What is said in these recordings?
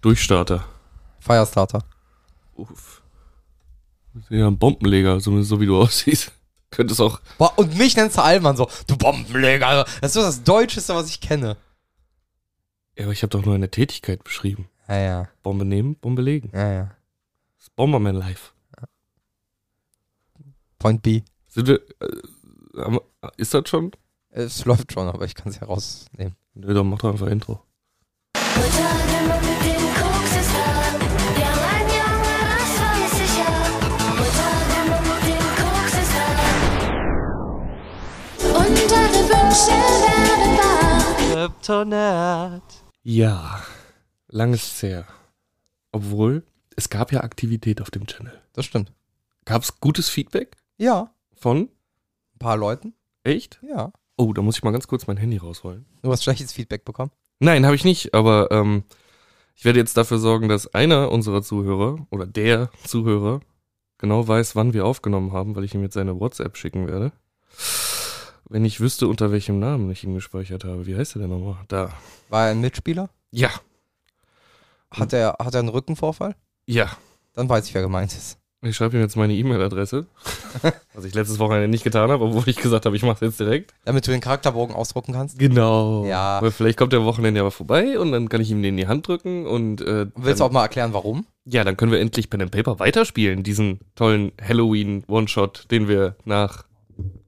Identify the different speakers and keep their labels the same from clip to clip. Speaker 1: Durchstarter.
Speaker 2: Firestarter.
Speaker 1: Uff. Ja, ein Bombenleger, zumindest so wie du aussiehst. Könntest auch.
Speaker 2: Boah, und mich nennt der Allmann so, du Bombenleger. Das ist so das Deutscheste, was ich kenne.
Speaker 1: Ja, aber ich habe doch nur eine Tätigkeit beschrieben.
Speaker 2: Ja, ja,
Speaker 1: Bombe nehmen, Bombe legen.
Speaker 2: ja, ja.
Speaker 1: Das ist Bomberman Life.
Speaker 2: Point B.
Speaker 1: Sind wir. Äh, haben wir- ist das schon?
Speaker 2: Es läuft schon, aber ich kann es ja rausnehmen.
Speaker 1: Nö, dann mach doch einfach Intro.
Speaker 3: Utanırım öpüp koksuzdan Yalan yalan asfaya sıçan Utanırım öpüp koksuzdan Unter der Wünsche werden wahr
Speaker 1: Ja. Lang ist es her. Obwohl, es gab ja Aktivität auf dem Channel.
Speaker 2: Das stimmt.
Speaker 1: Gab es gutes Feedback
Speaker 2: Ja.
Speaker 1: von?
Speaker 2: Ein paar Leuten.
Speaker 1: Echt?
Speaker 2: Ja.
Speaker 1: Oh, da muss ich mal ganz kurz mein Handy rausholen.
Speaker 2: Du hast schlechtes Feedback bekommen.
Speaker 1: Nein, habe ich nicht, aber ähm, ich werde jetzt dafür sorgen, dass einer unserer Zuhörer oder der Zuhörer genau weiß, wann wir aufgenommen haben, weil ich ihm jetzt seine WhatsApp schicken werde. Wenn ich wüsste, unter welchem Namen ich ihn gespeichert habe. Wie heißt er denn nochmal? Da.
Speaker 2: War er ein Mitspieler?
Speaker 1: Ja, Hm.
Speaker 2: Hat er, hat er einen Rückenvorfall?
Speaker 1: ja.
Speaker 2: Dann weiß ich, wer gemeint ist.
Speaker 1: Ich schreibe ihm jetzt meine E-Mail-Adresse, was ich letztes Wochenende nicht getan habe, obwohl ich gesagt habe, ich mache es jetzt direkt.
Speaker 2: Damit du den Charakterbogen ausdrucken kannst.
Speaker 1: Genau.
Speaker 2: Ja.
Speaker 1: Weil vielleicht kommt der Wochenende ja mal vorbei und dann kann ich ihm den in die Hand drücken und äh,
Speaker 2: Willst du
Speaker 1: dann-
Speaker 2: auch mal erklären, warum?
Speaker 1: Ja, dann können wir endlich Pen and Paper weiterspielen, diesen tollen Halloween-One-Shot, den wir nach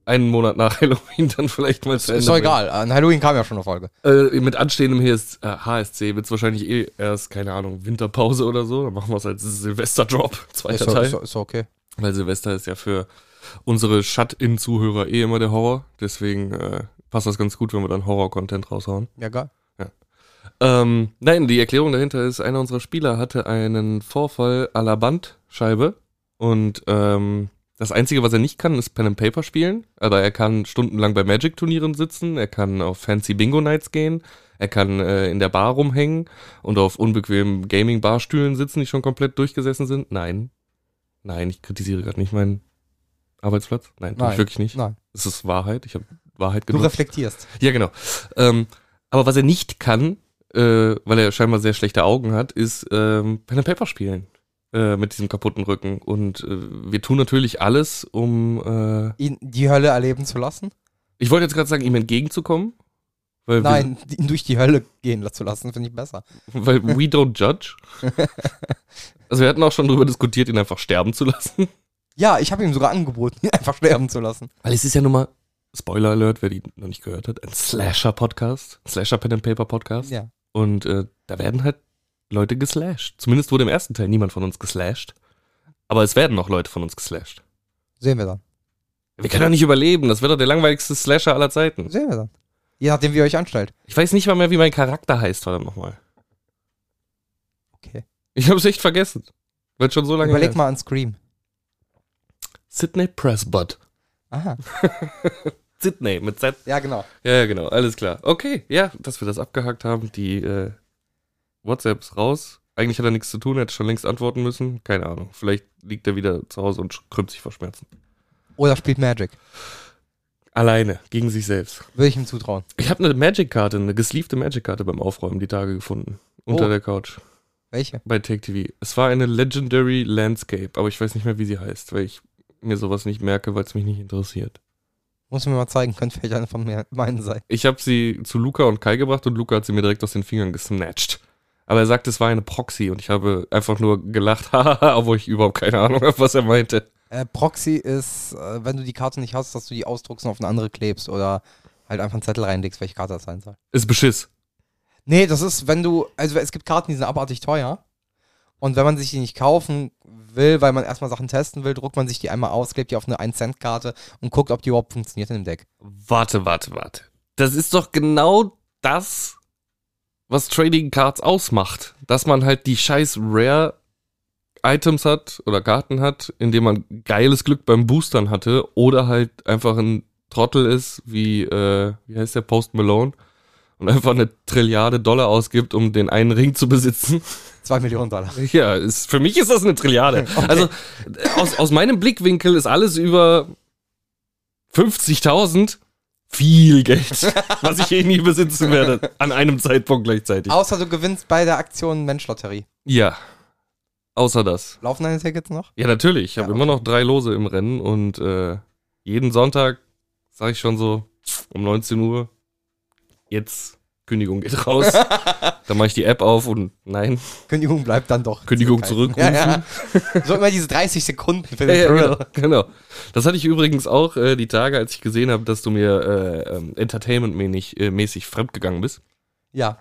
Speaker 1: einen Monat nach Halloween dann vielleicht mal zu Ende
Speaker 2: Ist doch
Speaker 1: bringen.
Speaker 2: egal. An Halloween kam ja schon eine Folge.
Speaker 1: Äh, mit anstehendem HS äh, HSC wird es wahrscheinlich eh erst, keine Ahnung, Winterpause oder so. Dann machen wir es als Silvester-Drop,
Speaker 2: Ist,
Speaker 1: zweiter
Speaker 2: doch-
Speaker 1: Teil.
Speaker 2: ist, doch- ist doch okay.
Speaker 1: Weil Silvester ist ja für unsere Shut-In-Zuhörer eh immer der Horror. Deswegen äh, passt das ganz gut, wenn wir dann Horror-Content raushauen.
Speaker 2: Ja, geil.
Speaker 1: Ähm, nein, die Erklärung dahinter ist, einer unserer Spieler hatte einen Vorfall à la Bandscheibe und ähm, das Einzige, was er nicht kann, ist Pen and Paper spielen. Aber er kann stundenlang bei Magic-Turnieren sitzen, er kann auf Fancy Bingo-Nights gehen, er kann äh, in der Bar rumhängen und auf unbequemen Gaming-Barstühlen sitzen, die schon komplett durchgesessen sind. Nein, nein, ich kritisiere gerade nicht meinen Arbeitsplatz. Nein, tue
Speaker 2: Nein.
Speaker 1: ich wirklich nicht.
Speaker 2: Nein.
Speaker 1: Es ist Wahrheit, ich habe Wahrheit
Speaker 2: Du
Speaker 1: genug.
Speaker 2: reflektierst.
Speaker 1: Ja, genau. Ähm, aber was er nicht kann, äh, weil er scheinbar sehr schlechte Augen hat, ist ähm, Pen and Paper spielen äh, mit diesem kaputten Rücken. Und äh, wir tun natürlich alles, um. Äh,
Speaker 2: Ihn die Hölle erleben zu lassen?
Speaker 1: ich wollte jetzt gerade sagen, ihm entgegenzukommen. Weil
Speaker 2: Nein, ihn durch die Hölle gehen zu lassen, finde ich besser.
Speaker 1: Wir, weil we don't judge. Also wir hatten auch schon darüber diskutiert, ihn einfach sterben zu lassen.
Speaker 2: Ja, ich habe ihm sogar angeboten, ihn einfach sterben zu lassen.
Speaker 1: Weil es ist ja nun mal. Spoiler Alert, wer die noch nicht gehört hat, ein Slasher-Podcast, Slasher-Pen-and-Paper-Podcast.
Speaker 2: Ja.
Speaker 1: Und äh, da werden halt Leute geslashed. Zumindest wurde im ersten Teil niemand von uns geslashed. Aber es werden noch Leute von uns geslashed.
Speaker 2: Sehen wir dann.
Speaker 1: Wir können doch nicht überleben. Das wird doch der langweiligste Slasher aller Zeiten.
Speaker 2: Sehen wir dann. Je nachdem, wie ihr euch anstellt.
Speaker 1: Ich weiß nicht mal mehr, wie mein Charakter heißt, verdammt nochmal.
Speaker 2: Okay.
Speaker 1: Ich hab's echt vergessen. Wird schon so lange
Speaker 2: Überleg
Speaker 1: her.
Speaker 2: mal an Scream.
Speaker 1: Sydney Pressbutt.
Speaker 2: Aha.
Speaker 1: Sydney mit Z.
Speaker 2: Ja, genau.
Speaker 1: Ja, ja, genau. Alles klar. Okay, ja, dass wir das abgehakt haben. Die äh, WhatsApps raus. Eigentlich hat er nichts zu tun, hätte schon längst antworten müssen. Keine Ahnung. Vielleicht liegt er wieder zu Hause und sch- krümmt sich vor Schmerzen.
Speaker 2: Oder spielt Magic.
Speaker 1: Alleine, gegen sich selbst.
Speaker 2: Würde ich ihm zutrauen.
Speaker 1: Ich habe eine Magic-Karte, eine gesleevte Magic-Karte beim Aufräumen die Tage gefunden. Unter
Speaker 2: Oh.
Speaker 1: der Couch.
Speaker 2: Welche?
Speaker 1: Bei Take TV. Es war eine Legendary Landscape, aber ich weiß nicht mehr, wie sie heißt, weil ich mir sowas nicht merke, weil es mich nicht interessiert.
Speaker 2: Muss mir mal zeigen, könnte vielleicht eine von mir- meinen sein.
Speaker 1: Ich habe sie zu Luca und Kai gebracht und Luca hat sie mir direkt aus den Fingern gesnatcht. Aber er sagt, es war eine Proxy und ich habe einfach nur gelacht, hahaha, obwohl ich überhaupt keine Ahnung habe, was er meinte.
Speaker 2: Äh, Proxy ist, äh, wenn du die Karte nicht hast, dass du die ausdruckst und auf eine andere klebst oder halt einfach einen Zettel reinlegst, welche Karte das sein soll.
Speaker 1: Ist Beschiss.
Speaker 2: Nee, das ist, wenn du, also es gibt Karten, die sind abartig teuer. Und wenn man sich die nicht kaufen will, weil man erstmal Sachen testen will, druckt man sich die einmal aus, klebt die auf eine 1-Cent-Karte und guckt, ob die überhaupt funktioniert in dem Deck.
Speaker 1: Warte, warte, warte. Das ist doch genau das, was Trading Cards ausmacht. Dass man halt die scheiß Rare Items hat oder Karten hat, indem man geiles Glück beim Boostern hatte oder halt einfach ein Trottel ist, wie, äh, wie heißt der, Post Malone und einfach eine Trilliarde Dollar ausgibt, um den einen Ring zu besitzen.
Speaker 2: 2 Millionen Dollar.
Speaker 1: Ja, ist, für mich ist das eine Trilliarde. Also äh, aus, aus meinem Blickwinkel ist alles über 50.000 viel Geld, was ich eh nie besitzen werde, an einem Zeitpunkt gleichzeitig.
Speaker 2: Außer du gewinnst bei der Aktion Menschlotterie.
Speaker 1: Ja. Außer das.
Speaker 2: Laufen deine Tickets noch?
Speaker 1: Ja, natürlich. Ich habe
Speaker 2: Ja, okay.
Speaker 1: immer noch drei Lose im Rennen und äh, jeden Sonntag sage ich schon so um 19 Uhr, jetzt Kündigung geht raus. Dann mache ich die App auf und nein,
Speaker 2: Kündigung bleibt dann doch.
Speaker 1: Kündigung
Speaker 2: zurückhalten.
Speaker 1: zurückrufen.
Speaker 2: Ja, ja. So immer diese 30 Sekunden für den
Speaker 1: Ja, ja,
Speaker 2: Thrill.
Speaker 1: genau, genau. Das hatte ich übrigens auch äh, die Tage, als ich gesehen habe, dass du mir äh, ähm, entertainmentmäßig äh, mäßig fremdgegangen bist.
Speaker 2: Ja.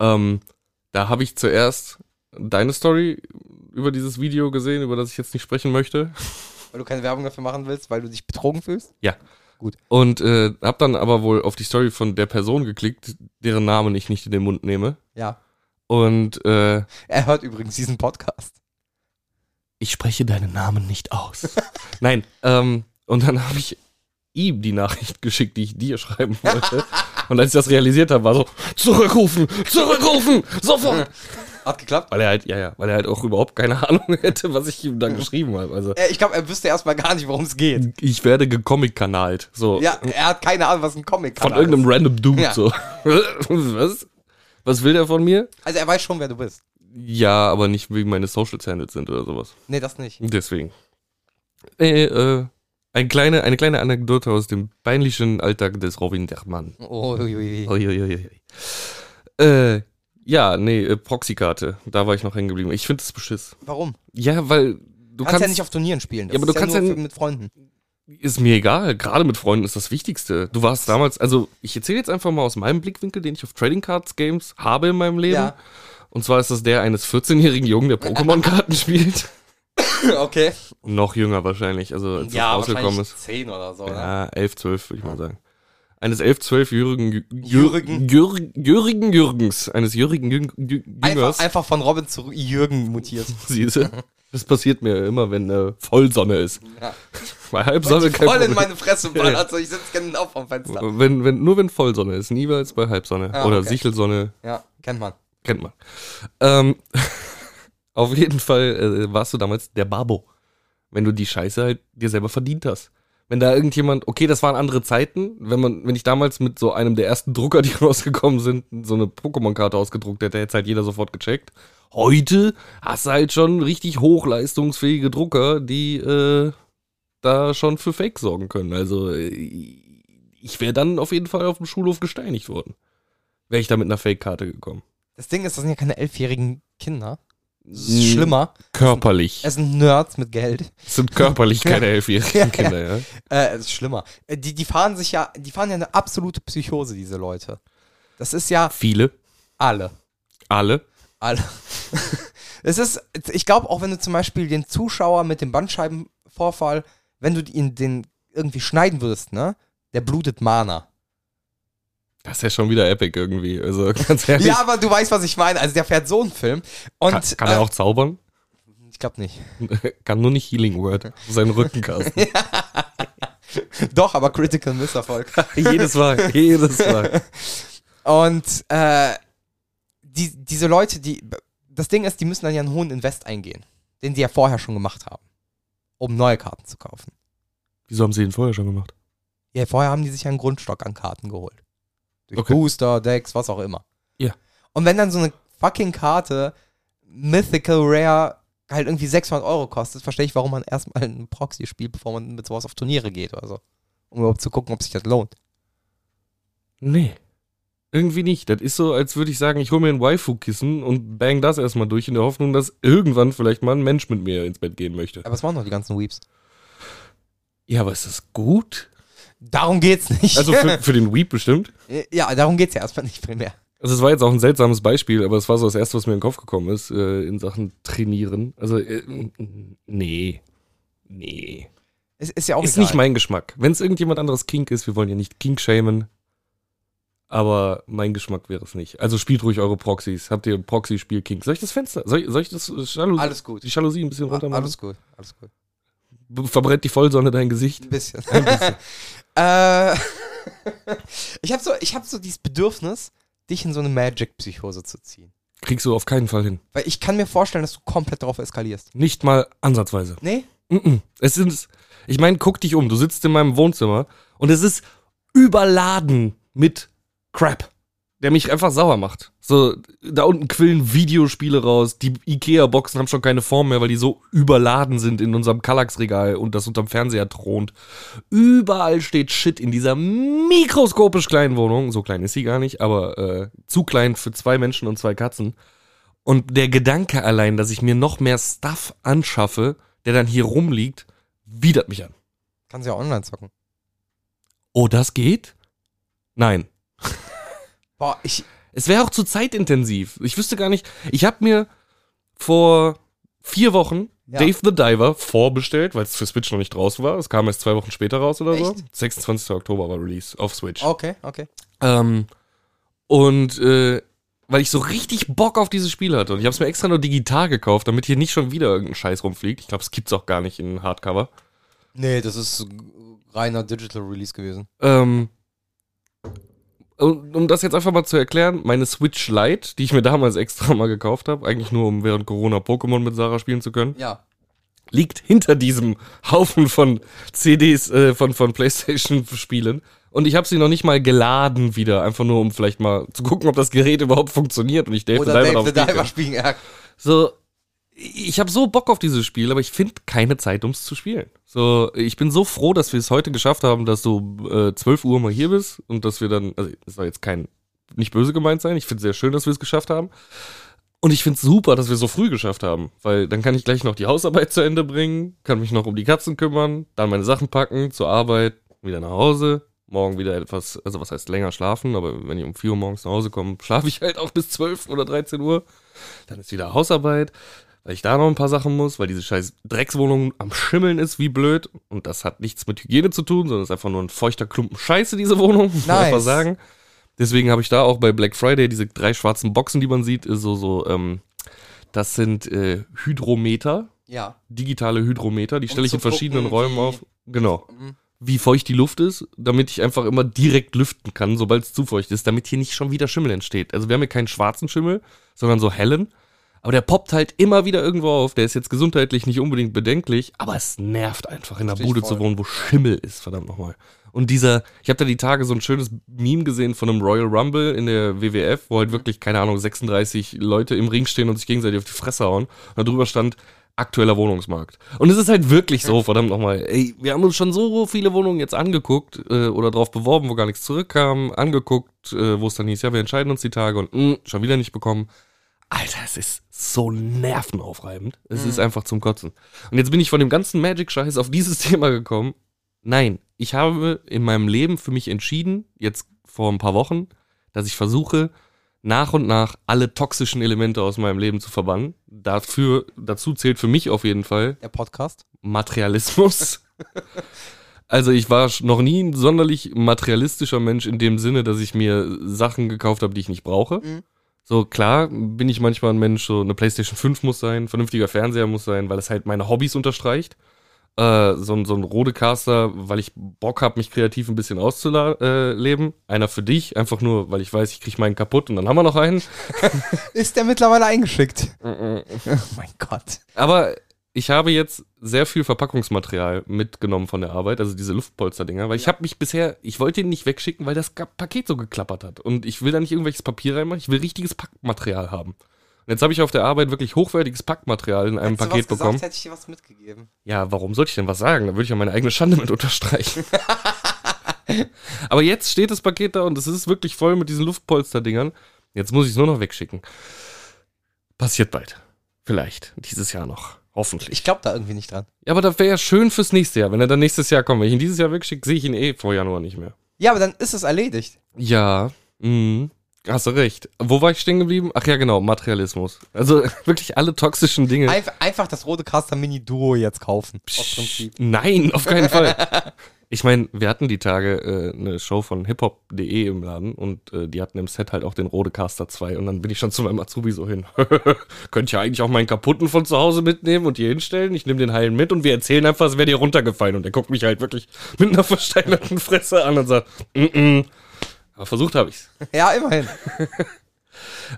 Speaker 1: Ähm, da habe ich zuerst deine Story über dieses Video gesehen, über das ich jetzt nicht sprechen möchte.
Speaker 2: Weil du keine Werbung dafür machen willst, weil du dich betrogen fühlst?
Speaker 1: Und äh, habe dann aber wohl auf die Story von der Person geklickt, deren Namen ich nicht in den Mund nehme.
Speaker 2: Ja.
Speaker 1: Und äh,
Speaker 2: Er hört übrigens diesen Podcast.
Speaker 1: ich spreche deinen Namen nicht aus. Nein, ähm, und dann habe ich ihm die Nachricht geschickt, die ich dir schreiben wollte. und als ich das realisiert habe, war so, zurückrufen, zurückrufen, sofort.
Speaker 2: Hat geklappt?
Speaker 1: Weil er halt, ja, ja, weil er halt auch überhaupt keine Ahnung hätte, was ich ihm da geschrieben habe. Also,
Speaker 2: Äh, Ich glaube, er wüsste erstmal gar nicht, worum es geht.
Speaker 1: ich werde gecomic-kanalt. So,
Speaker 2: Ja, er hat keine Ahnung, was ein Comic
Speaker 1: von irgendeinem random Dude.
Speaker 2: Ja.
Speaker 1: So. was? Was will der von mir?
Speaker 2: ist. Also er weiß schon, wer du bist.
Speaker 1: Ja, aber nicht wegen meine Social Channels sind oder sowas.
Speaker 2: Nee, das nicht.
Speaker 1: Deswegen. Äh, äh, ein kleine, eine kleine Anekdote aus dem peinlichen Alltag des Robin Dermann.
Speaker 2: Oh, ui, ui, ui.
Speaker 1: Uiuiuiui. Äh, ja, nee, äh, Proxykarte. Da war ich noch hängen geblieben. Ich finde das beschiss.
Speaker 2: Warum?
Speaker 1: Ja, weil du
Speaker 2: Du
Speaker 1: kannst,
Speaker 2: kannst, ja nicht auf Turnieren spielen. Das
Speaker 1: Ja, aber du
Speaker 2: ist
Speaker 1: kannst
Speaker 2: ja
Speaker 1: ja
Speaker 2: nur
Speaker 1: n-
Speaker 2: für, mit Freunden.
Speaker 1: Ist mir egal. Gerade mit Freunden ist das Wichtigste. Du warst damals, also ich erzähle jetzt einfach mal aus meinem Blickwinkel, den ich auf Trading Cards Games habe in meinem Leben.
Speaker 2: Ja.
Speaker 1: Und zwar ist das der eines 14-jährigen Jungen, der Pokémon-Karten spielt.
Speaker 2: Okay.
Speaker 1: Noch jünger wahrscheinlich, also als
Speaker 2: Ja,
Speaker 1: das rausgekommen
Speaker 2: wahrscheinlich
Speaker 1: ist.
Speaker 2: 10 oder so. ne?
Speaker 1: Ja, 11, 12 würde ich mal sagen. Eines 11, 12-jährigen
Speaker 2: Jürgen.
Speaker 1: Jürgen, Jürgen Jürgens. Eines Jürgen Jüng- Jü-
Speaker 2: Einfach,
Speaker 1: Jüngers.
Speaker 2: einfach von Robin zu Jürgen mutiert.
Speaker 1: Siehste? Das passiert mir immer, wenn äh, Vollsonne ist.
Speaker 2: Ja.
Speaker 1: Bei Halbsonne kein
Speaker 2: voll in
Speaker 1: Problem.
Speaker 2: meine Fresse ballert. So, ich sitze genau vom Fenster.
Speaker 1: Wenn, wenn, nur wenn Vollsonne ist, niemals bei Halbsonne.
Speaker 2: Ah,
Speaker 1: Oder
Speaker 2: okay.
Speaker 1: Sichelsonne,
Speaker 2: Ja, kennt man.
Speaker 1: kennt man. Ähm, auf jeden Fall äh, warst du damals der Babo. Wenn du die Scheiße halt dir selber verdient hast. Wenn da irgendjemand, okay, das waren andere Zeiten, wenn man, wenn ich damals mit so einem der ersten Drucker, die rausgekommen sind, so eine Pokémon-Karte ausgedruckt hätte, hätte halt jeder sofort gecheckt. Heute hast du halt schon richtig hochleistungsfähige Drucker, die äh, da schon für Fake sorgen können. Also äh, ich wäre dann auf jeden Fall auf dem Schulhof gesteinigt worden. Wäre ich da mit einer Fake-Karte gekommen.
Speaker 2: Das Ding ist, das sind ja keine elfjährigen Kinder. Das ist schlimmer.
Speaker 1: Hm, Körperlich.
Speaker 2: Es sind Nerds mit Geld.
Speaker 1: Es sind körperlich keine elfjährigen
Speaker 2: Ja, ja.
Speaker 1: Kinder, ja.
Speaker 2: Äh, es ist schlimmer. Äh, die, die fahren sich ja, die fahren ja eine absolute Psychose, diese Leute. Das ist ja
Speaker 1: Viele.
Speaker 2: alle.
Speaker 1: Alle.
Speaker 2: Alle. es ist, ich glaube, auch wenn du zum Beispiel den Zuschauer mit dem Bandscheibenvorfall, wenn du ihn den irgendwie schneiden würdest, ne? Der blutet Mana.
Speaker 1: Das ist ja schon wieder epic irgendwie. Also ganz ehrlich.
Speaker 2: Ja, aber du weißt, was ich meine. Also der fährt so einen Film. Und
Speaker 1: kann, kann er
Speaker 2: äh,
Speaker 1: auch zaubern?
Speaker 2: ich glaube nicht.
Speaker 1: kann nur nicht Healing Word. auf Seinen Rückenkasten.
Speaker 2: Doch, aber Critical Misserfolg.
Speaker 1: jedes Mal. Jedes Mal.
Speaker 2: Und äh, die, diese Leute, die. Das Ding ist, die müssen dann ja einen hohen Invest eingehen, den sie ja vorher schon gemacht haben, um neue Karten zu kaufen.
Speaker 1: Wieso haben sie den vorher schon gemacht?
Speaker 2: Ja, vorher haben die sich ja einen Grundstock an Karten geholt. Durch
Speaker 1: Okay.
Speaker 2: Booster, Decks, was auch immer.
Speaker 1: Ja.
Speaker 2: Und wenn dann so eine fucking Karte Mythical Rare halt irgendwie 600 Euro kostet, verstehe ich, warum man erstmal einen Proxy spielt, bevor man mit sowas auf Turniere geht oder so. Um überhaupt zu gucken, ob sich das lohnt.
Speaker 1: Nee. Irgendwie nicht. Das ist so, als würde ich sagen, ich hole mir ein Waifu-Kissen und bang das erstmal durch in der Hoffnung, dass irgendwann vielleicht mal ein Mensch mit mir ins Bett gehen möchte.
Speaker 2: Aber es waren doch die ganzen Weeps.
Speaker 1: Ja, aber ist das gut?
Speaker 2: Darum geht's nicht.
Speaker 1: Also für, für den Weep bestimmt.
Speaker 2: ja, darum geht's ja erstmal nicht primär.
Speaker 1: Also es war jetzt auch ein seltsames Beispiel, aber es war so das erste, was mir in den Kopf gekommen ist, äh, in Sachen Trainieren. Also, äh, nee. Nee.
Speaker 2: Es ist ja auch
Speaker 1: ist
Speaker 2: egal.
Speaker 1: nicht mein Geschmack. Wenn es irgendjemand anderes Kink ist, wir wollen ja nicht Kink shamen. Aber mein Geschmack wäre es nicht. Also spielt ruhig eure Proxys. Habt ihr ein Proxy-Spiel Kink? Soll ich das Fenster? Soll ich, soll ich das äh, Jalo
Speaker 2: Alles gut.
Speaker 1: die Jalousie ein bisschen runter
Speaker 2: Ah,
Speaker 1: machen?
Speaker 2: Alles gut, alles gut.
Speaker 1: B- Verbrennt die Vollsonne dein Gesicht?
Speaker 2: Ein bisschen. äh, ich habe so, ich hab so dieses Bedürfnis, dich in so eine Magic-Psychose zu ziehen.
Speaker 1: Kriegst du auf keinen Fall hin.
Speaker 2: Weil ich kann mir vorstellen, dass du komplett drauf eskalierst.
Speaker 1: Nicht mal ansatzweise.
Speaker 2: Nee?
Speaker 1: Mm -mm. Es ist, ich meine, guck dich um. Du sitzt in meinem Wohnzimmer und es ist überladen mit Crap, der mich einfach sauer macht. So, da unten quillen Videospiele raus, die Ikea-Boxen haben schon keine Form mehr, weil die so überladen sind in unserem Kallax-Regal und das unterm Fernseher thront. Überall steht Shit in dieser mikroskopisch kleinen Wohnung. So klein ist sie gar nicht, aber äh, zu klein für zwei Menschen und zwei Katzen. Und der Gedanke allein, dass ich mir noch mehr Stuff anschaffe, der dann hier rumliegt, widert mich an.
Speaker 2: Kannst ja online zocken.
Speaker 1: Oh, das geht? Nein.
Speaker 2: Boah, ich.
Speaker 1: Es wäre auch zu zeitintensiv. Ich wüsste gar nicht. Ich habe mir vor vier Wochen
Speaker 2: Ja.
Speaker 1: Dave the Diver vorbestellt, weil es für Switch noch nicht draußen war. Es kam erst zwei Wochen später raus oder so.
Speaker 2: Echt? Oh.
Speaker 1: 26. Oktober war Release auf Switch.
Speaker 2: Okay, okay.
Speaker 1: Ähm, und äh, weil ich so richtig Bock auf dieses Spiel hatte. Und ich habe es mir extra nur digital gekauft, damit hier nicht schon wieder irgendein Scheiß rumfliegt. Ich glaube, es gibt's auch gar nicht in Hardcover.
Speaker 2: Nee, das ist reiner Digital Release gewesen.
Speaker 1: Ähm, um, um das jetzt einfach mal zu erklären, meine Switch Lite, die ich mir damals extra mal gekauft habe, eigentlich nur um während Corona Pokémon mit Sarah spielen zu können,
Speaker 2: Ja.
Speaker 1: liegt hinter diesem Haufen von CDs äh, von, von PlayStation-Spielen. Und ich habe sie noch nicht mal geladen wieder, einfach nur um vielleicht mal zu gucken, ob das Gerät überhaupt funktioniert und ich Dave the Diver
Speaker 2: Oder Dave
Speaker 1: drauf
Speaker 2: the
Speaker 1: spielen
Speaker 2: Diver
Speaker 1: kann.
Speaker 2: spielen. Ja.
Speaker 1: So, ich habe so Bock auf dieses Spiel, aber ich finde keine Zeit, ums zu spielen. So, ich bin so froh, dass wir es heute geschafft haben, dass du äh, 12 Uhr mal hier bist und dass wir dann, also es soll jetzt kein, nicht böse gemeint sein, ich finde sehr schön, dass wir es geschafft haben. Und ich finde es super, dass wir es so früh geschafft haben, weil dann kann ich gleich noch die Hausarbeit zu Ende bringen, kann mich noch um die Katzen kümmern, dann meine Sachen packen, zur Arbeit, wieder nach Hause, morgen wieder etwas, also was heißt länger schlafen, aber wenn ich um 4 Uhr morgens nach Hause komme, schlafe ich halt auch bis 12 oder 13 Uhr dann ist wieder Hausarbeit, weil ich da noch ein paar Sachen muss, weil diese scheiß Dreckswohnung am Schimmeln ist, wie blöd. Und das hat nichts mit Hygiene zu tun, sondern ist einfach nur ein feuchter Klumpen Scheiße, diese Wohnung, muss man
Speaker 2: Nice.
Speaker 1: einfach sagen. Deswegen habe ich da auch bei Black Friday diese drei schwarzen Boxen, die man sieht, ist so, so, ähm, das sind äh, Hydrometer,
Speaker 2: ja.
Speaker 1: digitale Hydrometer, die
Speaker 2: Um
Speaker 1: stelle ich
Speaker 2: zu
Speaker 1: in verschiedenen
Speaker 2: gucken,
Speaker 1: Räumen
Speaker 2: wie-
Speaker 1: auf. Genau.
Speaker 2: Mhm.
Speaker 1: Wie feucht die Luft ist, damit ich einfach immer direkt lüften kann, sobald es zu feucht ist, damit hier nicht schon wieder Schimmel entsteht. Also wir haben hier keinen schwarzen Schimmel, sondern so hellen. Aber der poppt halt immer wieder irgendwo auf. Der ist jetzt gesundheitlich nicht unbedingt bedenklich, aber es nervt einfach, in einer
Speaker 2: Verstehe ich
Speaker 1: Bude zu
Speaker 2: voll.
Speaker 1: wohnen, wo Schimmel ist, verdammt nochmal. Und dieser, ich habe da die Tage so ein schönes Meme gesehen von einem Royal Rumble in der WWF, wo halt wirklich, keine Ahnung, 36 Leute im Ring stehen und sich gegenseitig auf die Fresse hauen. Und darüber stand aktueller Wohnungsmarkt. Und es ist halt wirklich so, verdammt nochmal. Ey, wir haben uns schon so viele Wohnungen jetzt angeguckt äh, oder drauf beworben, wo gar nichts zurückkam, angeguckt, äh, wo es dann hieß, ja, wir entscheiden uns die Tage und mh, schon wieder nicht bekommen. Alter, es ist so nervenaufreibend. Es ist einfach zum Kotzen. Und jetzt bin ich von dem ganzen Magic-Scheiß auf dieses Thema gekommen. Nein, ich habe in meinem Leben für mich entschieden, jetzt vor ein paar Wochen, dass ich versuche, nach und nach alle toxischen Elemente aus meinem Leben zu verbannen. Dafür, dazu zählt für mich auf jeden Fall
Speaker 2: Der Podcast.
Speaker 1: Materialismus. Also ich war sch- noch nie ein sonderlich materialistischer Mensch in dem Sinne, dass ich mir Sachen gekauft habe, die ich nicht brauche.
Speaker 2: Mhm.
Speaker 1: So klar bin ich manchmal ein Mensch, so eine Playstation 5 muss sein, ein vernünftiger Fernseher muss sein, weil es halt meine Hobbys unterstreicht. Äh, so, ein- so ein Rodecaster, weil ich Bock habe, mich kreativ ein bisschen auszuleben. Äh, leben. Einer für dich, einfach nur, weil ich weiß, ich krieg meinen kaputt und dann haben wir noch einen.
Speaker 2: Ist der mittlerweile eingeschickt?
Speaker 1: Mm,
Speaker 2: oh mein Gott.
Speaker 1: Aber ich habe jetzt sehr viel Verpackungsmaterial mitgenommen von der Arbeit, also diese Luftpolsterdinger, weil ich habe mich bisher, ich wollte ihn nicht wegschicken, weil das Ka- Paket so geklappert hat. Und ich will da nicht irgendwelches Papier reinmachen, ich will richtiges Packmaterial haben. Und jetzt habe ich auf der Arbeit wirklich hochwertiges Packmaterial in einem
Speaker 2: Hättest du
Speaker 1: Paket
Speaker 2: was gesagt,
Speaker 1: bekommen.
Speaker 2: Hätte ich dir was mitgegeben.
Speaker 1: Ja, warum sollte ich denn was sagen? Da würde ich ja meine eigene Schande mit unterstreichen. Aber jetzt steht das Paket da und es ist wirklich voll mit diesen Luftpolsterdingern. Jetzt muss ich es nur noch wegschicken. Passiert bald. Vielleicht. Dieses Jahr noch. Hoffentlich.
Speaker 2: Ich glaube da irgendwie nicht dran.
Speaker 1: Ja, aber das wäre ja schön fürs nächste Jahr. Wenn er dann nächstes Jahr kommt, wenn ich ihn dieses Jahr wegschicke, sehe ich ihn eh vor Januar nicht mehr.
Speaker 2: Ja, aber dann ist es erledigt.
Speaker 1: Ja, mhm. Hast du recht. Wo war ich stehen geblieben? Ach ja, genau, Materialismus. Also wirklich alle toxischen Dinge.
Speaker 2: Einf einfach das rote Caster Mini Duo jetzt kaufen. Aus Prinzip.
Speaker 1: Psst, Nein, auf keinen Fall. Ich meine, wir hatten die Tage äh, eine Show von hiphop.de im Laden und äh, die hatten im Set halt auch den Rodecaster 2 und dann bin ich schon zu meinem Azubi so hin. Könnt ihr eigentlich auch meinen kaputten von zu Hause mitnehmen und hier hinstellen? Ich nehme den heilen mit und wir erzählen einfach, es wäre dir runtergefallen. Und der guckt mich halt wirklich mit einer versteinerten Fresse an und sagt, mm -mm. aber versucht habe ich's.
Speaker 2: Ja, immerhin.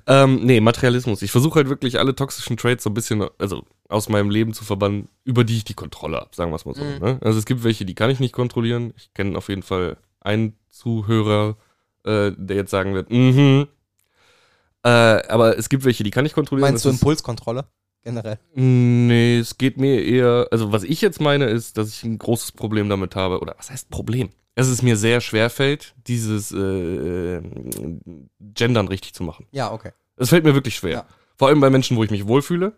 Speaker 1: Ähm, nee, Materialismus. Ich versuche halt wirklich alle toxischen Traits so ein bisschen, also aus meinem Leben zu verbannen,
Speaker 2: Mhm.
Speaker 1: über die ich die Kontrolle habe, sagen wir es mal so. Ne? Also es gibt welche, die kann ich nicht kontrollieren. Ich kenne auf jeden Fall einen Zuhörer, äh, der jetzt sagen wird, mhm. Äh, aber es gibt welche, die kann ich kontrollieren.
Speaker 2: Meinst du
Speaker 1: das ist-
Speaker 2: Impulskontrolle? Generell.
Speaker 1: Nee, es geht mir eher, also was ich jetzt meine ist, dass ich ein großes Problem damit habe, oder was heißt Problem? Dass es mir sehr schwer fällt, dieses äh, Gendern richtig zu machen.
Speaker 2: Ja, okay.
Speaker 1: Es fällt mir wirklich schwer.
Speaker 2: Ja.
Speaker 1: Vor allem bei Menschen, wo ich mich wohlfühle,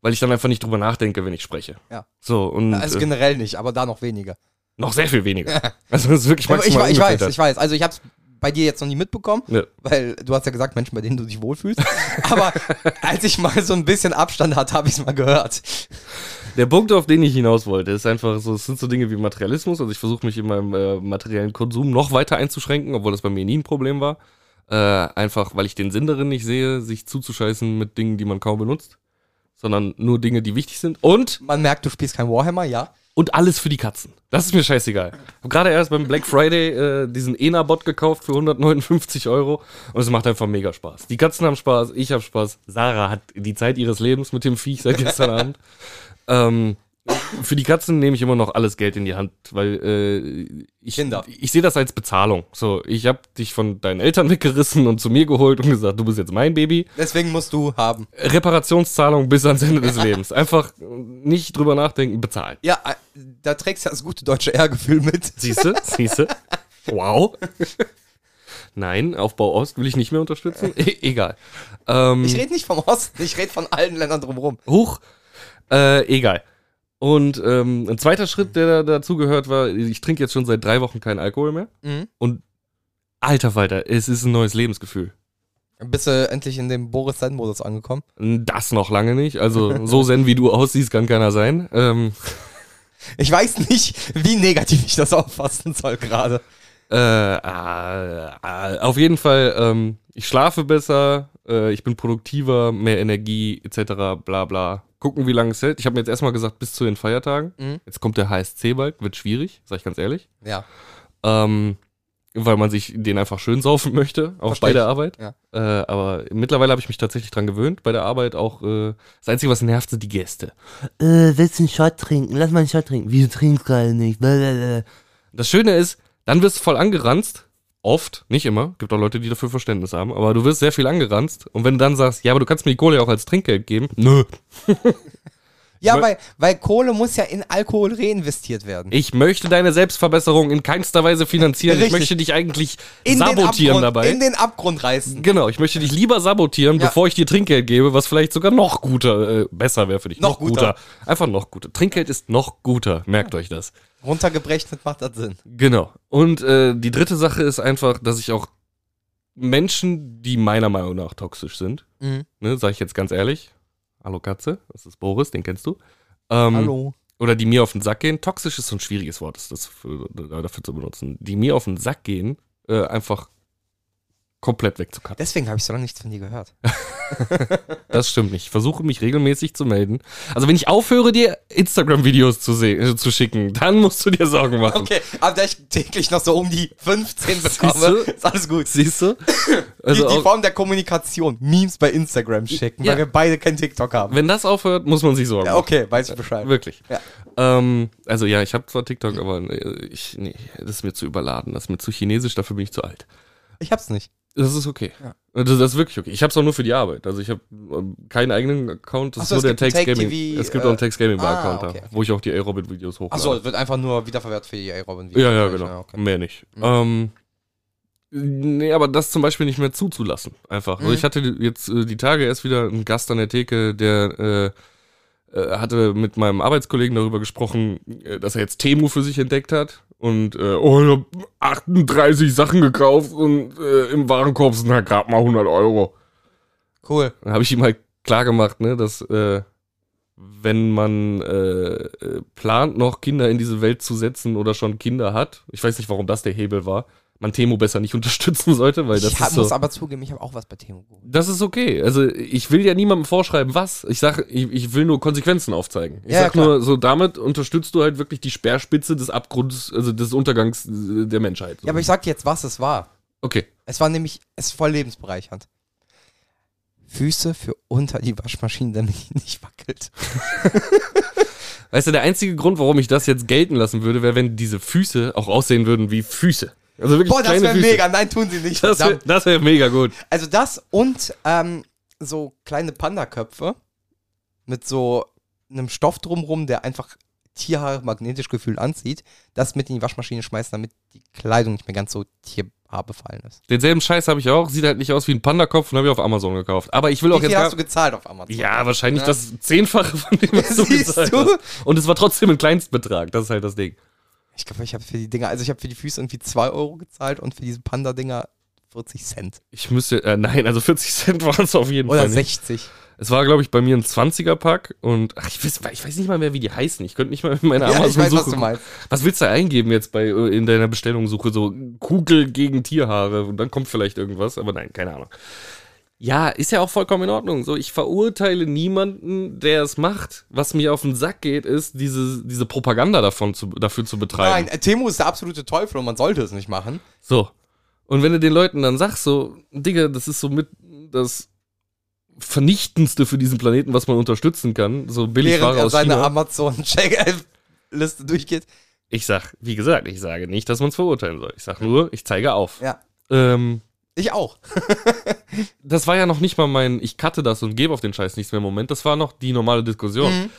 Speaker 1: weil ich dann einfach nicht drüber nachdenke, wenn ich spreche.
Speaker 2: Ja.
Speaker 1: So, und
Speaker 2: Also
Speaker 1: äh,
Speaker 2: generell nicht, aber da noch weniger.
Speaker 1: noch sehr viel weniger. Also es ist wirklich
Speaker 2: Ich, ich,
Speaker 1: maximal
Speaker 2: ich weiß,
Speaker 1: ungefiltert.
Speaker 2: ich weiß. Also ich hab's bei dir jetzt noch nie mitbekommen,
Speaker 1: Ja.
Speaker 2: weil du hast ja gesagt, Menschen, bei denen du dich wohlfühlst. aber als ich mal so ein bisschen Abstand hatte, habe ich's mal gehört.
Speaker 1: Der Punkt, auf den ich hinaus wollte, ist einfach so, es sind so Dinge wie Materialismus. Also ich versuche mich in meinem äh, materiellen Konsum noch weiter einzuschränken, obwohl das bei mir nie ein Problem war. Äh, einfach, weil ich den Sinn darin nicht sehe, sich zuzuscheißen mit Dingen, die man kaum benutzt, sondern nur Dinge, die wichtig sind. Und,
Speaker 2: Man merkt, du spielst kein Warhammer, ja.
Speaker 1: und alles für die Katzen. Das ist mir scheißegal. Hab gerade erst beim Black Friday äh, diesen ENA-Bot gekauft für 159 Euro und es macht einfach mega Spaß. Die Katzen haben Spaß, ich habe Spaß. Sarah hat die Zeit ihres Lebens mit dem Viech seit gestern Abend. Ähm, für die Katzen nehme ich immer noch alles Geld in die Hand, weil äh, ich,
Speaker 2: Kinder.
Speaker 1: ich sehe das als Bezahlung. So, ich habe dich von deinen Eltern weggerissen und zu mir geholt und gesagt, du bist jetzt mein Baby.
Speaker 2: Deswegen musst du haben.
Speaker 1: Reparationszahlung bis ans Ende des Lebens. Einfach nicht drüber nachdenken, bezahlen.
Speaker 2: Ja, äh, da trägst du das gute deutsche Ehrgefühl mit.
Speaker 1: Siehste, siehste. Wow. Nein, Aufbau Ost will ich nicht mehr unterstützen. E egal. Ähm,
Speaker 2: Ich rede nicht vom Osten, ich rede von allen Ländern drumherum.
Speaker 1: Huch. Äh, egal. Und ähm, ein zweiter Schritt, der da, dazu gehört war, ich trinke jetzt schon seit drei Wochen keinen Alkohol mehr.
Speaker 2: Mhm.
Speaker 1: Und alter Falter, es ist ein neues Lebensgefühl.
Speaker 2: Bist du endlich in dem Boris Zen-Modus angekommen?
Speaker 1: Das noch lange nicht. Also so zen wie du aussiehst, kann keiner sein. Ähm,
Speaker 2: Ich weiß nicht, wie negativ ich das auffassen soll gerade.
Speaker 1: äh, äh, äh, auf jeden Fall, ähm, ich schlafe besser, äh, ich bin produktiver, mehr Energie etc. Bla bla. Gucken, wie lange es hält. Ich habe mir jetzt erstmal gesagt, bis zu den Feiertagen.
Speaker 2: Mhm.
Speaker 1: Jetzt kommt der HSC bald, wird schwierig, sag ich ganz ehrlich.
Speaker 2: Ja.
Speaker 1: ähm, weil man sich den einfach schön saufen möchte, auch
Speaker 2: Versteh
Speaker 1: bei
Speaker 2: ich.
Speaker 1: der Arbeit.
Speaker 2: Ja.
Speaker 1: Äh, aber mittlerweile habe ich mich tatsächlich dran gewöhnt. Bei der Arbeit auch, äh, das Einzige, was nervt, sind die Gäste.
Speaker 4: äh, willst du einen Shot trinken? Lass mal einen Shot trinken. Wieso trinkst du gerade nicht? Blablabla.
Speaker 1: Das Schöne ist, dann wirst du voll angeranzt. Oft, nicht immer. Gibt auch Leute, die dafür Verständnis haben. Aber du wirst sehr viel angeranzt. Und wenn du dann sagst, ja, aber du kannst mir die Kohle auch als Trinkgeld geben. Nö.
Speaker 2: Ja,
Speaker 1: Mö-
Speaker 2: weil, weil Kohle muss ja in Alkohol reinvestiert werden.
Speaker 1: Ich möchte deine Selbstverbesserung in keinster Weise finanzieren. Ich
Speaker 2: Richtig.
Speaker 1: möchte dich eigentlich
Speaker 2: In
Speaker 1: sabotieren
Speaker 2: den Abgrund,
Speaker 1: dabei.
Speaker 2: In den Abgrund reißen.
Speaker 1: Genau, ich möchte dich lieber sabotieren,
Speaker 2: Ja.
Speaker 1: bevor ich dir Trinkgeld gebe, was vielleicht sogar noch guter, äh, besser wäre für dich.
Speaker 2: Noch guter.
Speaker 1: Einfach noch guter. Trinkgeld ist noch guter, merkt euch das.
Speaker 2: Runtergebrechnet macht das Sinn.
Speaker 1: Genau. Und äh, die dritte Sache ist einfach, dass ich auch Menschen, die meiner Meinung nach toxisch sind,
Speaker 2: Mhm.
Speaker 1: ne, sag ich jetzt ganz ehrlich, hallo Katze, das ist Boris, den kennst du. Ähm,
Speaker 2: Hallo.
Speaker 1: Oder die mir auf den Sack gehen, toxisch ist so ein schwieriges Wort, ist das für, dafür zu benutzen, die mir auf den Sack gehen, äh, einfach komplett wegzukappen.
Speaker 2: Deswegen habe ich so lange nichts von dir gehört.
Speaker 1: Das stimmt nicht. Ich versuche mich regelmäßig zu melden. Also wenn ich aufhöre, dir Instagram-Videos zu, se- äh, zu schicken, dann musst du dir Sorgen machen.
Speaker 2: Okay, aber da ich täglich noch so um die 15 bekomme,
Speaker 1: Siehst du?
Speaker 2: ist alles gut.
Speaker 1: Siehst du? Also
Speaker 2: die, die
Speaker 1: auch,
Speaker 2: Form der Kommunikation. Memes bei Instagram schicken,
Speaker 1: Ja.
Speaker 2: weil wir beide kein TikTok haben.
Speaker 1: wenn das aufhört, muss man sich Sorgen
Speaker 2: Ja, okay, weiß ich Bescheid.
Speaker 1: machen. Wirklich.
Speaker 2: Ja.
Speaker 1: Ähm, also ja, ich habe zwar TikTok, aber äh, ich, nee, das ist mir zu überladen, das ist mir zu chinesisch, dafür bin ich zu alt.
Speaker 2: Ich hab's nicht.
Speaker 1: Das ist okay. Also Das, das ist wirklich okay. Ich habe es auch nur für die Arbeit. Also ich habe ähm, keinen eigenen Account, das
Speaker 2: Ach so,
Speaker 1: ist
Speaker 2: es
Speaker 1: nur der
Speaker 2: gibt einen
Speaker 1: Text Gaming.
Speaker 2: Take-TV,
Speaker 1: es gibt auch einen
Speaker 2: äh,
Speaker 1: Text Gaming
Speaker 2: ah,
Speaker 1: Account,
Speaker 2: okay,
Speaker 1: da,
Speaker 2: okay.
Speaker 1: wo ich auch die Aerobit-Videos hochlade.
Speaker 2: Achso, wird einfach nur wiederverwertet für die Robin.
Speaker 1: Ja, ja, genau.
Speaker 2: Okay. Mhm.
Speaker 1: Mehr nicht. Ähm, nee, aber das zum Beispiel nicht mehr zuzulassen. Einfach. Also
Speaker 2: Mhm.
Speaker 1: ich hatte jetzt äh, die Tage erst wieder einen Gast an der Theke, der äh, äh, hatte mit meinem Arbeitskollegen darüber gesprochen, äh, dass er jetzt Temu für sich entdeckt hat. Und äh, oh, ich hab 38 Sachen gekauft und äh, im Warenkorb sind halt gerade mal 100 Euro.
Speaker 2: Cool.
Speaker 1: Dann habe ich ihm halt klar gemacht, ne, dass äh, wenn man äh, äh, plant, noch Kinder in diese Welt zu setzen oder schon Kinder hat, ich weiß nicht, warum das der Hebel war, man Temo besser nicht unterstützen sollte, weil das
Speaker 2: ich hab,
Speaker 1: ist so.
Speaker 2: muss aber zugeben, ich habe auch was bei Temo geholt.
Speaker 1: Das ist okay. Also ich will ja niemandem vorschreiben, was. Ich sage, ich, ich will nur Konsequenzen aufzeigen. Ich
Speaker 2: Ja,
Speaker 1: sag
Speaker 2: klar.
Speaker 1: nur, so damit unterstützt du halt wirklich die Speerspitze des Abgrunds, also des Untergangs äh, der Menschheit.
Speaker 2: Ja, aber ich sag dir jetzt, was es war.
Speaker 1: okay.
Speaker 2: Es war nämlich, es ist voll lebensbereichernd. Füße für unter die Waschmaschine, damit die nicht wackelt.
Speaker 1: Weißt du, der einzige Grund, warum ich das jetzt gelten lassen würde, wäre, wenn diese Füße auch aussehen würden wie Füße. Also wirklich
Speaker 2: Boah, das
Speaker 1: kleine
Speaker 2: wäre
Speaker 1: Füße.
Speaker 2: mega. Nein, tun sie nicht.
Speaker 1: Das wäre
Speaker 2: verdammt.
Speaker 1: das wär mega gut.
Speaker 2: Also das und ähm, so kleine Panda-Köpfe mit so einem Stoff drumrum, der einfach Tierhaare magnetisch gefühlt anzieht, das mit in die Waschmaschine schmeißen, damit die Kleidung nicht mehr ganz so tierhaarbefallen ist.
Speaker 1: Denselben Scheiß habe ich auch. Sieht halt nicht aus wie ein Pandakopf und habe ich auf Amazon gekauft. Aber ich will auch
Speaker 2: Wie
Speaker 1: jetzt
Speaker 2: viel
Speaker 1: gar,
Speaker 2: hast du gezahlt auf Amazon?
Speaker 1: Ja, wahrscheinlich
Speaker 2: Ja.
Speaker 1: das Zehnfache von dem, was du
Speaker 2: Siehst
Speaker 1: gesagt
Speaker 2: du?
Speaker 1: hast. Und es war trotzdem ein Kleinstbetrag. Das ist halt das Ding.
Speaker 2: Ich glaube, ich habe für die Dinger, also ich habe für die Füße irgendwie 2 Euro gezahlt und für diese Panda-Dinger 40 Cent.
Speaker 1: Ich müsste, äh, nein, also 40 Cent waren es auf jeden
Speaker 2: Oder
Speaker 1: Fall. nicht.
Speaker 2: 60.
Speaker 1: Es war, glaube ich, bei mir ein 20er-Pack und ach, ich, weiß, ich weiß nicht mal mehr, wie die heißen. Ich könnte nicht mal in meiner
Speaker 2: Ja, ich weiß,
Speaker 1: Amazon-Suche
Speaker 2: was du
Speaker 1: gucken.
Speaker 2: meinst.
Speaker 1: Was willst du eingeben jetzt bei äh, in deiner Bestellungssuche? So Kugel gegen Tierhaare und dann kommt vielleicht irgendwas, aber nein, keine Ahnung. Ja, ist ja auch vollkommen in Ordnung. So, ich verurteile niemanden, der es macht. Was mir auf den Sack geht, ist, diese, diese Propaganda davon zu, dafür zu betreiben.
Speaker 2: Nein, äh, Temu ist der absolute Teufel und man sollte es nicht machen.
Speaker 1: So. Und wenn du den Leuten dann sagst, so, Digga, das ist so mit das Vernichtendste für diesen Planeten, was man unterstützen kann, so billig
Speaker 2: Während
Speaker 1: Ware
Speaker 2: er
Speaker 1: aus
Speaker 2: seine
Speaker 1: China.
Speaker 2: Amazon-Checkout-Liste durchgeht.
Speaker 1: Ich sag, wie gesagt, ich sage nicht, dass man es verurteilen soll. Ich sag nur, ich zeige auf.
Speaker 2: Ja.
Speaker 1: Ähm,
Speaker 2: Ich auch.
Speaker 1: das war ja noch nicht mal mein, ich cutte das und gebe auf den Scheiß nichts mehr Moment. Das war noch die normale Diskussion.
Speaker 2: Mhm.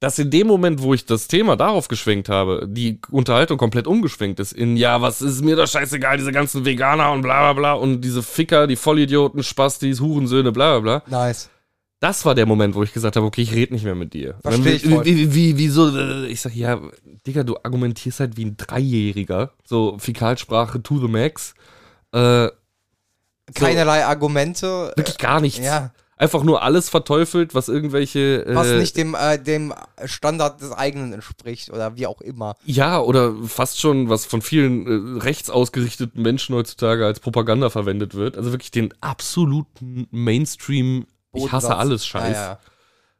Speaker 1: Dass in dem Moment, wo ich das Thema darauf geschwenkt habe, die Unterhaltung komplett umgeschwenkt ist in, ja, was ist mir das scheißegal, diese ganzen Veganer und bla bla bla und diese Ficker, die Vollidioten, Spastis, Hurensöhne, bla bla bla.
Speaker 2: Nice.
Speaker 1: Das war der Moment, wo ich gesagt habe, okay, ich rede nicht mehr mit dir.
Speaker 2: Versteh
Speaker 1: Wenn-
Speaker 2: ich voll.
Speaker 1: Wie, wie, wie, wieso? äh, Ich sag, ja, Digga, du argumentierst halt wie ein Dreijähriger. So Fäkalsprache to the max. Äh,
Speaker 2: Keinerlei Argumente,
Speaker 1: wirklich gar nichts.
Speaker 2: ja.
Speaker 1: Einfach nur alles verteufelt, was irgendwelche. Äh,
Speaker 2: was nicht dem, äh, dem Standard des eigenen entspricht oder wie auch immer.
Speaker 1: Ja, oder fast schon, was von vielen äh, rechtsausgerichteten Menschen heutzutage als Propaganda verwendet wird. Also wirklich den absoluten Mainstream. Ich hasse
Speaker 2: Bodensatz.
Speaker 1: alles Scheiß.
Speaker 2: Ja, ja.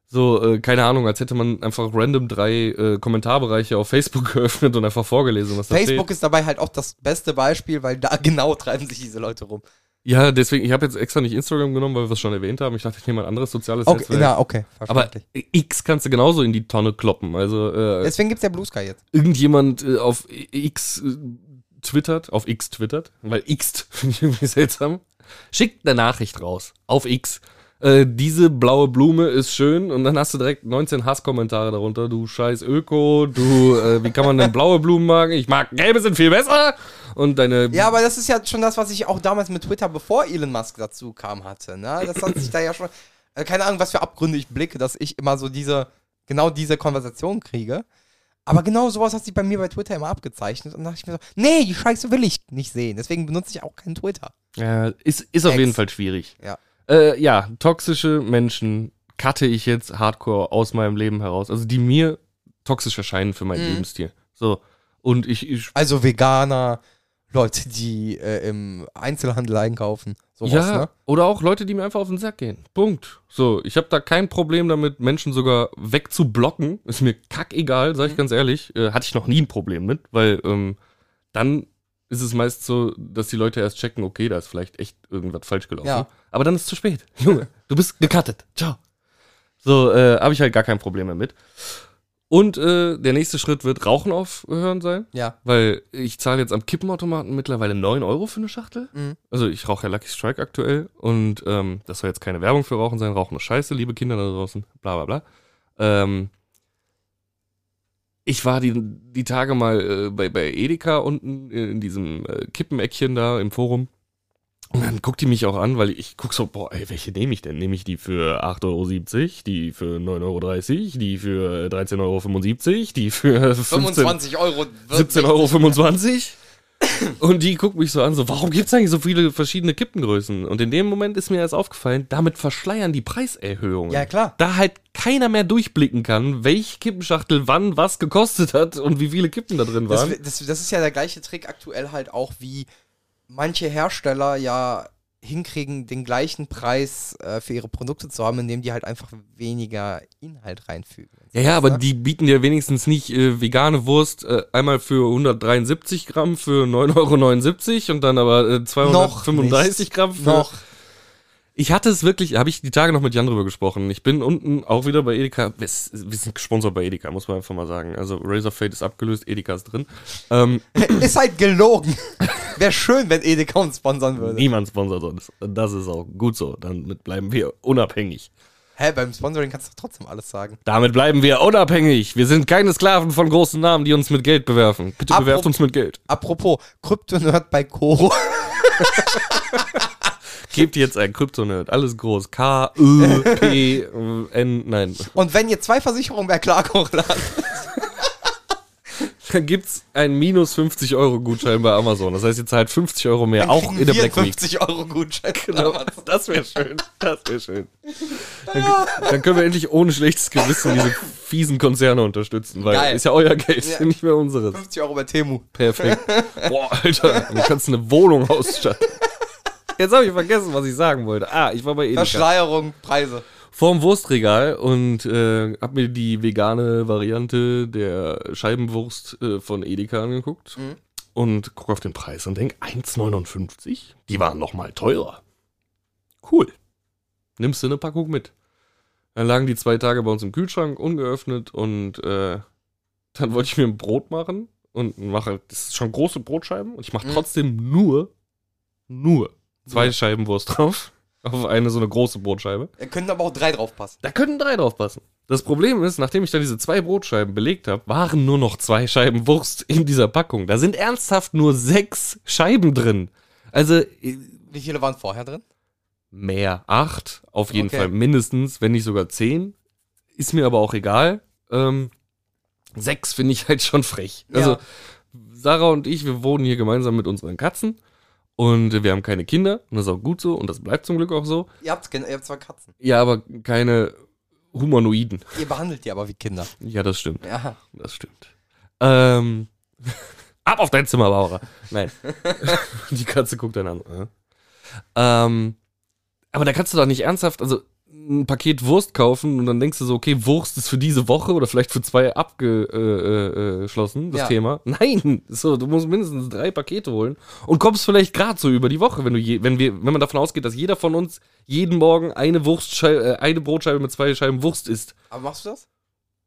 Speaker 1: So, äh, keine Ahnung, als hätte man einfach random drei äh, Kommentarbereiche auf Facebook geöffnet und einfach vorgelesen, was da
Speaker 2: Facebook
Speaker 1: steht.
Speaker 2: ist dabei halt auch das beste Beispiel, weil da genau treiben sich diese Leute rum.
Speaker 1: Ja, deswegen, ich habe jetzt extra nicht Instagram genommen, weil wir es schon erwähnt haben. Ich dachte, ich nehme ein anderes soziales
Speaker 2: Okay,
Speaker 1: Netzwerk.
Speaker 2: na, okay,
Speaker 1: Aber
Speaker 2: verständlich.
Speaker 1: X kannst du genauso in die Tonne kloppen. Also äh,
Speaker 2: Deswegen gibt's ja Blue Sky jetzt.
Speaker 1: irgendjemand äh, auf X äh, twittert, auf X twittert, weil X finde ich irgendwie seltsam. Schickt eine Nachricht raus auf X. Äh, diese blaue Blume ist schön und dann hast du direkt 19 Hasskommentare darunter. Du scheiß Öko, du, äh, wie kann man denn blaue Blumen mag? Ich mag gelbe sind viel besser. Und deine.
Speaker 2: Ja, aber das ist ja schon das, was ich auch damals mit Twitter, bevor Elon Musk dazu kam, hatte. Ne? Das hat sich da ja schon. Äh, keine Ahnung, was für Abgründe ich blicke, dass ich immer so diese, genau diese Konversation kriege. Aber genau sowas hat sich bei mir bei Twitter immer abgezeichnet. Und da dachte ich mir so, nee, die Scheiße will ich nicht sehen. Deswegen benutze ich auch keinen Twitter.
Speaker 1: Äh, ist, ist auf
Speaker 2: Ex.
Speaker 1: jeden Fall schwierig.
Speaker 2: Ja.
Speaker 1: Äh, ja, toxische Menschen cutte ich jetzt hardcore aus meinem Leben heraus. Also die mir toxisch erscheinen für meinen
Speaker 2: Mhm.
Speaker 1: Lebensstil. So. Und ich, ich
Speaker 2: Also Veganer, Leute, die äh, im Einzelhandel einkaufen, sowas,
Speaker 1: ja,
Speaker 2: ne?
Speaker 1: oder auch Leute, die mir einfach auf den Sack gehen. Punkt. So, ich habe da kein Problem damit, Menschen sogar wegzublocken. Ist mir kackegal,
Speaker 2: Mhm.
Speaker 1: sage ich ganz ehrlich. Äh, hatte ich noch nie ein Problem mit, weil ähm, dann ist es meist so, dass die Leute erst checken, okay, da ist vielleicht echt irgendwas falsch gelaufen.
Speaker 2: Ja.
Speaker 1: Aber dann ist es zu spät. Junge, du bist gecuttet. Ciao. So, äh, habe ich halt gar kein Problem mehr mit. Und äh, der nächste Schritt wird Rauchen aufhören sein.
Speaker 2: Ja.
Speaker 1: Weil ich zahle jetzt am Kippenautomaten mittlerweile 9 Euro für eine Schachtel.
Speaker 2: Mhm.
Speaker 1: Also ich rauche ja Lucky Strike aktuell und ähm, das soll jetzt keine Werbung für Rauchen sein. Rauchen ist scheiße, liebe Kinder da draußen, bla bla bla. Ähm, ich war die, die Tage mal äh, bei, bei Edeka unten äh, in diesem äh, Kippeneckchen da im Forum. Und dann guckt die mich auch an, weil ich guck so, boah, ey, welche nehme ich denn? Nehme ich die für 8,70 Euro, die für 9,30 Euro, die für 13,75 Euro, die für 15,
Speaker 2: Euro.
Speaker 1: 17,25 Euro. Und die guckt mich so an, so, warum gibt es eigentlich so viele verschiedene Kippengrößen? Und in dem Moment ist mir erst aufgefallen, damit verschleiern die Preiserhöhungen.
Speaker 2: Ja, klar.
Speaker 1: Da halt keiner mehr durchblicken kann, welche Kippenschachtel wann was gekostet hat und wie viele Kippen da drin
Speaker 2: Das,
Speaker 1: waren.
Speaker 2: das, das ist ja der gleiche Trick aktuell halt auch, wie manche Hersteller ja hinkriegen, den gleichen Preis äh, für ihre Produkte zu haben, indem die halt einfach weniger Inhalt reinfügen.
Speaker 1: Ja,
Speaker 2: Ne?
Speaker 1: ja, aber die bieten dir wenigstens nicht äh, vegane Wurst äh, einmal für 173 Gramm für 9,79 Euro und dann aber äh, 235 Gramm für
Speaker 2: Noch.
Speaker 1: Ich hatte es wirklich, habe ich die Tage noch mit Jan drüber gesprochen. Ich bin unten auch wieder bei Edeka. Wir s- wir sind gesponsert bei Edeka, muss man einfach mal sagen. Also Razor Fade ist abgelöst, Edeka ist drin. Ähm,
Speaker 2: ist halt gelogen. Wäre schön, wenn Edeka uns sponsern würde.
Speaker 1: niemand sponsert uns. Das ist auch gut so. Damit bleiben wir unabhängig.
Speaker 2: Hä, beim Sponsoring kannst du doch trotzdem alles sagen.
Speaker 1: Damit bleiben wir unabhängig. Wir sind keine Sklaven von großen Namen, die uns mit Geld bewerfen. Bitte
Speaker 2: Apro-
Speaker 1: bewerft uns mit Geld.
Speaker 2: Apropos, Kryptonerd bei Koro.
Speaker 1: Gebt jetzt ein Kryptonerd. Alles groß. K, Ö, P, äh, N, nein.
Speaker 2: Und wenn ihr zwei Versicherungen bei Clark hochladet,
Speaker 1: Dann gibt's einen minus 50 Euro Gutschein bei Amazon. Das heißt, ihr zahlt 50 Euro mehr, auch in der Black Week.
Speaker 2: 50 Euro Gutschein.
Speaker 1: Genau. Das wäre schön. Das wäre schön.
Speaker 2: Ah.
Speaker 1: Dann, dann können wir endlich ohne schlechtes Gewissen diese fiesen Konzerne unterstützen, weil
Speaker 2: Geil.
Speaker 1: ist ja euer Geld,
Speaker 2: Ja.
Speaker 1: nicht mehr unseres.
Speaker 2: 50 Euro bei Temu.
Speaker 1: Perfekt. Boah, Alter, du kannst eine Wohnung ausstatten. Jetzt habe ich vergessen, was ich sagen wollte. Ah, ich war bei Edeka.
Speaker 2: Verschleierung, Preise.
Speaker 1: Vorm Wurstregal und äh, habe mir die vegane Variante der Scheibenwurst äh, von Edeka angeguckt und gucke auf den Preis und denke, 1,59? Die waren noch mal teurer. Cool. Nimmst du eine Packung mit. Dann lagen die zwei Tage bei uns im Kühlschrank, ungeöffnet und äh, dann wollte ich mir ein Brot machen und mache, das ist schon große Brotscheiben und ich mache
Speaker 2: Mhm.
Speaker 1: trotzdem nur, nur zwei Scheiben Wurst drauf. Auf eine so eine große Brotscheibe.
Speaker 2: Da Äh, könnten aber auch drei draufpassen.
Speaker 1: Da könnten drei drauf passen. Das Problem ist, nachdem ich dann diese zwei Brotscheiben belegt habe, waren nur noch zwei Scheiben Wurst in dieser Packung. Da sind ernsthaft nur sechs Scheiben drin. Also äh,
Speaker 2: Wie viele waren vorher drin?
Speaker 1: mehr. Acht, auf jeden
Speaker 2: Okay.
Speaker 1: Fall mindestens, wenn nicht sogar zehn. Ist mir aber auch egal. Ähm, sechs finde ich halt schon frech.
Speaker 2: Ja.
Speaker 1: Also Sarah und ich, wir wohnen hier gemeinsam mit unseren Katzen. Und äh, wir haben keine Kinder. Und das ist auch gut so. Und das bleibt zum Glück auch so.
Speaker 2: Ihr habt, gen- ihr habt zwei Katzen.
Speaker 1: Ja, aber keine Humanoiden.
Speaker 2: Ihr behandelt die aber wie Kinder.
Speaker 1: Ja, das stimmt.
Speaker 2: Ja.
Speaker 1: Das stimmt. Ähm, ab auf dein Zimmer, Laura. Nein. Die Katze guckt dann an. äh. Ähm, aber da kannst du doch nicht ernsthaft, also ein Paket Wurst kaufen und dann denkst du so, okay, Wurst ist für diese Woche oder vielleicht für zwei äh, abgeschlossen, das
Speaker 2: Ja.
Speaker 1: Thema. Nein, so, du musst mindestens drei Pakete holen und kommst vielleicht gerade so über die Woche, wenn du je, wenn wir, wenn man davon ausgeht, dass jeder von uns jeden Morgen eine Wurstscheibe, äh, eine Brotscheibe mit zwei Scheiben Wurst isst.
Speaker 2: Aber machst du das?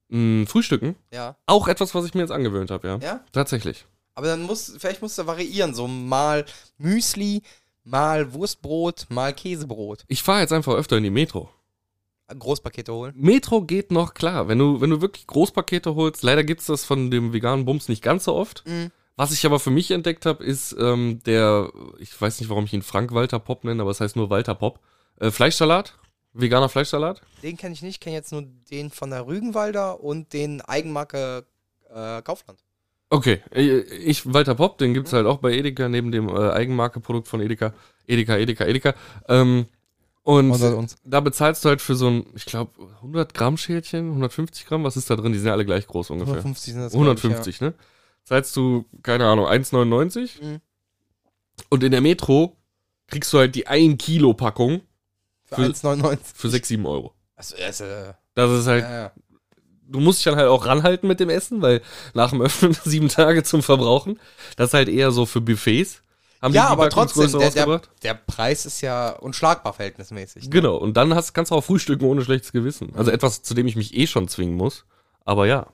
Speaker 1: Hm, Frühstücken?
Speaker 2: Ja.
Speaker 1: Auch etwas, was ich mir jetzt angewöhnt habe, ja.
Speaker 2: Ja?
Speaker 1: Tatsächlich.
Speaker 2: Aber dann muss, vielleicht musst du variieren. So mal Müsli, mal Wurstbrot, mal Käsebrot.
Speaker 1: Ich fahre jetzt einfach öfter in die Metro.
Speaker 2: Großpakete holen.
Speaker 1: Metro geht noch klar. Wenn du, wenn du wirklich Großpakete holst, leider gibt es das von dem veganen Bums nicht ganz so oft.
Speaker 2: Mhm.
Speaker 1: Was ich aber für mich entdeckt habe, ist ähm, der, ich weiß nicht, warum ich ihn Frank Walter Pop nenne, aber es heißt nur Walter Pop. Äh, Fleischsalat, veganer Fleischsalat.
Speaker 2: Den kenne ich nicht, kenne jetzt nur den von der Rügenwalder und den Eigenmarke äh, Kaufland.
Speaker 1: Okay, äh, ich, Walter Pop, den gibt's halt auch bei Edeka, neben dem äh, Eigenmarke-Produkt von Edeka. Edeka, Edeka, Edeka. Ähm, und
Speaker 2: uns.
Speaker 1: da bezahlst du halt für so ein, ich glaube, 100 Gramm Schälchen, 150 Gramm, was ist da drin? Die sind ja alle gleich groß ungefähr.
Speaker 2: 150 sind das. glaub ich,
Speaker 1: 150, ne? Zahlst du, keine Ahnung, 1,99
Speaker 2: Mhm.
Speaker 1: und in der Metro kriegst du halt die 1 Kilo Packung
Speaker 2: Ja. Für
Speaker 1: Für-
Speaker 2: 1,99.
Speaker 1: für 6, 7 Euro.
Speaker 2: Achso, ja, ist, äh,
Speaker 1: Das ist halt,
Speaker 2: ja, ja.
Speaker 1: du musst dich dann halt auch ranhalten mit dem Essen, weil nach dem Öffnen sieben Tage zum Verbrauchen, das ist halt eher so für Buffets. Haben
Speaker 2: ja aber trotzdem,
Speaker 1: Packungsgröße
Speaker 2: der, der,
Speaker 1: rausgebracht?
Speaker 2: der Preis ist ja unschlagbar verhältnismäßig.
Speaker 1: Genau, und dann hast, kannst du auch frühstücken ohne schlechtes Gewissen. Also etwas, zu dem ich mich eh schon zwingen muss. Aber ja,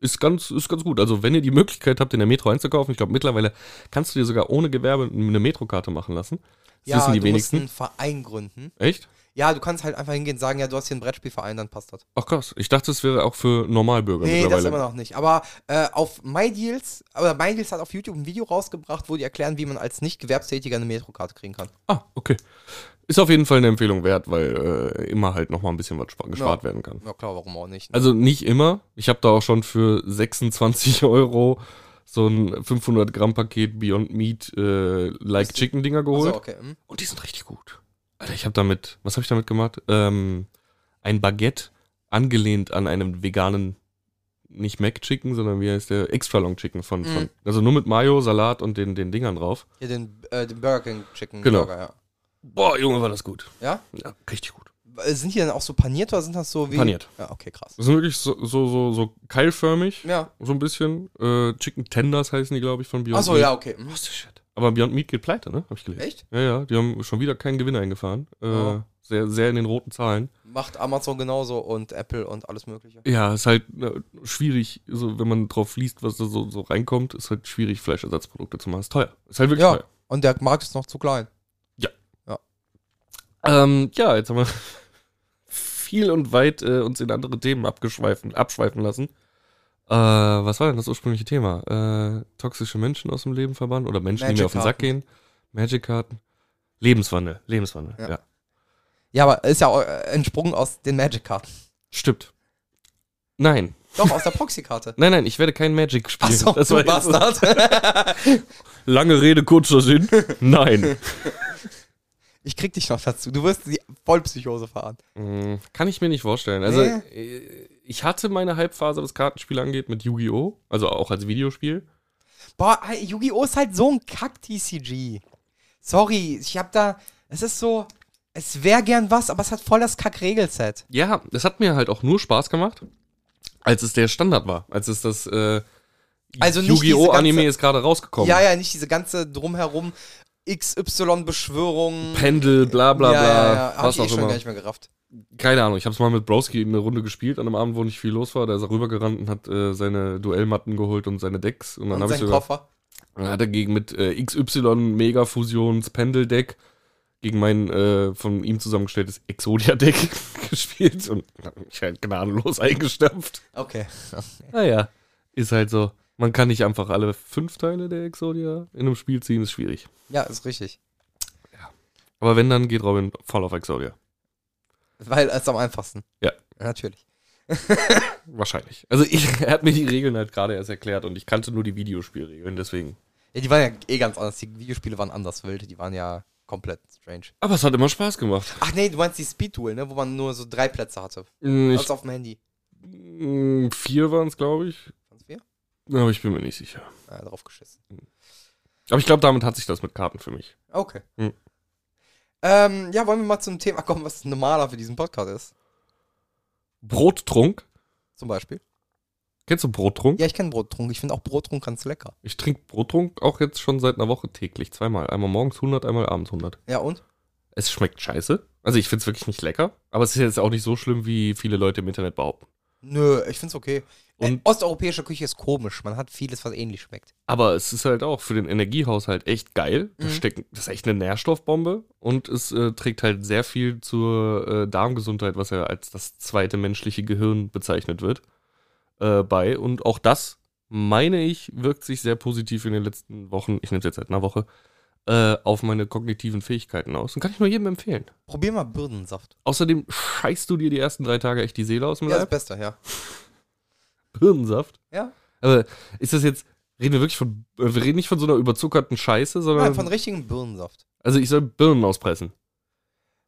Speaker 1: ist ganz, ist ganz gut. Also wenn ihr die Möglichkeit habt, in der Metro einzukaufen, ich glaube mittlerweile kannst du dir sogar ohne Gewerbe eine Metrokarte machen lassen. Das wissen die
Speaker 2: du
Speaker 1: wenigsten.
Speaker 2: musst einen Verein gründen.
Speaker 1: Echt?
Speaker 2: Ja, du kannst halt einfach hingehen und sagen, ja, du hast hier einen Brettspielverein, dann passt das.
Speaker 1: Ach krass, ich dachte, es wäre auch für Normalbürger
Speaker 2: Nee, das
Speaker 1: mittlerweile.
Speaker 2: immer noch nicht. Aber äh, auf MyDeals, oder MyDeals hat auf YouTube ein Video rausgebracht, wo die erklären, wie man als Nicht-Gewerbstätiger eine Metrokarte kriegen kann.
Speaker 1: Ah, okay. Ist auf jeden Fall eine Empfehlung wert, weil äh, immer halt nochmal ein bisschen was spa- gespart werden kann.
Speaker 2: Na klar, warum auch nicht. ne?
Speaker 1: Also nicht immer. Ich habe da auch schon für 26 Euro so ein 500 Gramm Paket Beyond Meat äh, Like Chicken Dinger
Speaker 2: Ach so,
Speaker 1: geholt.
Speaker 2: okay. Hm?
Speaker 1: Also, Und die sind richtig gut. Alter, ich habe damit, was habe ich damit gemacht? Ähm, ein Baguette angelehnt an einem veganen, nicht Mac Chicken, sondern wie heißt der? Extra Long Chicken von, von also nur mit Mayo, Salat und den, den Dingern drauf.
Speaker 2: Hier den, äh, den Burger King Chicken
Speaker 1: Genau.
Speaker 2: Burger,
Speaker 1: Boah, Junge, war das gut.
Speaker 2: ja.
Speaker 1: Ja, richtig gut.
Speaker 2: ja? Äh, Sind die dann auch so paniert oder sind das so wie.
Speaker 1: Paniert.
Speaker 2: Ja, okay, krass.
Speaker 1: Das sind wirklich so, so, so, so keilförmig,
Speaker 2: Ja.
Speaker 1: so ein bisschen. Äh, Chicken Tenders heißen die, glaube ich, von Beyond
Speaker 2: Achso,
Speaker 1: Meat.
Speaker 2: ja, okay. Hm.
Speaker 1: What the shit? Aber Beyond Meat geht pleite, ne? Hab ich gelesen.
Speaker 2: Echt? Oh.
Speaker 1: Ja, ja, die haben schon wieder keinen Gewinn eingefahren. Äh,
Speaker 2: Ja.
Speaker 1: sehr, sehr in den roten Zahlen.
Speaker 2: Macht Amazon genauso und Apple und alles Mögliche.
Speaker 1: Ja, ist halt äh, schwierig, so, wenn man drauf liest, was da so, so reinkommt, ist halt schwierig, Fleischersatzprodukte zu machen. Ist teuer. Ist halt wirklich
Speaker 2: Ja,
Speaker 1: teuer.
Speaker 2: und der Markt ist noch zu klein.
Speaker 1: Ähm, ja, jetzt haben wir viel und weit äh, uns in andere Themen abgeschweifen, abschweifen lassen. Äh, was war denn das ursprüngliche Thema? Äh, toxische Menschen aus dem Leben verbannen oder Menschen, die mir auf den Sack gehen? Magic-Karten. Lebenswandel, Lebenswandel,
Speaker 2: Ja.
Speaker 1: ja.
Speaker 2: Ja, aber ist ja äh, entsprungen aus den Magic-Karten.
Speaker 1: Stimmt. Nein,
Speaker 2: Doch, aus der Proxy-Karte.
Speaker 1: nein, nein, ich werde kein Magic spielen.
Speaker 2: Achso,
Speaker 1: Das
Speaker 2: du
Speaker 1: war jetzt-
Speaker 2: Bastard.
Speaker 1: Lange Rede, kurzer Sinn. Nein.
Speaker 2: ich krieg dich noch dazu. Du wirst die Vollpsychose fahren.
Speaker 1: Mm, Kann ich mir nicht vorstellen. Also, äh, ich hatte meine Hypephase, was Kartenspiel angeht, mit Yu-Gi-Oh! Also auch als Videospiel.
Speaker 2: Boah, ey, Yu-Gi-Oh! ist halt so ein Kack-TCG. Sorry, ich hab da. Es ist so. Es wäre gern was, aber es hat voll das Kack-Regelset.
Speaker 1: Ja, das hat mir halt auch nur Spaß gemacht, als es der Standard war. Als es das äh,
Speaker 2: Also nicht diese
Speaker 1: Yu-Gi-Oh!
Speaker 2: ganze-
Speaker 1: Anime ist gerade rausgekommen.
Speaker 2: Ja, ja, nicht diese ganze drumherum XY-Beschwörung.
Speaker 1: Pendel, bla bla bla.
Speaker 2: Hab
Speaker 1: was
Speaker 2: ich eh
Speaker 1: auch
Speaker 2: schon
Speaker 1: immer.
Speaker 2: gar nicht mehr gerafft.
Speaker 1: Keine Ahnung, ich habe es mal mit Broski eine Runde gespielt an einem Abend, wo nicht viel los war. Da ist er rübergerannt und hat äh, seine Duellmatten geholt und seine Decks. Und dann
Speaker 2: Und
Speaker 1: habe ich
Speaker 2: sein
Speaker 1: sogar
Speaker 2: Koffer.
Speaker 1: Dann hat er gegen mit äh, XY Mega Fusions Pendeldeck gegen mein äh, von ihm zusammengestelltes Exodia Deck gespielt und hat mich halt gnadenlos eingestampft.
Speaker 2: Okay.
Speaker 1: Naja, ist halt so. Man kann nicht einfach alle fünf Teile der Exodia in einem Spiel ziehen, ist schwierig.
Speaker 2: Ja, ist richtig.
Speaker 1: Aber wenn, dann geht Robin voll auf Exodia.
Speaker 2: Weil es ist am einfachsten.
Speaker 1: Ja.
Speaker 2: Natürlich.
Speaker 1: Wahrscheinlich. Also ich, er hat mir die Regeln halt gerade erst erklärt und ich kannte nur die Videospielregeln, deswegen.
Speaker 2: Ja, die waren ja eh ganz anders. Die Videospiele waren anders wild. Die waren ja komplett strange.
Speaker 1: Aber es hat immer Spaß gemacht.
Speaker 2: Ach nee, du meinst die Speed-Duel, ne? Wo man nur so drei Plätze hatte.
Speaker 1: Ich,
Speaker 2: Alles auf dem Handy.
Speaker 1: mh, vier waren es, glaube ich.
Speaker 2: Sonst wir?
Speaker 1: Aber ich bin mir nicht sicher.
Speaker 2: Ah, drauf geschissen.
Speaker 1: Aber ich glaube, damit hat sich das mit Karten für mich.
Speaker 2: Okay.
Speaker 1: Hm.
Speaker 2: Ähm, ja, wollen wir mal zum Thema kommen, was normaler für diesen Podcast ist.
Speaker 1: Brottrunk.
Speaker 2: Zum Beispiel.
Speaker 1: Kennst du Brottrunk?
Speaker 2: Ja, ich kenne Brottrunk. Ich finde auch Brottrunk ganz lecker.
Speaker 1: Ich trinke Brottrunk auch jetzt schon seit einer Woche täglich. Zweimal. Einmal morgens 100, einmal abends 100.
Speaker 2: Ja, und?
Speaker 1: Es schmeckt scheiße. Also ich finde es wirklich nicht lecker. Aber es ist jetzt auch nicht so schlimm, wie viele Leute im Internet behaupten.
Speaker 2: Nö, ich find's okay. äh,
Speaker 1: Und-
Speaker 2: osteuropäische Küche ist komisch. Man hat vieles, was ähnlich schmeckt.
Speaker 1: Aber es ist halt auch für den Energiehaushalt echt geil. Da
Speaker 2: Mhm.
Speaker 1: stecken, das ist echt eine Nährstoffbombe. Und es äh, trägt halt sehr viel zur äh, Darmgesundheit, was ja als das zweite menschliche Gehirn bezeichnet wird, äh, bei. Und auch das, meine ich, wirkt sich sehr positiv in den letzten Wochen, ich nehme es jetzt seit einer Woche, äh, auf meine kognitiven Fähigkeiten aus. Und kann ich nur jedem empfehlen.
Speaker 2: Probier mal Birnensaft.
Speaker 1: Außerdem scheißt du dir die ersten drei Tage echt die Seele aus dem
Speaker 2: Ja, das
Speaker 1: Leib.
Speaker 2: Beste, ja.
Speaker 1: Birnensaft.
Speaker 2: Ja.
Speaker 1: Aber ist das jetzt, reden wir wirklich von, äh, wir reden nicht von so einer überzuckerten Scheiße, sondern.
Speaker 2: Nein, Ah, von richtigem Birnensaft.
Speaker 1: Also ich soll Birnen auspressen.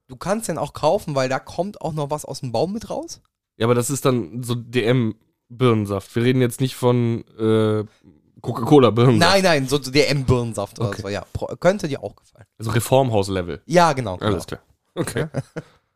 Speaker 2: Du kannst den auch kaufen, weil da kommt auch noch was aus dem Baum mit raus.
Speaker 1: Ja, aber das ist dann so DM-Birnensaft. Wir reden jetzt nicht von äh, Coca-Cola-Birnensaft.
Speaker 2: Nein, nein, so so DM-Birnensaft oder
Speaker 1: Okay.
Speaker 2: so. Ja, Pro- könnte dir auch gefallen.
Speaker 1: Also Reformhaus-Level.
Speaker 2: Ja, genau. genau.
Speaker 1: Alles klar. Okay.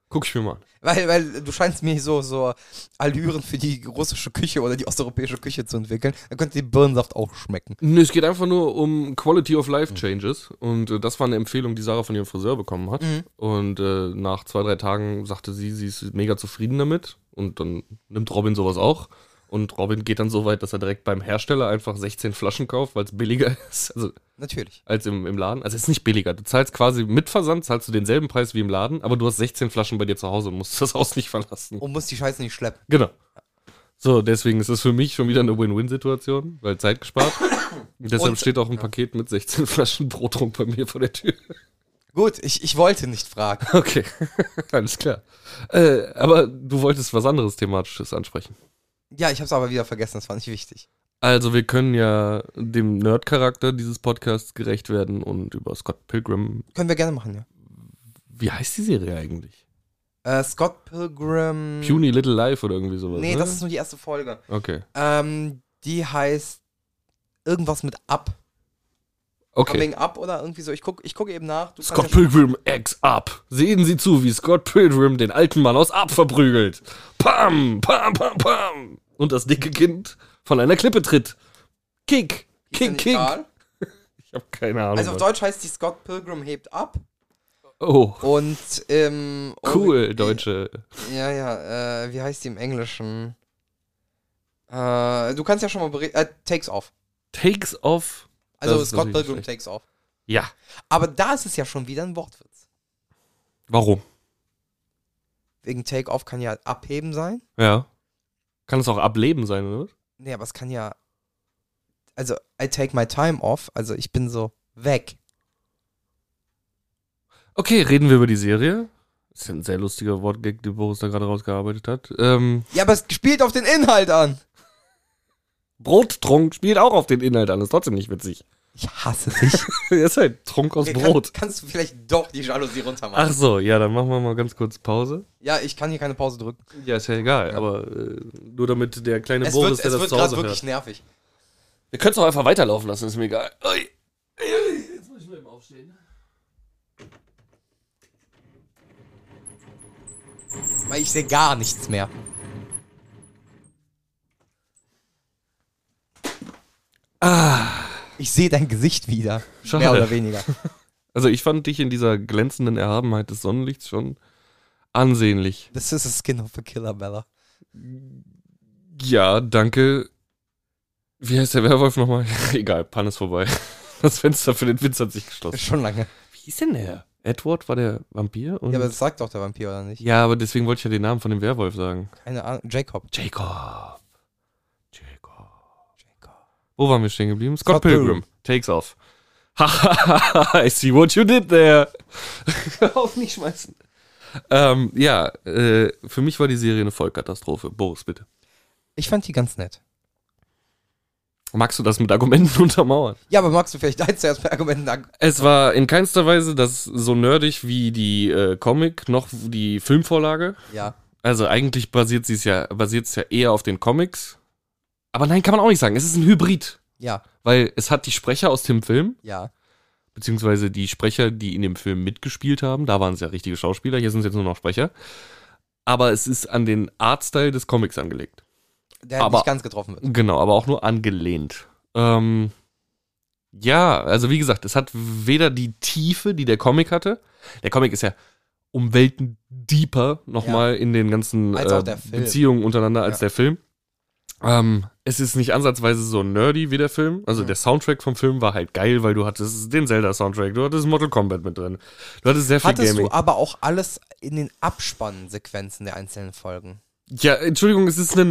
Speaker 1: Guck ich mir mal an.
Speaker 2: Weil, weil du scheinst mir so, so Allüren für die russische Küche oder die osteuropäische Küche zu entwickeln. Dann könnte dir Birnensaft auch schmecken.
Speaker 1: Nö, es geht einfach nur um Quality of Life Changes. Und äh, das war eine Empfehlung, die Sarah von ihrem Friseur bekommen hat. Und äh, nach zwei, drei Tagen sagte sie, sie ist mega zufrieden damit. Und dann nimmt Robin sowas auch. Und Robin geht dann so weit, dass er direkt beim Hersteller einfach 16 Flaschen kauft, weil es billiger ist. Also
Speaker 2: Natürlich.
Speaker 1: als im, im Laden. Also es ist nicht billiger. Du zahlst quasi mit Versand, zahlst du denselben Preis wie im Laden, aber du hast 16 Flaschen bei dir zu Hause und musst das Haus nicht verlassen.
Speaker 2: Und musst die Scheiße nicht schleppen.
Speaker 1: Genau. So, deswegen ist es für mich schon wieder eine Win-Win-Situation, weil Zeit gespart. Und deshalb
Speaker 2: Und-
Speaker 1: steht auch ein Paket mit 16 Flaschen Brotrunk bei mir vor der Tür.
Speaker 2: Gut, ich, ich wollte nicht fragen.
Speaker 1: Okay, alles klar. Äh, aber du wolltest was anderes Thematisches ansprechen.
Speaker 2: Ja, ich hab's aber wieder vergessen, das war nicht wichtig.
Speaker 1: Also wir können ja dem Nerd-Charakter dieses Podcasts gerecht werden und über Scott Pilgrim.
Speaker 2: Können wir gerne machen,
Speaker 1: Wie heißt die Serie eigentlich?
Speaker 2: ja. Äh, Scott Pilgrim.
Speaker 1: Puny Little Life oder irgendwie sowas.
Speaker 2: Hm. Nee,
Speaker 1: ne?
Speaker 2: das ist nur die erste Folge.
Speaker 1: Okay.
Speaker 2: Ähm, die heißt irgendwas mit Up.
Speaker 1: Okay.
Speaker 2: Coming Up oder irgendwie so. Ich gucke ich guck eben nach. Du kannst
Speaker 1: Scott
Speaker 2: ja schon-
Speaker 1: Pilgrim X Up. Sehen Sie zu, wie Scott Pilgrim den alten Mann aus Up verprügelt. Pam, pam, pam, pam. Und das dicke Kind von einer Klippe tritt. Kick,
Speaker 2: Ist der
Speaker 1: kick,
Speaker 2: nicht
Speaker 1: kick.
Speaker 2: Karl?
Speaker 1: Ich habe keine Ahnung.
Speaker 2: Also auf
Speaker 1: was-
Speaker 2: Deutsch heißt die Scott Pilgrim hebt ab.
Speaker 1: oh,
Speaker 2: Und ähm,
Speaker 1: cool, Deutsche.
Speaker 2: Ja, ja, äh, wie heißt die im Englischen? Äh, du kannst ja schon mal berichten. Äh, takes off.
Speaker 1: Takes off.
Speaker 2: Also
Speaker 1: Das ist
Speaker 2: Scott
Speaker 1: natürlich
Speaker 2: Pilgrim
Speaker 1: schlecht.
Speaker 2: takes off.
Speaker 1: Ja.
Speaker 2: Aber da ist es ja schon wieder ein Wortwitz.
Speaker 1: Warum?
Speaker 2: Wegen take off kann ja abheben sein.
Speaker 1: Ja. Kann es auch ableben sein, oder?
Speaker 2: Nee, aber es kann ja. Also, I take my time off. Also, ich bin so weg.
Speaker 1: Okay, reden wir über die Serie. Das ist ja ein sehr lustiger Wortgag, den Boris da gerade rausgearbeitet hat. Ähm,
Speaker 2: Ja, aber es spielt auf den Inhalt an.
Speaker 1: Brottrunk spielt auch auf den Inhalt an, ist trotzdem nicht witzig.
Speaker 2: Ich hasse dich.
Speaker 1: Er ist halt Trunk aus
Speaker 2: Okay,
Speaker 1: Brot.
Speaker 2: Kann, kannst du vielleicht doch die Jalousie runter machen?
Speaker 1: Ach so, ja, dann machen wir mal ganz kurz Pause.
Speaker 2: Ja, ich kann hier keine Pause drücken.
Speaker 1: Ja, ist ja egal, aber äh, nur damit der kleine
Speaker 2: Es
Speaker 1: Boris,
Speaker 2: wird,
Speaker 1: der
Speaker 2: es
Speaker 1: das
Speaker 2: wird
Speaker 1: zu
Speaker 2: gerade
Speaker 1: Hause
Speaker 2: wirklich
Speaker 1: hört.
Speaker 2: nervig.
Speaker 1: Wir können es auch einfach weiterlaufen lassen, ist mir egal. Ui. Ui. Jetzt muss ich mal eben aufstehen.
Speaker 2: Weil ich sehe gar nichts mehr. Ah. Ich sehe dein Gesicht wieder.
Speaker 1: Schade.
Speaker 2: Mehr oder weniger.
Speaker 1: Also ich fand dich in dieser glänzenden Erhabenheit des Sonnenlichts schon ansehnlich.
Speaker 2: This is a skin of a killer, Bella.
Speaker 1: Ja, danke. Wie heißt der Werwolf nochmal? egal, Pan ist vorbei. Das Fenster für den Witz hat sich geschlossen.
Speaker 2: Schon lange.
Speaker 1: Wie hieß denn der? Edward war der Vampir? Und
Speaker 2: Ja, aber das sagt doch der Vampir, oder nicht?
Speaker 1: ja, aber deswegen wollte ich ja den Namen von dem Werwolf sagen.
Speaker 2: Keine Ahnung. Jacob.
Speaker 1: Jacob. Jacob. Wo waren wir stehen geblieben? Scott,
Speaker 2: Scott
Speaker 1: Pilgrim.
Speaker 2: Pilgrim.
Speaker 1: Takes off. Hahaha, I see what you did there. Auf mich schmeißen. Ähm, ja, äh, für mich war die Serie eine Vollkatastrophe. Boris, bitte.
Speaker 2: Ich fand die ganz nett.
Speaker 1: Magst du das mit Argumenten untermauern?
Speaker 2: Ja, aber magst du vielleicht dein zuerst bei Argumenten an?
Speaker 1: Es war in keinster Weise das so nerdig wie die äh, Comic noch die Filmvorlage.
Speaker 2: Ja.
Speaker 1: Also eigentlich basiert es ja, basiert's ja eher auf den Comics. Aber nein, kann man auch nicht sagen. Es ist ein Hybrid.
Speaker 2: Ja.
Speaker 1: Weil es hat die Sprecher aus dem Film,
Speaker 2: Ja.
Speaker 1: beziehungsweise die Sprecher, die in dem Film mitgespielt haben, da waren es ja richtige Schauspieler, hier sind es jetzt nur noch Sprecher. Aber es ist an den Artstyle des Comics angelegt.
Speaker 2: Der
Speaker 1: Aber-
Speaker 2: nicht ganz getroffen wird.
Speaker 1: Genau, aber auch nur angelehnt. Ähm, ja, also wie gesagt, es hat weder die Tiefe, die der Comic hatte. Der Comic ist ja um Welten deeper nochmal in den ganzen
Speaker 2: Als auch
Speaker 1: äh,
Speaker 2: der Film.
Speaker 1: Beziehungen untereinander als
Speaker 2: Ja.
Speaker 1: der Film. Ähm, es ist nicht ansatzweise so nerdy wie der Film. Also
Speaker 2: Mhm.
Speaker 1: der Soundtrack vom Film war halt geil, weil du hattest den Zelda-Soundtrack, du hattest Mortal Kombat mit drin. Du hattest sehr viel
Speaker 2: Hattest
Speaker 1: Gaming.
Speaker 2: du aber auch alles in den Abspannsequenzen der einzelnen Folgen.
Speaker 1: Ja, Entschuldigung, es ist eine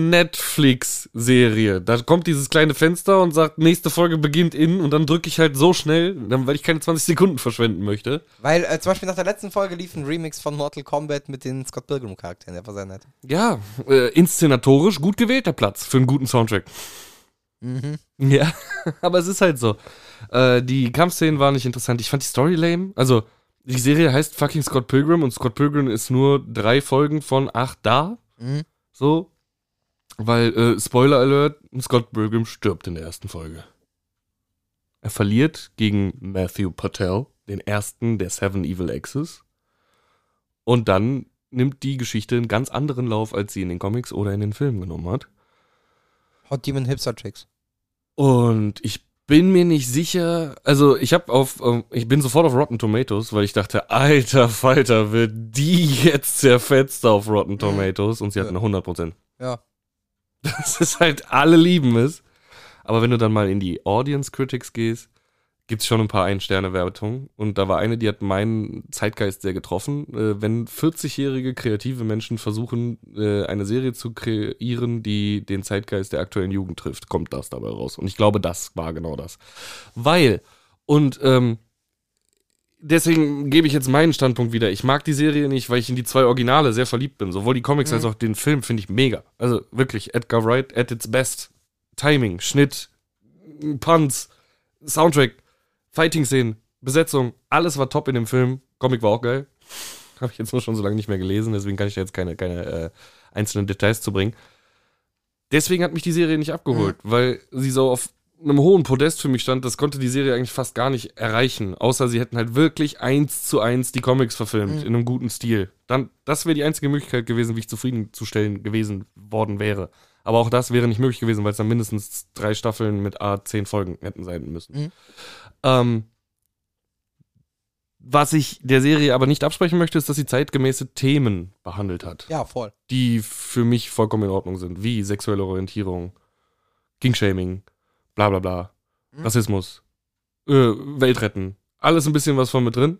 Speaker 1: Netflix-Serie. Da kommt dieses kleine Fenster und sagt, nächste Folge beginnt in und dann drücke ich halt so schnell, dann, weil ich keine 20 Sekunden verschwenden möchte.
Speaker 2: Weil äh, zum Beispiel nach der letzten Folge lief ein Remix von Mortal Kombat mit den Scott Pilgrim-Charakteren, der war sehr nett.
Speaker 1: Ja, äh, inszenatorisch gut gewählter Platz für einen guten Soundtrack. Mhm. Ja, aber es ist halt so. Äh, die Kampfszenen waren nicht interessant. Ich fand die Story lame. Also, die Serie heißt fucking Scott Pilgrim und Scott Pilgrim ist nur drei Folgen von acht da.
Speaker 2: Mhm.
Speaker 1: So. Weil, äh, Spoiler Alert, Scott Pilgrim stirbt in der ersten Folge. Er verliert gegen Matthew Patel, den ersten der Seven Evil Exes. Und dann nimmt die Geschichte einen ganz anderen Lauf, als sie in den Comics oder in den Filmen genommen hat.
Speaker 2: Hot Demon Hipster Chicks.
Speaker 1: Und ich bin mir nicht sicher, also ich habe auf, ähm, ich bin sofort auf Rotten Tomatoes, weil ich dachte, alter Falter, wird die jetzt zerfetzt auf Rotten Tomatoes und sie hat
Speaker 2: Ja.
Speaker 1: eine 100%.
Speaker 2: Ja.
Speaker 1: Das ist halt, alle lieben es. Aber wenn du dann mal in die Audience Critics gehst, gibt's schon ein paar Ein-Sterne-Wertungen. Und da war eine, die hat meinen Zeitgeist sehr getroffen. Äh, wenn 40-jährige kreative Menschen versuchen, äh, eine Serie zu kreieren, die den Zeitgeist der aktuellen Jugend trifft, kommt das dabei raus. Und ich glaube, das war genau das. Weil, und ähm, deswegen gebe ich jetzt meinen Standpunkt wieder. Ich mag die Serie nicht, weil ich in die zwei Originale sehr verliebt bin. Sowohl die Comics als auch den Film finde ich mega. Also wirklich, Edgar Wright at its best. Timing, Schnitt, Punts, Soundtrack, Fighting-Szenen, Besetzung, alles war top in dem Film. Comic war auch geil. Habe ich jetzt nur schon so lange nicht mehr gelesen, deswegen kann ich da jetzt keine, keine äh, einzelnen Details zu bringen. Deswegen hat mich die Serie nicht abgeholt, weil sie so auf einem hohen Podest für mich stand. Das konnte die Serie eigentlich fast gar nicht erreichen, außer sie hätten halt wirklich eins zu eins die Comics verfilmt in einem guten Stil. Dann, das wäre die einzige Möglichkeit gewesen, wie ich zufriedenzustellen gewesen worden wäre. Aber auch das wäre nicht möglich gewesen, weil es dann mindestens drei Staffeln mit A zehn Folgen hätten sein müssen.
Speaker 2: Mhm.
Speaker 1: Ähm, was ich der Serie aber nicht absprechen möchte, ist, dass sie zeitgemäße Themen behandelt hat,
Speaker 2: Ja, voll.
Speaker 1: die für mich vollkommen in Ordnung sind, wie sexuelle Orientierung, Kingshaming, bla bla bla,
Speaker 2: Mhm.
Speaker 1: Rassismus, äh, Welt retten. Alles ein bisschen was von mit drin.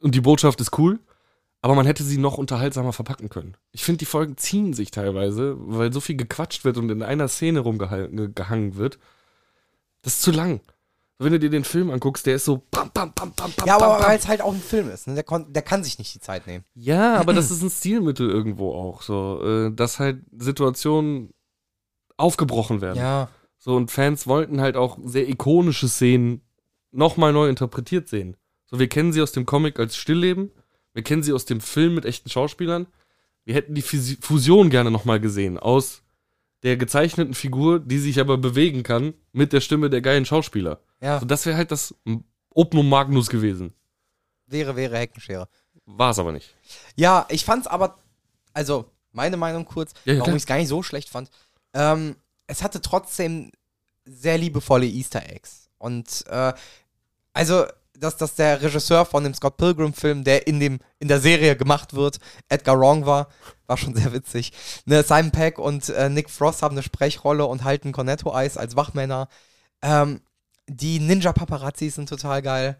Speaker 1: Und die Botschaft ist cool, aber man hätte sie noch unterhaltsamer verpacken können. Ich finde, die Folgen ziehen sich teilweise, weil so viel gequatscht wird und in einer Szene rumgehangen wird. Das ist zu lang. Wenn du dir den Film anguckst, der ist so pam, pam, pam, pam, pam,
Speaker 2: Ja,
Speaker 1: pam,
Speaker 2: aber
Speaker 1: pam.
Speaker 2: weil es halt auch ein Film ist. Ne? Der, kon der kann sich nicht die Zeit nehmen.
Speaker 1: Ja, aber das ist ein Stilmittel irgendwo auch so, äh, dass halt Situationen aufgebrochen werden.
Speaker 2: Ja.
Speaker 1: So und Fans wollten halt auch sehr ikonische Szenen nochmal neu interpretiert sehen. So wir kennen sie aus dem Comic als Stillleben, wir kennen sie aus dem Film mit echten Schauspielern. Wir hätten die Fisi- Fusion gerne nochmal gesehen aus der gezeichneten Figur, die sich aber bewegen kann mit der Stimme der geilen Schauspieler.
Speaker 2: Ja.
Speaker 1: So, das wäre halt das Opnum Magnus gewesen.
Speaker 2: Wäre, wäre Heckenschere.
Speaker 1: War es aber nicht.
Speaker 2: Ja, ich fand's aber, also meine Meinung kurz,
Speaker 1: Ja, ja,
Speaker 2: warum
Speaker 1: klar.
Speaker 2: ich es gar nicht so schlecht fand. Ähm, es hatte trotzdem sehr liebevolle Easter Eggs. Und äh, also, dass, dass der Regisseur von dem Scott Pilgrim-Film, der in, dem, in der Serie gemacht wird, Edgar Wrong war, war schon sehr witzig. Ne, Simon Peck und äh, Nick Frost haben eine Sprechrolle und halten Cornetto-Eis als Wachmänner. Ähm, die Ninja-Paparazzi sind total geil.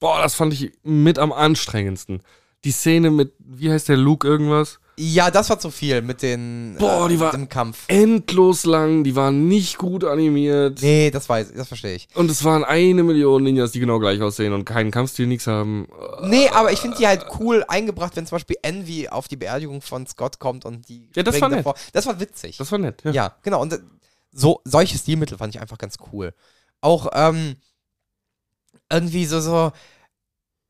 Speaker 1: Boah, das fand ich mit am anstrengendsten. Die Szene mit, wie heißt der Luke irgendwas?
Speaker 2: Ja, das war zu viel mit den
Speaker 1: Boah, die
Speaker 2: mit
Speaker 1: war-
Speaker 2: dem Kampf.
Speaker 1: Endlos lang, die waren nicht gut animiert.
Speaker 2: Nee, das weiß ich, das verstehe ich.
Speaker 1: Und es waren eine Million Ninjas, die genau gleich aussehen und keinen Kampfstil, nichts haben.
Speaker 2: Nee, aber ich finde die halt cool eingebracht, wenn zum Beispiel Envy auf die Beerdigung von Scott kommt und die.
Speaker 1: Ja, das
Speaker 2: springen
Speaker 1: war nett.
Speaker 2: davor. Das war witzig.
Speaker 1: Das war nett. Ja.
Speaker 2: ja, genau. Und äh, so, solche Stilmittel fand ich einfach ganz cool. Auch ähm, irgendwie so, so.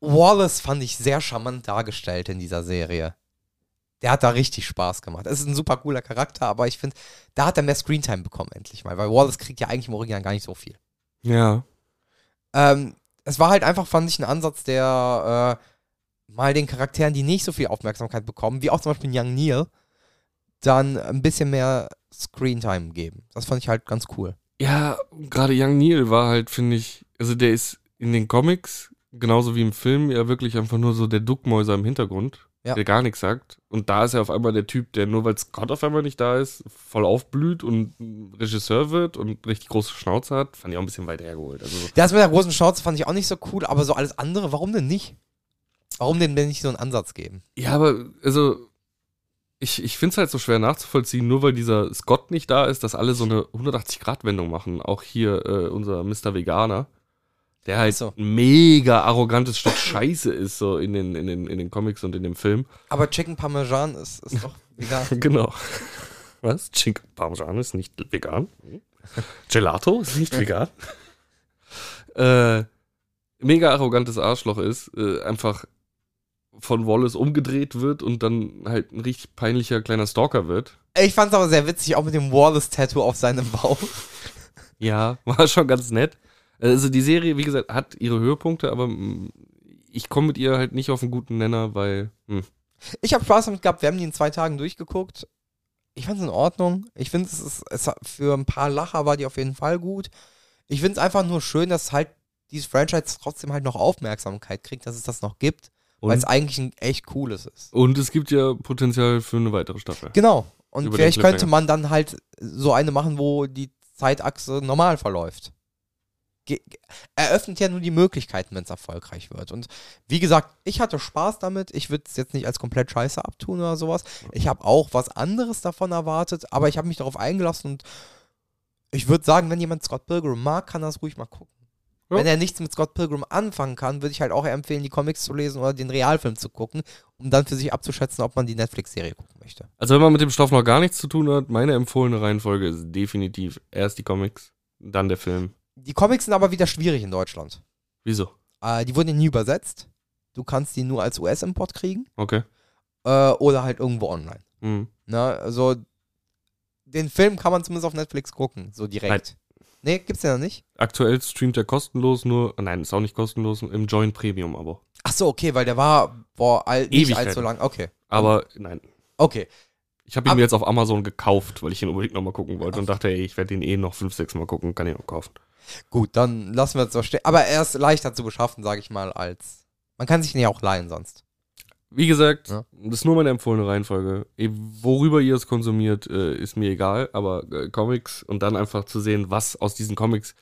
Speaker 2: Wallace fand ich sehr charmant dargestellt in dieser Serie. Der hat da richtig Spaß gemacht. Es ist ein super cooler Charakter, aber ich finde, da hat er mehr Screentime bekommen, endlich mal, weil Wallace kriegt ja eigentlich im Original gar nicht so viel.
Speaker 1: ja.
Speaker 2: Ähm, es war halt einfach, fand ich, ein Ansatz, der äh, mal den Charakteren, die nicht so viel Aufmerksamkeit bekommen, wie auch zum Beispiel Young Neil, dann ein bisschen mehr Screentime geben. Das fand ich halt ganz cool.
Speaker 1: Ja, gerade Young Neil war halt, finde ich, also der ist in den Comics, genauso wie im Film, ja wirklich einfach nur so der Duckmäuser im Hintergrund,
Speaker 2: Ja.
Speaker 1: der gar nichts sagt. Und da ist er auf einmal der Typ, der nur weil Scott auf einmal nicht da ist, voll aufblüht und Regisseur wird und richtig große Schnauze hat. Fand ich auch ein bisschen weit hergeholt. Also,
Speaker 2: Das mit der großen Schnauze fand ich auch nicht so cool, aber so alles andere, warum denn nicht? Warum denn denn nicht so einen Ansatz geben?
Speaker 1: Ja, aber also ich, ich finde es halt so schwer nachzuvollziehen, nur weil dieser Scott nicht da ist, dass alle so eine 180-Grad-Wendung machen. Auch hier äh, unser Mr. Veganer, der halt
Speaker 2: Ach so.
Speaker 1: ein mega arrogantes Stück Scheiße ist, so in den, in, den, in den Comics und in dem Film.
Speaker 2: Aber Chicken Parmesan ist, ist doch vegan.
Speaker 1: Genau. Was? Chink Parmesan ist nicht vegan. Gelato ist nicht vegan. äh, mega arrogantes Arschloch ist, äh, einfach von Wallace umgedreht wird und dann halt ein richtig peinlicher kleiner Stalker wird.
Speaker 2: Ich fand's aber sehr witzig, auch mit dem Wallace-Tattoo auf seinem Bauch.
Speaker 1: Ja, war schon ganz nett. Also die Serie, wie gesagt, hat ihre Höhepunkte, aber mm, ich komme mit ihr halt nicht auf einen guten Nenner, weil hm,
Speaker 2: Ich habe Spaß damit gehabt. Wir haben die in zwei Tagen durchgeguckt. Ich fand es in Ordnung. Ich finde, es ist es hat- für ein paar Lacher war die auf jeden Fall gut. Ich finde es einfach nur schön, dass halt dieses Franchise trotzdem halt noch Aufmerksamkeit kriegt, dass es das noch gibt, weil es
Speaker 1: und,
Speaker 2: eigentlich ein echt cooles ist.
Speaker 1: und es gibt ja Potenzial für eine weitere Staffel.
Speaker 2: Genau. Und
Speaker 1: Über den
Speaker 2: vielleicht könnte
Speaker 1: Cliffhanger.
Speaker 2: man dann halt so eine machen, wo die Zeitachse normal verläuft. Ge ge- eröffnet ja nur die Möglichkeiten, wenn es erfolgreich wird. Und wie gesagt, ich hatte Spaß damit. Ich würde es jetzt nicht als komplett scheiße abtun oder sowas. Ich habe auch was anderes davon erwartet, aber ich habe mich darauf eingelassen und ich würde sagen, wenn jemand Scott Pilgrim mag, kann das ruhig mal gucken.
Speaker 1: Ja.
Speaker 2: Wenn er nichts mit Scott Pilgrim anfangen kann, würde ich halt auch eher empfehlen, die Comics zu lesen oder den Realfilm zu gucken, um dann für sich abzuschätzen, ob man die Netflix-Serie gucken möchte.
Speaker 1: Also wenn man mit dem Stoff noch gar nichts zu tun hat, meine empfohlene Reihenfolge ist definitiv erst die Comics, dann der Film.
Speaker 2: Die Comics sind aber wieder schwierig in Deutschland.
Speaker 1: Wieso?
Speaker 2: Äh, die wurden ja nie übersetzt. Du kannst die nur als US-Import kriegen
Speaker 1: Okay.
Speaker 2: äh, oder halt irgendwo online.
Speaker 1: Hm.
Speaker 2: Ne? Also den Film kann man zumindest auf Netflix gucken, so direkt. Nee, gibt's ja noch nicht.
Speaker 1: Aktuell streamt er kostenlos nur, nein, ist auch nicht kostenlos, im Join Premium Abo.
Speaker 2: Ach so, okay, weil der war boah, all, nicht
Speaker 1: Ewigkeiten.
Speaker 2: allzu lang. Okay,
Speaker 1: Aber nein,
Speaker 2: okay.
Speaker 1: Ich habe ihn
Speaker 2: Ab-
Speaker 1: mir jetzt auf Amazon gekauft, weil ich ihn unbedingt nochmal gucken wollte und dachte, ey, ich werde ihn eh noch fünf, sechs Mal gucken, kann ihn auch kaufen.
Speaker 2: Gut, dann lassen wir es so stehen. Aber er ist leichter zu beschaffen, sage ich mal, als. Man kann sich den ja auch leihen sonst.
Speaker 1: Wie gesagt,
Speaker 2: Ja.
Speaker 1: das ist nur meine empfohlene Reihenfolge. Eh, Worüber ihr es konsumiert, äh, ist mir egal, aber äh, Comics und dann einfach zu sehen, was aus diesen Comics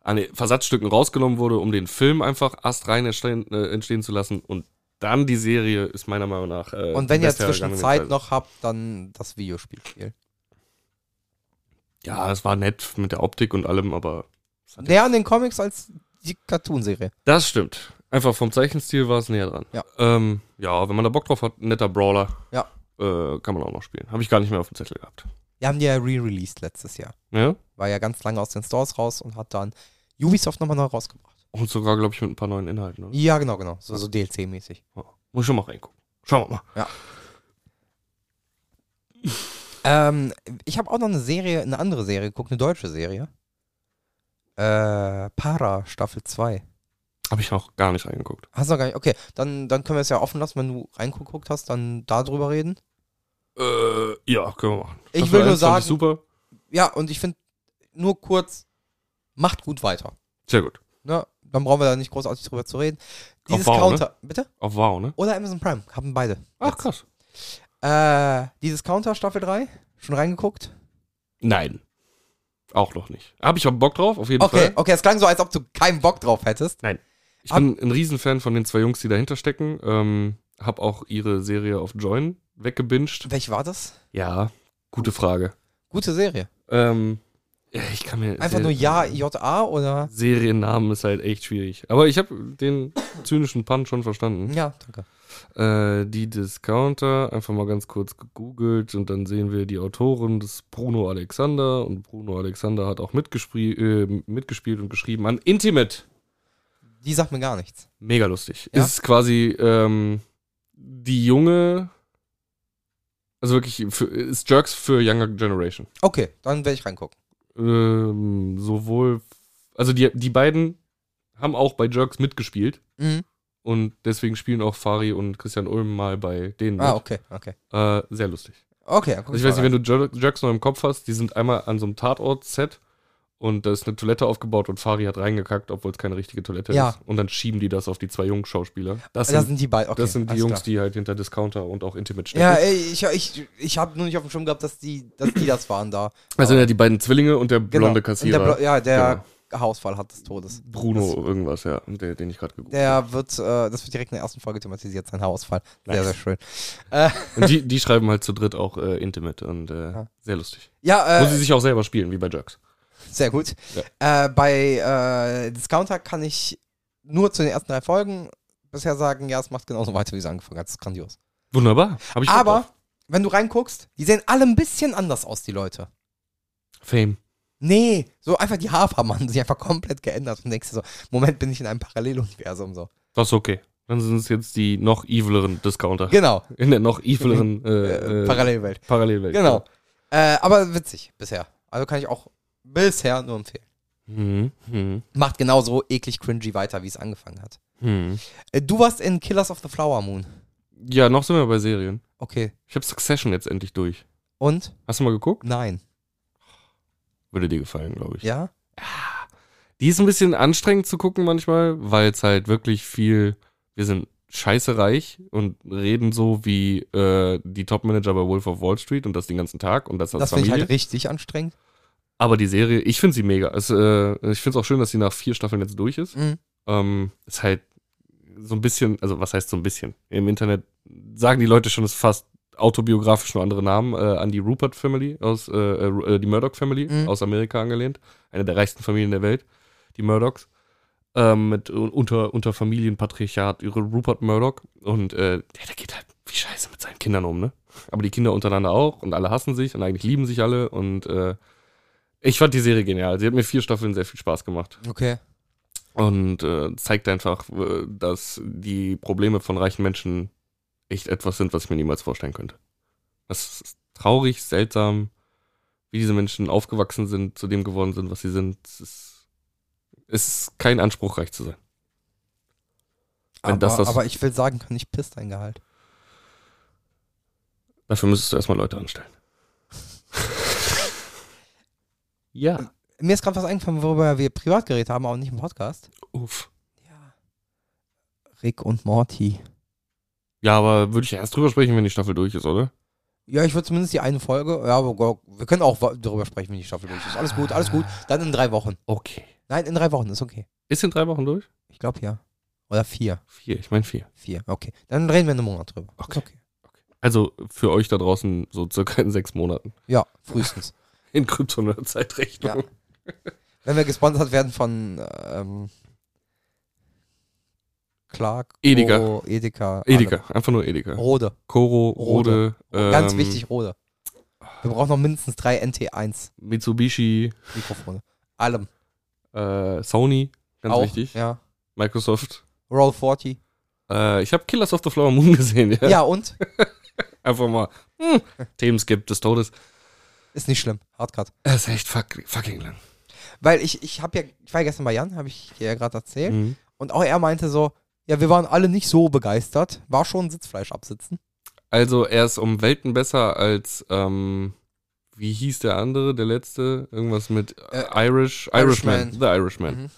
Speaker 1: an Versatzstücken rausgenommen wurde, um den Film einfach astrein entstehen, äh, entstehen zu lassen und dann die Serie ist meiner Meinung nach. äh,
Speaker 2: Und wenn
Speaker 1: die
Speaker 2: ihr
Speaker 1: beste
Speaker 2: Zwischenzeit
Speaker 1: Herangehensweise.
Speaker 2: noch habt, dann das Videospielspiel.
Speaker 1: Ja, es war nett mit der Optik und allem, aber.
Speaker 2: Näher an den Comics als die Cartoonserie.
Speaker 1: Das stimmt. Einfach vom Zeichenstil war es näher dran.
Speaker 2: Ja.
Speaker 1: Ähm, ja, wenn man da Bock drauf hat, netter Brawler.
Speaker 2: Ja.
Speaker 1: Äh, kann man auch noch spielen. Habe ich gar nicht mehr auf dem Zettel gehabt.
Speaker 2: Wir haben die ja re-released letztes Jahr.
Speaker 1: Ja?
Speaker 2: War ja ganz lange aus den Stores raus und hat dann Ubisoft nochmal neu rausgebracht.
Speaker 1: Und sogar, glaube ich, mit ein paar neuen Inhalten. Oder?
Speaker 2: Ja, genau, genau. So, so DLC-mäßig.
Speaker 1: Ja. Muss ich schon mal reingucken. Schauen wir mal.
Speaker 2: Ähm, ich habe auch noch eine Serie, eine andere Serie geguckt, eine deutsche Serie. Äh, Para, Staffel 2.
Speaker 1: Habe ich noch gar nicht reingeguckt.
Speaker 2: Hast du noch gar nicht? Okay, dann, dann können wir es ja offen lassen, wenn du reingeguckt hast, dann darüber reden.
Speaker 1: Äh, ja, können wir machen.
Speaker 2: Ich
Speaker 1: Staffel
Speaker 2: will nur
Speaker 1: 1 fand ich
Speaker 2: sagen-
Speaker 1: Super.
Speaker 2: Ja, und ich finde, nur kurz, macht gut weiter.
Speaker 1: Sehr gut.
Speaker 2: Ne? Dann brauchen wir da nicht großartig drüber zu reden. Dieses
Speaker 1: Wow, ne?
Speaker 2: Counter, bitte?
Speaker 1: Auf Wow, ne?
Speaker 2: Oder Amazon Prime, haben beide.
Speaker 1: Ach, krass.
Speaker 2: Äh, dieses Counter Staffel 3, schon reingeguckt?
Speaker 1: Nein. Auch noch nicht. Habe ich auch Bock drauf, auf jeden
Speaker 2: Okay,
Speaker 1: Fall.
Speaker 2: okay, es klang so, als ob du keinen Bock drauf hättest.
Speaker 1: Ich bin ein Riesenfan von den zwei Jungs, die dahinter stecken. Ähm, hab auch ihre Serie auf Join weggebinged.
Speaker 2: Welche war das?
Speaker 1: Ja, gute Frage.
Speaker 2: Gute Serie.
Speaker 1: Ähm, ja, ich kann mir
Speaker 2: Einfach nur Ja, JA oder?
Speaker 1: Seriennamen ist halt echt schwierig. Aber ich habe den zynischen Pun schon verstanden.
Speaker 2: Ja, danke.
Speaker 1: Äh, die Discounter, einfach mal ganz kurz gegoogelt und dann sehen wir die Autoren des Bruno Alexander und Bruno Alexander hat auch mitgespie äh, mitgespielt und geschrieben an Intimate.
Speaker 2: Die sagt mir gar nichts.
Speaker 1: Mega lustig.
Speaker 2: Ja?
Speaker 1: Ist quasi ähm, die junge, also wirklich, für, ist Jerks für Younger Generation.
Speaker 2: Okay, dann werde ich reingucken.
Speaker 1: ähm, sowohl, also die, die beiden haben auch bei Jerks mitgespielt
Speaker 2: Mhm.
Speaker 1: und deswegen spielen auch Fari und Christian Ulm mal bei denen
Speaker 2: Ah, okay, okay.
Speaker 1: mit. Äh, sehr lustig.
Speaker 2: Okay, dann guck
Speaker 1: Also ich weiß
Speaker 2: mal
Speaker 1: nicht, wenn du Jer Jerks noch im Kopf hast, die sind einmal an so einem Tatort-Set und da ist eine Toilette aufgebaut und Fari hat reingekackt, obwohl es keine richtige Toilette
Speaker 2: Ja.
Speaker 1: ist. Und dann schieben die das auf die zwei jungen Schauspieler. Das
Speaker 2: Das
Speaker 1: sind,
Speaker 2: sind die beiden. Okay,
Speaker 1: das sind die
Speaker 2: alles
Speaker 1: Jungs,
Speaker 2: klar.
Speaker 1: die halt hinter Discounter und auch Intimate stecken.
Speaker 2: Ja, ey, ich, ich, ich habe nur nicht auf dem Schirm gehabt, dass die, dass die das waren da.
Speaker 1: das sind ja die beiden Zwillinge und der
Speaker 2: Genau.
Speaker 1: blonde
Speaker 2: Und
Speaker 1: Kassierer. Genau.
Speaker 2: Der Blo- ja, der Hausfall hat des Todes.
Speaker 1: Bruno irgendwas, ja, der, den ich gerade geguckt habe.
Speaker 2: Der wird, äh, das wird direkt in der ersten Folge thematisiert, sein Haarausfall. Sehr,
Speaker 1: Nice.
Speaker 2: sehr schön.
Speaker 1: Und die, die schreiben halt zu dritt auch äh, Intimate und äh,
Speaker 2: Ja.
Speaker 1: sehr lustig.
Speaker 2: Ja,
Speaker 1: Wo
Speaker 2: äh,
Speaker 1: sie sich auch selber spielen, wie bei Jerks.
Speaker 2: sehr gut. Äh, bei äh, Discounter kann ich nur zu den ersten drei Folgen bisher sagen, ja, es macht genauso weiter, wie es angefangen hat. Das ist grandios.
Speaker 1: Wunderbar. Hab ich Bock
Speaker 2: Aber
Speaker 1: drauf.
Speaker 2: wenn du reinguckst, die sehen alle ein bisschen anders aus, die Leute.
Speaker 1: Fame.
Speaker 2: Nee, so einfach die Haarfarben haben sich einfach komplett geändert und denkst dir so, Moment, bin ich in einem Paralleluniversum so.
Speaker 1: Das ist okay. Dann sind es jetzt die noch evileren Discounter.
Speaker 2: Genau,
Speaker 1: In der noch evileren äh,
Speaker 2: äh,
Speaker 1: äh,
Speaker 2: Parallelwelt.
Speaker 1: Parallelwelt.
Speaker 2: Genau. Äh, aber witzig bisher. Also kann ich auch bisher nur empfehlen.
Speaker 1: Hm, hm,
Speaker 2: Macht genauso eklig cringy weiter, wie es angefangen hat.
Speaker 1: hm.
Speaker 2: Äh, du warst in Killers of the Flower Moon.
Speaker 1: Ja, noch sind wir bei Serien.
Speaker 2: Okay.
Speaker 1: Ich habe Succession jetzt endlich durch.
Speaker 2: Und?
Speaker 1: Hast du mal geguckt?
Speaker 2: Nein.
Speaker 1: Würde dir gefallen, glaube ich.
Speaker 2: Ja?
Speaker 1: Die ist ein bisschen anstrengend zu gucken manchmal, weil es halt wirklich viel, wir sind scheiße reich und reden so wie äh, die Topmanager bei Wolf of Wall Street und das den ganzen Tag und das als
Speaker 2: Das finde ich
Speaker 1: Familie.
Speaker 2: halt richtig anstrengend.
Speaker 1: Aber die Serie, ich finde sie mega. Es, äh, ich finde es auch schön, dass sie nach vier Staffeln jetzt durch ist.
Speaker 2: Mhm.
Speaker 1: Ähm, ist halt so ein bisschen, also was heißt so ein bisschen? Im Internet sagen die Leute schon, es ist fast autobiografisch nur andere Namen, äh, an die Rupert Family aus, äh, äh, die Murdoch Family
Speaker 2: Mhm.
Speaker 1: aus Amerika angelehnt. Eine der reichsten Familien der Welt, die Murdochs. Ähm, mit un- unter, unter Familienpatriarchat, ihre Rupert Murdoch. Und äh, der, der geht halt wie scheiße mit seinen Kindern um, ne? Aber die Kinder untereinander auch und alle hassen sich und eigentlich lieben sich alle und äh, ich fand die Serie genial. Sie hat mir vier Staffeln sehr viel Spaß gemacht
Speaker 2: Okay.
Speaker 1: und äh, zeigt einfach, äh, dass die Probleme von reichen Menschen echt etwas sind, was ich mir niemals vorstellen könnte. Das ist traurig, seltsam, wie diese Menschen aufgewachsen sind, zu dem geworden sind, was sie sind. Es ist, es ist kein Anspruch, reich zu sein. Wenn
Speaker 2: aber,
Speaker 1: das das-
Speaker 2: aber ich will sagen können, ich piss dein Gehalt.
Speaker 1: Dafür müsstest du erstmal Leute anstellen. ja.
Speaker 2: Mir ist gerade was eingefallen, worüber wir privat geredet haben, aber nicht im Podcast.
Speaker 1: Uff.
Speaker 2: Ja. Rick und Morty.
Speaker 1: Ja, aber würde ich erst drüber sprechen, wenn die Staffel durch ist, oder?
Speaker 2: Ja, ich würde zumindest die eine Folge. Ja, aber go- wir können auch wa- darüber sprechen, wenn die Staffel durch ist. Alles gut, alles gut. Dann in drei Wochen.
Speaker 1: Okay.
Speaker 2: Nein, in drei Wochen ist okay.
Speaker 1: Ist in drei Wochen durch?
Speaker 2: Ich glaube ja. Oder vier.
Speaker 1: Vier, ich meine vier.
Speaker 2: Vier. Okay. Dann reden wir in einem Monat drüber. Ist
Speaker 1: Okay.
Speaker 2: okay.
Speaker 1: Also für euch da draußen so circa in sechs Monaten.
Speaker 2: Ja, frühestens.
Speaker 1: In Kryptonerd-Zeitrechnung.
Speaker 2: Wenn wir gesponsert werden von ähm, Clark.
Speaker 1: Edeka.
Speaker 2: Co, Edeka.
Speaker 1: Edeka, einfach nur Edeka.
Speaker 2: alle. Rode.
Speaker 1: Koro, Rode,
Speaker 2: Rode.
Speaker 1: ähm,
Speaker 2: Ganz wichtig, Rode. Wir brauchen noch mindestens drei NT1
Speaker 1: Mitsubishi,
Speaker 2: Mikrofone. Allem.
Speaker 1: äh, Sony, ganz
Speaker 2: auch,
Speaker 1: wichtig.
Speaker 2: Ja.
Speaker 1: Microsoft.
Speaker 2: Roll 40.
Speaker 1: Äh, ich habe Killers of the Flower Moon gesehen, ja.
Speaker 2: Ja, und?
Speaker 1: Einfach mal. Hm, Themenskip des Todes.
Speaker 2: Ist nicht schlimm. Hardcut.
Speaker 1: Es ist echt fuck, fucking lang.
Speaker 2: Weil ich, ich habe ja, ich war ja gestern bei Jan, habe ich dir ja gerade erzählt.
Speaker 1: Mhm.
Speaker 2: Und auch er meinte so, ja, wir waren alle nicht so begeistert. War schon Sitzfleisch absitzen.
Speaker 1: Also er ist um Welten besser als, ähm, wie hieß der andere, der letzte? Irgendwas mit äh, Irish, Irishman.
Speaker 2: Irishman.
Speaker 1: The Irishman.
Speaker 2: Mhm.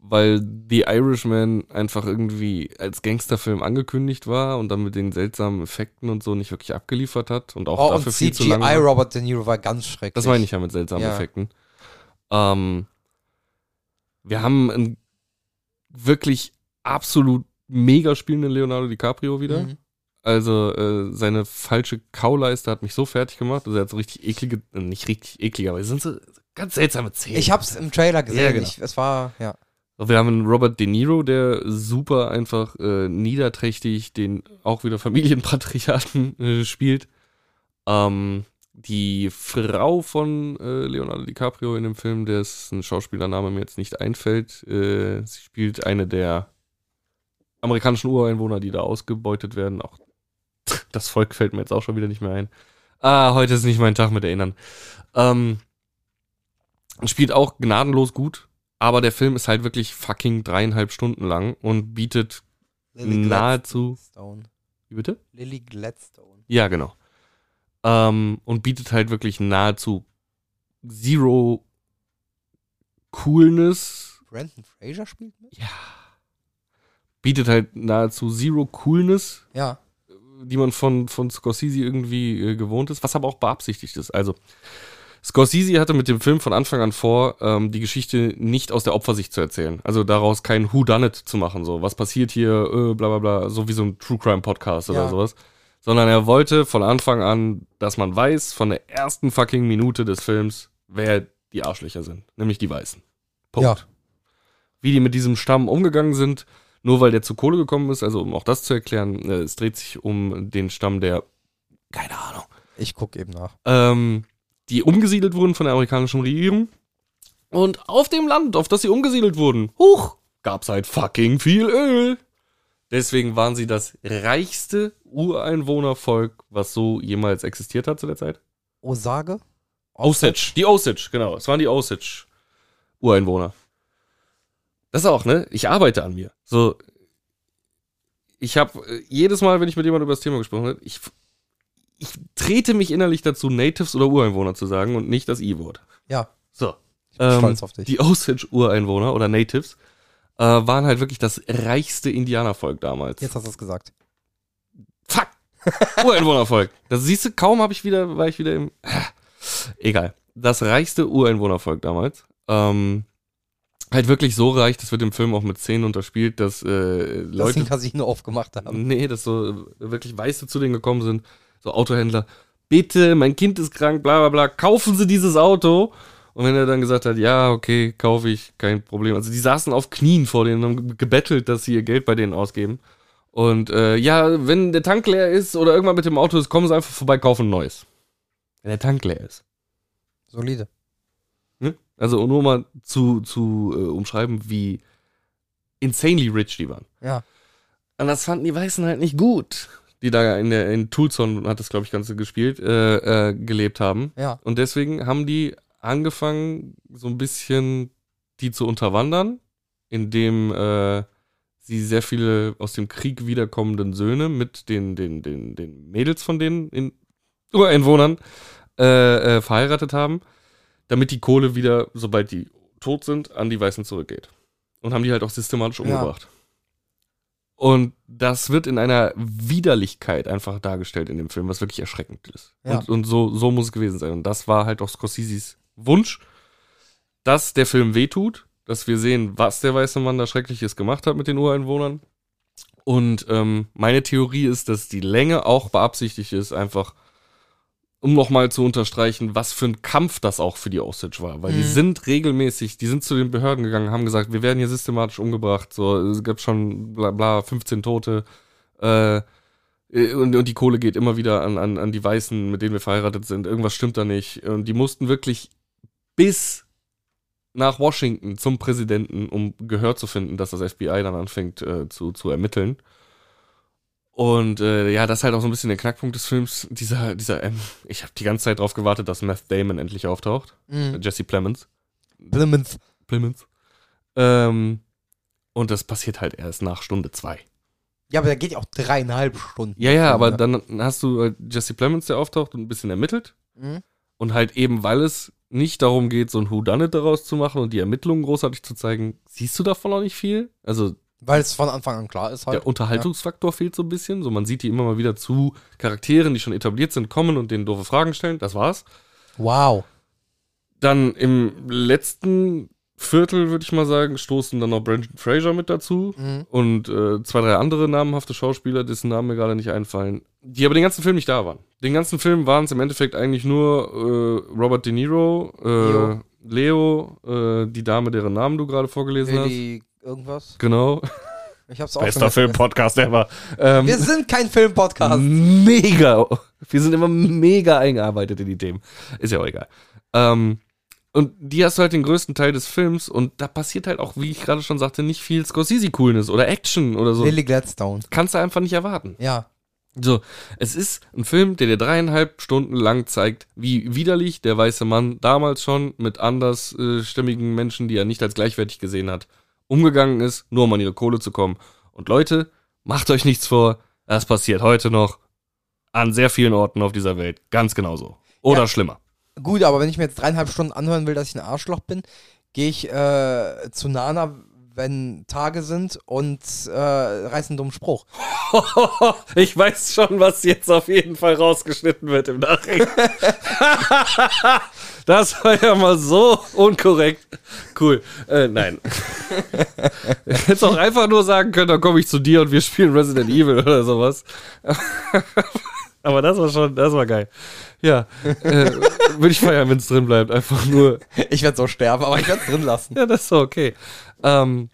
Speaker 1: Weil The Irishman einfach irgendwie als Gangsterfilm angekündigt war und dann mit den seltsamen Effekten und so nicht wirklich abgeliefert hat und auch
Speaker 2: Oh,
Speaker 1: dafür
Speaker 2: und
Speaker 1: viel zu lang.
Speaker 2: CGI
Speaker 1: war.
Speaker 2: Robert De Niro war ganz schrecklich.
Speaker 1: Das meine ich ja mit seltsamen
Speaker 2: Ja.
Speaker 1: Effekten. Ähm, wir haben einen wirklich absolut mega spielenden Leonardo DiCaprio wieder.
Speaker 2: Mhm.
Speaker 1: Also äh, seine falsche Kauleiste hat mich so fertig gemacht. Also er hat so richtig eklige, äh, nicht richtig eklige, aber es sind so ganz seltsame Zähne.
Speaker 2: Ich hab's im Trailer gesehen.
Speaker 1: Ja, genau.
Speaker 2: ich, es war, ja.
Speaker 1: wir haben einen Robert De Niro, der super einfach äh, niederträchtig den auch wieder Familienpatriarchen äh, spielt. Ähm, die Frau von äh, Leonardo DiCaprio in dem Film, der ist ein Schauspielername mir jetzt nicht einfällt, äh, sie spielt eine der amerikanischen Ureinwohner, die da ausgebeutet werden. Auch das Volk fällt mir jetzt auch schon wieder nicht mehr ein. Ah, heute ist nicht mein Tag mit Erinnern. Ähm, spielt auch gnadenlos gut, aber der Film ist halt wirklich fucking dreieinhalb Stunden lang und bietet nahezu.
Speaker 2: Gladstone.
Speaker 1: Wie bitte?
Speaker 2: Lily Gladstone.
Speaker 1: Ja, genau. Ähm, und bietet halt wirklich nahezu Zero Coolness.
Speaker 2: Brandon Fraser spielt mit?
Speaker 1: Ja. Bietet halt nahezu Zero Coolness,
Speaker 2: Ja.
Speaker 1: die man von, von Scorsese irgendwie äh, gewohnt ist, was aber auch beabsichtigt ist. Also, Scorsese hatte mit dem Film von Anfang an vor, ähm, die Geschichte nicht aus der Opfersicht zu erzählen. Also daraus kein Who Done It zu machen, so was passiert hier, äh, bla bla bla, so wie so ein True Crime Podcast oder
Speaker 2: Ja.
Speaker 1: sowas. Sondern er wollte von Anfang an, dass man weiß, von der ersten fucking Minute des Films, wer die Arschlöcher sind, nämlich die Weißen. Punkt
Speaker 2: Ja.
Speaker 1: wie die mit diesem Stamm umgegangen sind, nur weil der zu Kohle gekommen ist. Also um auch das zu erklären, äh, es dreht sich um den Stamm der, keine Ahnung,
Speaker 2: Ich guck eben nach.
Speaker 1: ähm, die umgesiedelt wurden von der amerikanischen Regierung. Und auf dem Land, auf das sie umgesiedelt wurden, huch, gab's halt fucking viel Öl. Deswegen waren sie das reichste Ureinwohnervolk, was so jemals existiert hat zu der Zeit.
Speaker 2: Osage?
Speaker 1: Osage, die Osage, genau. Es waren die Osage Ureinwohner. Das auch, ne? Ich arbeite an mir. So ich habe jedes Mal, wenn ich mit jemandem über das Thema gesprochen habe, ich ich trete mich innerlich dazu Natives oder Ureinwohner zu sagen und nicht das I-Wort.
Speaker 2: Ja.
Speaker 1: So. ähm,
Speaker 2: Ich bin stolz auf dich.
Speaker 1: Die Osage-Ureinwohner oder Natives äh, waren halt wirklich das reichste Indianervolk damals.
Speaker 2: Jetzt hast du es gesagt.
Speaker 1: Fuck! Ureinwohnervolk. Das siehst du, kaum habe ich wieder, war ich wieder im. Ah, Egal. Das reichste Ureinwohnervolk damals. Ähm, halt wirklich so reich, das wird im Film auch mit Szenen unterspielt, dass äh,
Speaker 2: Dass sie
Speaker 1: Leute. Mhm.
Speaker 2: ein Casino aufgemacht haben.
Speaker 1: nee, dass so äh, wirklich Weiße zu denen gekommen sind, so Autohändler. Bitte, mein Kind ist krank, bla bla bla, kaufen Sie dieses Auto. Und wenn er dann gesagt hat, ja, okay, kaufe ich, kein Problem. Also die saßen auf Knien vor denen und haben gebettelt, dass sie ihr Geld bei denen ausgeben. Und äh, ja, wenn der Tank leer ist oder irgendwann mit dem Auto ist, kommen sie einfach vorbei, kaufen ein neues. Wenn der Tank leer ist.
Speaker 2: Solide.
Speaker 1: Ne? Also nur mal zu, zu äh, umschreiben, wie insanely rich die waren.
Speaker 2: Ja.
Speaker 1: Und das fanden die Weißen halt nicht gut, die da in, der, in Tulson, hat das glaube ich Ganze gespielt, äh, äh, gelebt haben.
Speaker 2: Ja.
Speaker 1: Und deswegen haben die angefangen, so ein bisschen die zu unterwandern, indem äh, sie sehr viele aus dem Krieg wiederkommenden Söhne mit den, den, den, den Mädels von denen in Ureinwohnern äh, äh, verheiratet haben, damit die Kohle wieder, sobald die tot sind, an die Weißen zurückgeht. Und haben die halt auch systematisch umgebracht. Und das wird in einer Widerlichkeit einfach dargestellt in dem Film, was wirklich erschreckend ist.
Speaker 2: Ja.
Speaker 1: Und, und so, so muss es gewesen sein. Und das war halt auch Scorseses Wunsch, dass der Film wehtut, dass wir sehen, was der weiße Mann da Schreckliches gemacht hat mit den Ureinwohnern. Und ähm, meine Theorie ist, dass die Länge auch beabsichtigt ist, einfach um nochmal zu unterstreichen, was für ein Kampf das auch für die Osage war. Weil die
Speaker 2: Mhm.
Speaker 1: sind regelmäßig, die sind zu den Behörden gegangen, haben gesagt, wir werden hier systematisch umgebracht, so, es gab schon bla bla, 15 Tote, äh, äh, und, und die Kohle geht immer wieder an, an, an die Weißen, mit denen wir verheiratet sind. Irgendwas stimmt da nicht. Und die mussten wirklich bis nach Washington zum Präsidenten, um Gehör zu finden, dass das FBI dann anfängt äh, zu, zu ermitteln. Und äh, ja, das ist halt auch so ein bisschen der Knackpunkt des Films. Dieser, dieser, ähm, ich habe die ganze Zeit drauf gewartet, dass Meth Damon endlich auftaucht.
Speaker 2: Mhm.
Speaker 1: Jesse Plemons. Äh,
Speaker 2: Plymouth.
Speaker 1: Plemons. Ähm, und das passiert halt erst nach Stunde zwei.
Speaker 2: Ja, aber da geht ja auch dreieinhalb Stunden. Mhm.
Speaker 1: Ja, ja, aber dann hast du äh, Jesse Plemons, der auftaucht und ein bisschen ermittelt.
Speaker 2: Mhm.
Speaker 1: Und halt eben, weil es nicht darum geht, so ein Whodunit daraus zu machen und die Ermittlungen großartig zu zeigen, siehst du davon auch nicht viel. Also
Speaker 2: Weil es von Anfang an klar ist halt.
Speaker 1: der Unterhaltungsfaktor fehlt so ein bisschen. So, man sieht die immer mal wieder zu Charakteren, die schon etabliert sind, kommen und denen doofe Fragen stellen. Das war's.
Speaker 2: Wow.
Speaker 1: Dann im letzten Viertel, würde ich mal sagen, stoßen dann noch Brendan Fraser mit dazu
Speaker 2: Mhm.
Speaker 1: und äh, zwei, drei andere namenhafte Schauspieler, dessen Namen mir gerade nicht einfallen, die aber den ganzen Film nicht da waren. Den ganzen Film waren es im Endeffekt eigentlich nur äh, Robert De Niro, äh, Leo, äh, die Dame, deren Namen du gerade vorgelesen hast.
Speaker 2: Lady irgendwas.
Speaker 1: Genau.
Speaker 2: Ich hab's auch
Speaker 1: Bester
Speaker 2: schon vergessen.
Speaker 1: Film-Podcast ever. Ähm,
Speaker 2: Wir sind kein
Speaker 1: Mhm.
Speaker 2: Filmpodcast.
Speaker 1: Mega. Wir sind immer mega eingearbeitet in die Themen. Ist ja auch egal. Ähm, und die hast du halt den größten Teil des Films und da passiert halt auch, wie ich gerade schon sagte, nicht viel Scorsese-Coolness oder Action oder so.
Speaker 2: Lily Gladstone.
Speaker 1: Kannst du einfach nicht erwarten.
Speaker 2: Ja.
Speaker 1: So, es ist ein Film, der dir dreieinhalb Stunden lang zeigt, wie widerlich der weiße Mann damals schon mit andersstimmigen Menschen, die er nicht als gleichwertig gesehen hat, umgegangen ist, nur um an ihre Kohle zu kommen. Und Leute, macht euch nichts vor, das passiert heute noch an sehr vielen Orten auf dieser Welt, ganz genauso. Oder
Speaker 2: Ja.
Speaker 1: schlimmer.
Speaker 2: Gut, aber wenn ich mir jetzt dreieinhalb Stunden anhören will, dass ich ein Arschloch bin, gehe ich äh, zu Nana, wenn Tage sind und äh, reiß einen dummen Spruch.
Speaker 1: Ich weiß schon, was jetzt auf jeden Fall rausgeschnitten wird im Nachhinein. das war ja mal so unkorrekt. Cool. Äh, nein. Hättest auch einfach nur sagen können, dann komme ich zu dir und wir spielen Resident Evil oder sowas. Aber das war schon, das war geil. Ja, äh, würde ich feiern, wenn es drin bleibt. Einfach nur
Speaker 2: Ich werde so sterben, aber ich werde es drin lassen.
Speaker 1: ja, das ist doch okay. Ähm,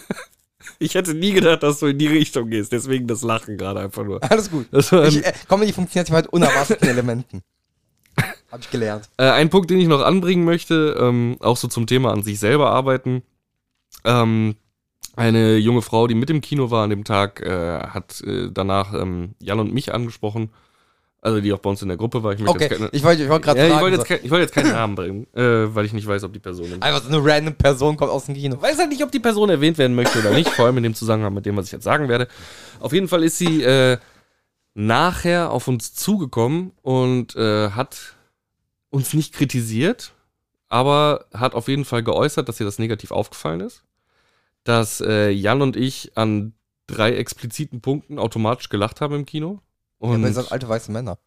Speaker 1: ich hätte nie gedacht, dass du in die Richtung gehst, deswegen das Lachen gerade einfach nur.
Speaker 2: Alles gut.
Speaker 1: Das war ein,
Speaker 2: Ich, äh, Comedy funktioniert mit unerwarteten Elementen. Hab ich gelernt.
Speaker 1: äh, ein Punkt, den ich noch anbringen möchte, ähm, auch so zum Thema an sich selber arbeiten. Ähm, eine junge Frau, die mit im Kino war an dem Tag, äh, hat äh, danach ähm, Jan und mich angesprochen. Also die auch bei uns in der Gruppe war. Ich möchte
Speaker 2: Okay,
Speaker 1: jetzt keine,
Speaker 2: ich wollte ich wollte gerade
Speaker 1: ja, ich
Speaker 2: fragen.
Speaker 1: wollte jetzt,
Speaker 2: so.
Speaker 1: kein, ich wollte jetzt keinen Namen bringen, äh, weil ich nicht weiß, ob die Person im
Speaker 2: Einfach so eine random Person kommt aus dem Kino.
Speaker 1: weiß halt nicht, ob die Person erwähnt werden möchte oder nicht, vor allem in dem Zusammenhang mit dem, was ich jetzt sagen werde. Auf jeden Fall ist sie äh, nachher auf uns zugekommen und äh, hat uns nicht kritisiert, aber hat auf jeden Fall geäußert, dass ihr das negativ aufgefallen ist, dass äh, Jan und ich an drei expliziten Punkten automatisch gelacht haben im Kino. Und
Speaker 2: Und ja, sind alte weiße Männer.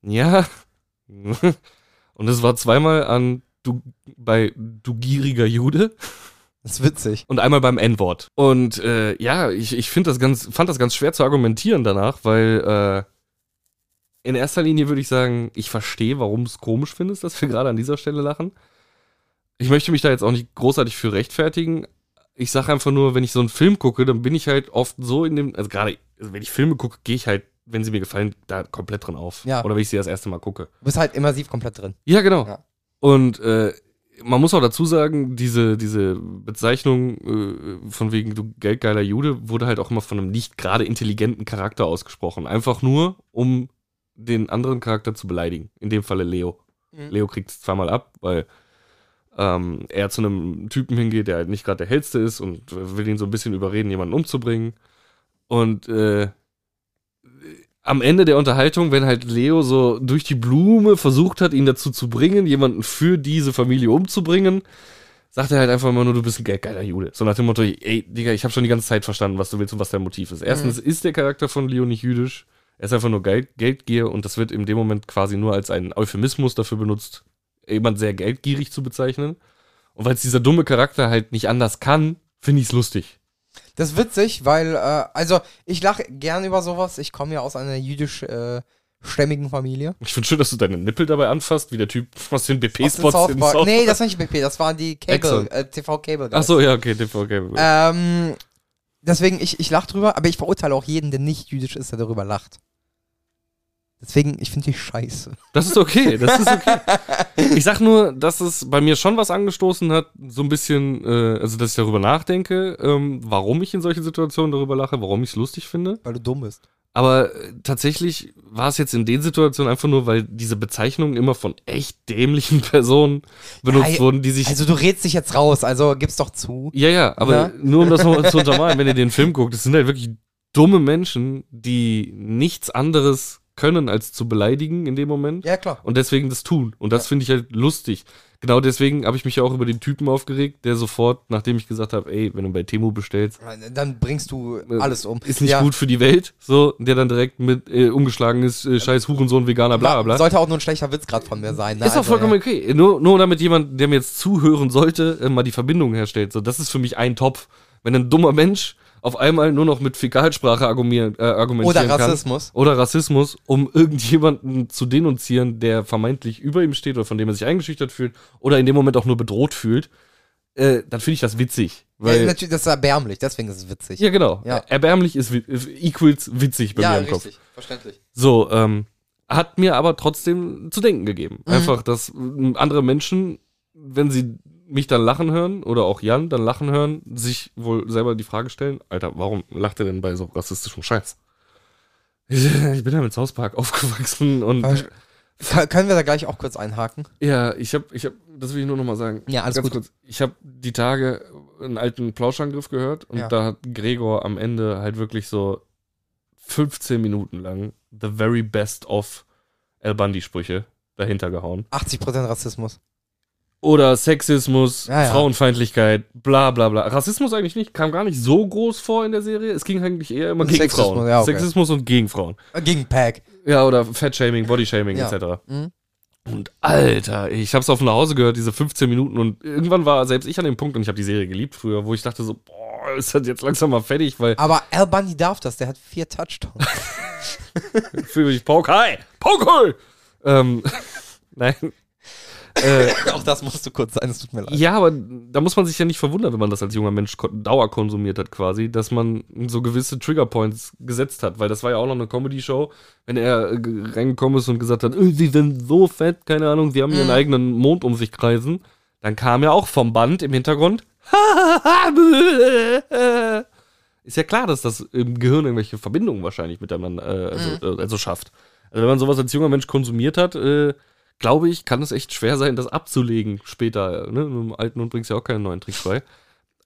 Speaker 1: ja. Und es war zweimal an du, bei du gieriger Jude
Speaker 2: Das ist witzig.
Speaker 1: und einmal beim N-Wort. Und äh, ja, ich, ich find das ganz, fand das ganz schwer zu argumentieren danach, weil äh, in erster Linie würde ich sagen, ich verstehe, warum du es komisch findest, dass wir gerade an dieser Stelle lachen. Ich möchte mich da jetzt auch nicht großartig für rechtfertigen. Ich sage einfach nur, wenn ich so einen Film gucke, dann bin ich halt oft so in dem, also gerade, also wenn ich Filme gucke, gehe ich halt, wenn sie mir gefallen, da komplett drin auf.
Speaker 2: Ja.
Speaker 1: Oder wenn ich sie das erste Mal gucke.
Speaker 2: Du bist halt immersiv komplett drin.
Speaker 1: Ja, genau.
Speaker 2: Ja.
Speaker 1: Und äh, man muss auch dazu sagen, diese, diese Bezeichnung äh, von wegen du geldgeiler Jude wurde halt auch immer von einem nicht gerade intelligenten Charakter ausgesprochen. Einfach nur, um den anderen Charakter zu beleidigen. In dem Falle Leo.
Speaker 2: Mhm.
Speaker 1: Leo kriegt es zweimal ab, weil ähm, er zu einem Typen hingeht, der halt nicht gerade der hellste ist und äh, will ihn so ein bisschen überreden, jemanden umzubringen. Und äh, am Ende der Unterhaltung, wenn halt Leo so durch die Blume versucht hat, ihn dazu zu bringen, jemanden für diese Familie umzubringen, sagt er halt einfach immer nur, du bist ein geldgeiler Jude. So nach dem Motto, ey, Digga, ich habe schon die ganze Zeit verstanden, was du willst und was dein Motiv ist. Erstens ist der Charakter von Leo nicht jüdisch. Er ist einfach nur Geld, Geldgier und das wird in dem Moment quasi nur als ein Euphemismus dafür benutzt, jemand sehr geldgierig zu bezeichnen. Und weil es dieser dumme Charakter halt nicht anders kann, finde ich es lustig.
Speaker 2: Das ist witzig, weil, äh, also ich lache gern über sowas. Ich komme ja aus einer jüdisch äh, stämmigen Familie.
Speaker 1: Ich finde schön, dass du deine Nippel dabei anfasst, wie der Typ aus den
Speaker 2: Aus dem
Speaker 1: BP-Spots
Speaker 2: South
Speaker 1: im
Speaker 2: Park.
Speaker 1: South
Speaker 2: Nee, das war nicht BP, das waren die Cable,
Speaker 1: Excel.
Speaker 2: äh, TV Cable.
Speaker 1: Ach so, ja, okay, TV, okay.
Speaker 2: Ähm, deswegen, ich, ich lache drüber, aber ich verurteile auch jeden, der nicht jüdisch ist, der darüber lacht. Deswegen, ich finde die scheiße.
Speaker 1: Das ist okay, das ist okay. Ich sag nur, dass es bei mir schon was angestoßen hat, so ein bisschen, äh, also dass ich darüber nachdenke, ähm, warum ich in solchen Situationen darüber lache, warum ich es lustig finde.
Speaker 2: Weil du dumm bist.
Speaker 1: Aber äh, tatsächlich war es jetzt in den Situationen einfach nur, weil diese Bezeichnungen immer von echt dämlichen Personen benutzt
Speaker 2: Ja,
Speaker 1: wurden, die sich
Speaker 2: Also du redst dich jetzt raus, also gib's doch zu.
Speaker 1: Ja, ja, aber
Speaker 2: Ja.
Speaker 1: nur um das nochmal zu untermalen, wenn ihr den Film guckt, das sind halt wirklich dumme Menschen, die nichts anderes können, als zu beleidigen in dem Moment
Speaker 2: Ja, klar.
Speaker 1: und deswegen das tun. Und das finde ich halt lustig. Genau deswegen habe ich mich ja auch über den Typen aufgeregt, der sofort, nachdem ich gesagt habe, ey, wenn du bei Temu bestellst, äh,
Speaker 2: Dann bringst du alles um.
Speaker 1: ist nicht
Speaker 2: ja.
Speaker 1: gut für die Welt, so, der dann direkt mit äh, umgeschlagen ist, äh, scheiß Hurensohn, Veganer, bla bla.
Speaker 2: Sollte auch nur ein schlechter Witz gerade von mir sein. Ne?
Speaker 1: Ist auch
Speaker 2: Also,
Speaker 1: vollkommen
Speaker 2: ja.
Speaker 1: okay. Äh, Nur, nur damit jemand, der mir jetzt zuhören sollte, äh, mal die Verbindung herstellt. So, das ist für mich ein Topf. Wenn ein dummer Mensch auf einmal nur noch mit Fäkalsprache argumieren, äh, argumentieren
Speaker 2: Oder
Speaker 1: kann.
Speaker 2: Rassismus.
Speaker 1: Oder Rassismus, um irgendjemanden zu denunzieren, der vermeintlich über ihm steht oder von dem er sich eingeschüchtert fühlt oder in dem Moment auch nur bedroht fühlt. Äh, dann finde ich das witzig.
Speaker 2: ja,
Speaker 1: Weil, ja,
Speaker 2: natürlich, das ist erbärmlich, deswegen ist es witzig.
Speaker 1: genau.
Speaker 2: Ja.
Speaker 1: Erbärmlich ist wi- equals witzig bei mir im Kopf.
Speaker 2: verständlich.
Speaker 1: So, ähm, hat mir aber trotzdem zu denken gegeben. Einfach, dass ähm, andere Menschen, wenn sie mich dann lachen hören oder auch Jan dann lachen hören, sich wohl selber die Frage stellen, Alter, warum lacht er denn bei so rassistischem Scheiß? Ich bin ja mit South Park aufgewachsen und
Speaker 2: Ver- Kö- Können wir da gleich auch kurz einhaken?
Speaker 1: ja, ich habe, ich hab, das will ich nur noch mal sagen.
Speaker 2: Ja, alles gut.
Speaker 1: Kurz. Ich habe die Tage einen alten Plauschangriff gehört und
Speaker 2: Ja.
Speaker 1: da hat Gregor am Ende halt wirklich so 15 Minuten lang the very best of El Bundy-Sprüche dahinter gehauen.
Speaker 2: 80% Rassismus.
Speaker 1: Oder Sexismus,
Speaker 2: Ja, ja.
Speaker 1: Frauenfeindlichkeit, bla bla bla. Rassismus eigentlich nicht, kam gar nicht so groß vor in der Serie. Es ging eigentlich eher immer gegen
Speaker 2: Also Sexismus,
Speaker 1: Frauen.
Speaker 2: ja, okay.
Speaker 1: Sexismus und gegen Frauen.
Speaker 2: Äh, Gegen Pack.
Speaker 1: Ja, oder Fettshaming, Bodyshaming,
Speaker 2: Ja.
Speaker 1: etc.
Speaker 2: Mhm.
Speaker 1: Und Alter, ich hab's auf dem Hause gehört, diese 15 Minuten und irgendwann war selbst ich an dem Punkt und ich habe die Serie geliebt früher, wo ich dachte so, boah, ist das jetzt langsam mal fertig, weil
Speaker 2: Aber Al Bundy darf das, der hat vier Touchdowns.
Speaker 1: fühle mich Paukai, Paukai. Ähm, nein. äh,
Speaker 2: auch das musst du kurz sein, es tut mir leid.
Speaker 1: ja, aber da muss man sich ja nicht verwundern, wenn man das als junger Mensch ko- Dauer konsumiert hat quasi, dass man so gewisse Triggerpoints gesetzt hat, weil das war ja auch noch eine Comedy-Show, wenn er äh, ge- reingekommen ist und gesagt hat, "Äh, sie sind so fett, keine Ahnung, sie haben ihren eigenen Mond um sich kreisen, dann kam ja auch vom Band im Hintergrund, ist ja klar, dass das im Gehirn irgendwelche Verbindungen wahrscheinlich miteinander äh, also,
Speaker 2: Mhm.
Speaker 1: äh, also schafft. Also wenn man sowas als junger Mensch konsumiert hat, äh, glaube ich, kann es echt schwer sein, das abzulegen später. Ne? Im alten und bringst ja auch keinen neuen Trick bei.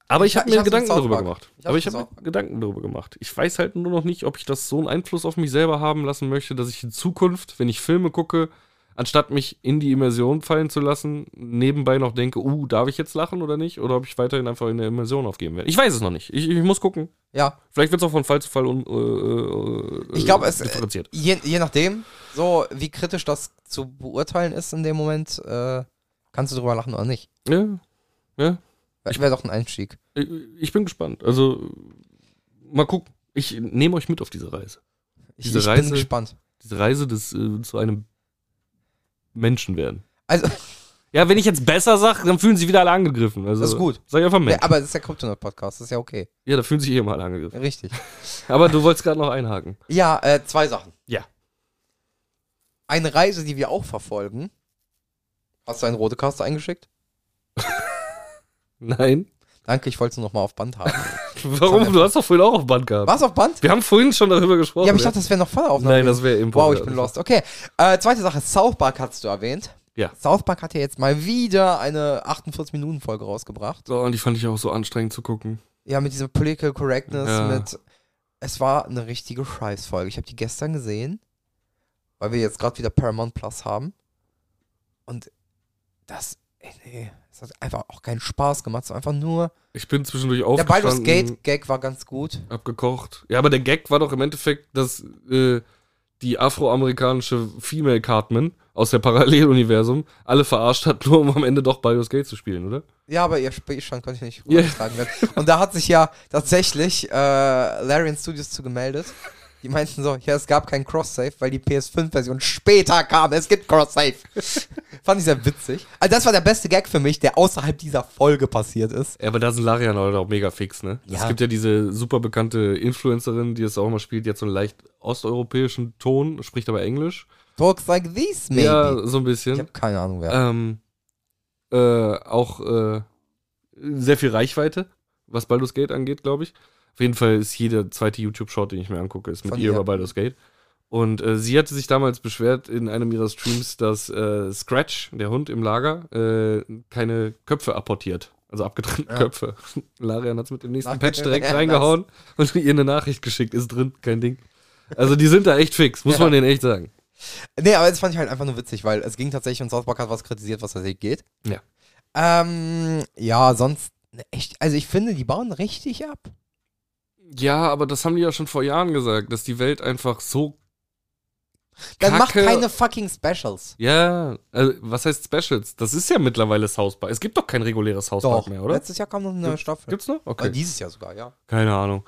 Speaker 1: Aber ich,
Speaker 2: Ich-
Speaker 1: habe
Speaker 2: ich
Speaker 1: mir
Speaker 2: hab's
Speaker 1: Gedanken
Speaker 2: mit South
Speaker 1: darüber
Speaker 2: Park.
Speaker 1: gemacht.
Speaker 2: Ich hab's
Speaker 1: Aber ich
Speaker 2: mit
Speaker 1: habe mir
Speaker 2: South Park.
Speaker 1: Gedanken darüber gemacht. Ich weiß halt nur noch nicht, ob ich das so einen Einfluss auf mich selber haben lassen möchte, dass ich in Zukunft, wenn ich Filme gucke, anstatt mich in die Immersion fallen zu lassen, nebenbei noch denke, uh, darf ich jetzt lachen oder nicht? Oder ob ich weiterhin einfach in der Immersion aufgeben werde. Ich weiß es noch nicht. Ich, ich muss gucken.
Speaker 2: Ja,
Speaker 1: Vielleicht wird es auch von Fall zu Fall un, äh, äh,
Speaker 2: Ich glaube, es-
Speaker 1: differenziert.
Speaker 2: je, je nachdem, so wie kritisch das zu beurteilen ist in dem Moment, äh, kannst du drüber lachen oder nicht.
Speaker 1: Ja. Ja.
Speaker 2: Ich wäre doch ein Einstieg.
Speaker 1: Ich- Ich bin gespannt. Also, mal gucken. Ich nehme euch mit auf diese Reise.
Speaker 2: Ich,
Speaker 1: Diese
Speaker 2: ich
Speaker 1: Reise-
Speaker 2: bin gespannt.
Speaker 1: Diese Reise des äh, zu einem Menschen werden.
Speaker 2: Also,
Speaker 1: Ja, wenn ich jetzt besser sage, dann fühlen sich wieder alle angegriffen. Also,
Speaker 2: Das ist gut.
Speaker 1: Sag einfach Mensch.
Speaker 2: ja, aber das ist ja Kryptonaut-Podcast, das ist ja okay.
Speaker 1: Ja, da fühlen sich eh immer alle angegriffen.
Speaker 2: Richtig.
Speaker 1: Aber du wolltest gerade noch einhaken.
Speaker 2: Ja, äh, zwei Sachen.
Speaker 1: Ja.
Speaker 2: Eine Reise, die wir auch verfolgen. Hast du einen Rodecaster eingeschickt?
Speaker 1: Nein.
Speaker 2: Danke, ich wollte es nur nochmal auf Band haben.
Speaker 1: Warum? Du hast doch vorhin auch auf Band gehabt.
Speaker 2: War's auf Band?
Speaker 1: Wir haben vorhin schon darüber gesprochen. ne?
Speaker 2: Ja, aber ich dachte, das wäre noch Vollaufnahme.
Speaker 1: Nein, das wäre im
Speaker 2: Wow, ich
Speaker 1: Podcast.
Speaker 2: bin lost. Okay. Äh, zweite Sache, South Park hattest du erwähnt.
Speaker 1: Ja.
Speaker 2: South Park hat ja jetzt mal wieder eine 48-Minuten-Folge rausgebracht.
Speaker 1: So, und die fand ich auch so anstrengend zu gucken.
Speaker 2: Ja, mit diesem Political Correctness,
Speaker 1: Ja.
Speaker 2: mit. es war eine richtige Scheißfolge. Ich habe die gestern gesehen, weil wir jetzt gerade wieder Paramount Plus haben. Und das, ey, nee, es hat einfach auch keinen Spaß gemacht. Es war einfach nur.
Speaker 1: Ich bin zwischendurch
Speaker 2: Der
Speaker 1: aufgestanden,
Speaker 2: Baldur's Gate Gag war ganz gut.
Speaker 1: abgekocht. Ja, aber der Gag war doch im Endeffekt, dass äh, die afroamerikanische Female Cartman aus der Paralleluniversum alle verarscht hat, nur um am Ende doch Baldur's Gate zu spielen, oder?
Speaker 2: Ja, aber ihr Spielstand konnte ich nicht
Speaker 1: Ja.
Speaker 2: übertragen werden. Und da hat sich ja tatsächlich äh, Larian Studios zu gemeldet. Die meinten so, ja, es gab kein Cross-Save, weil die PS5-Version später kam. Es gibt Cross-Save. Fand ich sehr witzig. Also das war der beste Gag für mich, der außerhalb dieser Folge passiert ist.
Speaker 1: Ja, aber da sind Larian heute auch mega fix, ne?
Speaker 2: Ja.
Speaker 1: Es gibt ja diese super bekannte Influencerin, die es auch mal spielt, die hat so einen leicht osteuropäischen Ton, spricht aber Englisch.
Speaker 2: Talks like these, maybe.
Speaker 1: Ja, so ein bisschen.
Speaker 2: ich habe keine Ahnung, wer.
Speaker 1: ähm, äh, auch äh, sehr viel Reichweite, was Baldur's Gate angeht, glaube ich. Auf jeden Fall ist jeder zweite YouTube-Short, den ich mir angucke, ist mit
Speaker 2: Von
Speaker 1: ihr
Speaker 2: ihr.
Speaker 1: über Baldur's Gate. Und äh, sie hatte sich damals beschwert in einem ihrer Streams, dass äh, Scratch, der Hund im Lager, äh, keine Köpfe apportiert. Also abgetrennte
Speaker 2: Ja.
Speaker 1: Köpfe. Larian hat es mit dem nächsten
Speaker 2: Nach-
Speaker 1: Patch direkt
Speaker 2: Ja,
Speaker 1: reingehauen und ihr eine Nachricht geschickt. Ist drin, kein Ding. Also die sind da echt fix, muss
Speaker 2: Ja.
Speaker 1: man denen echt sagen.
Speaker 2: Nee, aber das fand ich halt einfach nur witzig, weil es ging tatsächlich und South Park hat was kritisiert, was tatsächlich geht.
Speaker 1: Ja.
Speaker 2: Ähm, ja, sonst ne, echt, also ich finde, die bauen richtig ab.
Speaker 1: Ja, aber das haben die ja schon vor Jahren gesagt, dass die Welt einfach so
Speaker 2: Dann macht
Speaker 1: Kacke.
Speaker 2: keine fucking Specials.
Speaker 1: Ja, also was heißt Specials? Das ist ja mittlerweile South Park. Es gibt doch kein reguläres South Park mehr, oder?
Speaker 2: Letztes Jahr kam noch eine neue Staffel.
Speaker 1: Gibt's noch?
Speaker 2: Oder
Speaker 1: Okay.
Speaker 2: dieses Jahr sogar, ja.
Speaker 1: Keine Ahnung.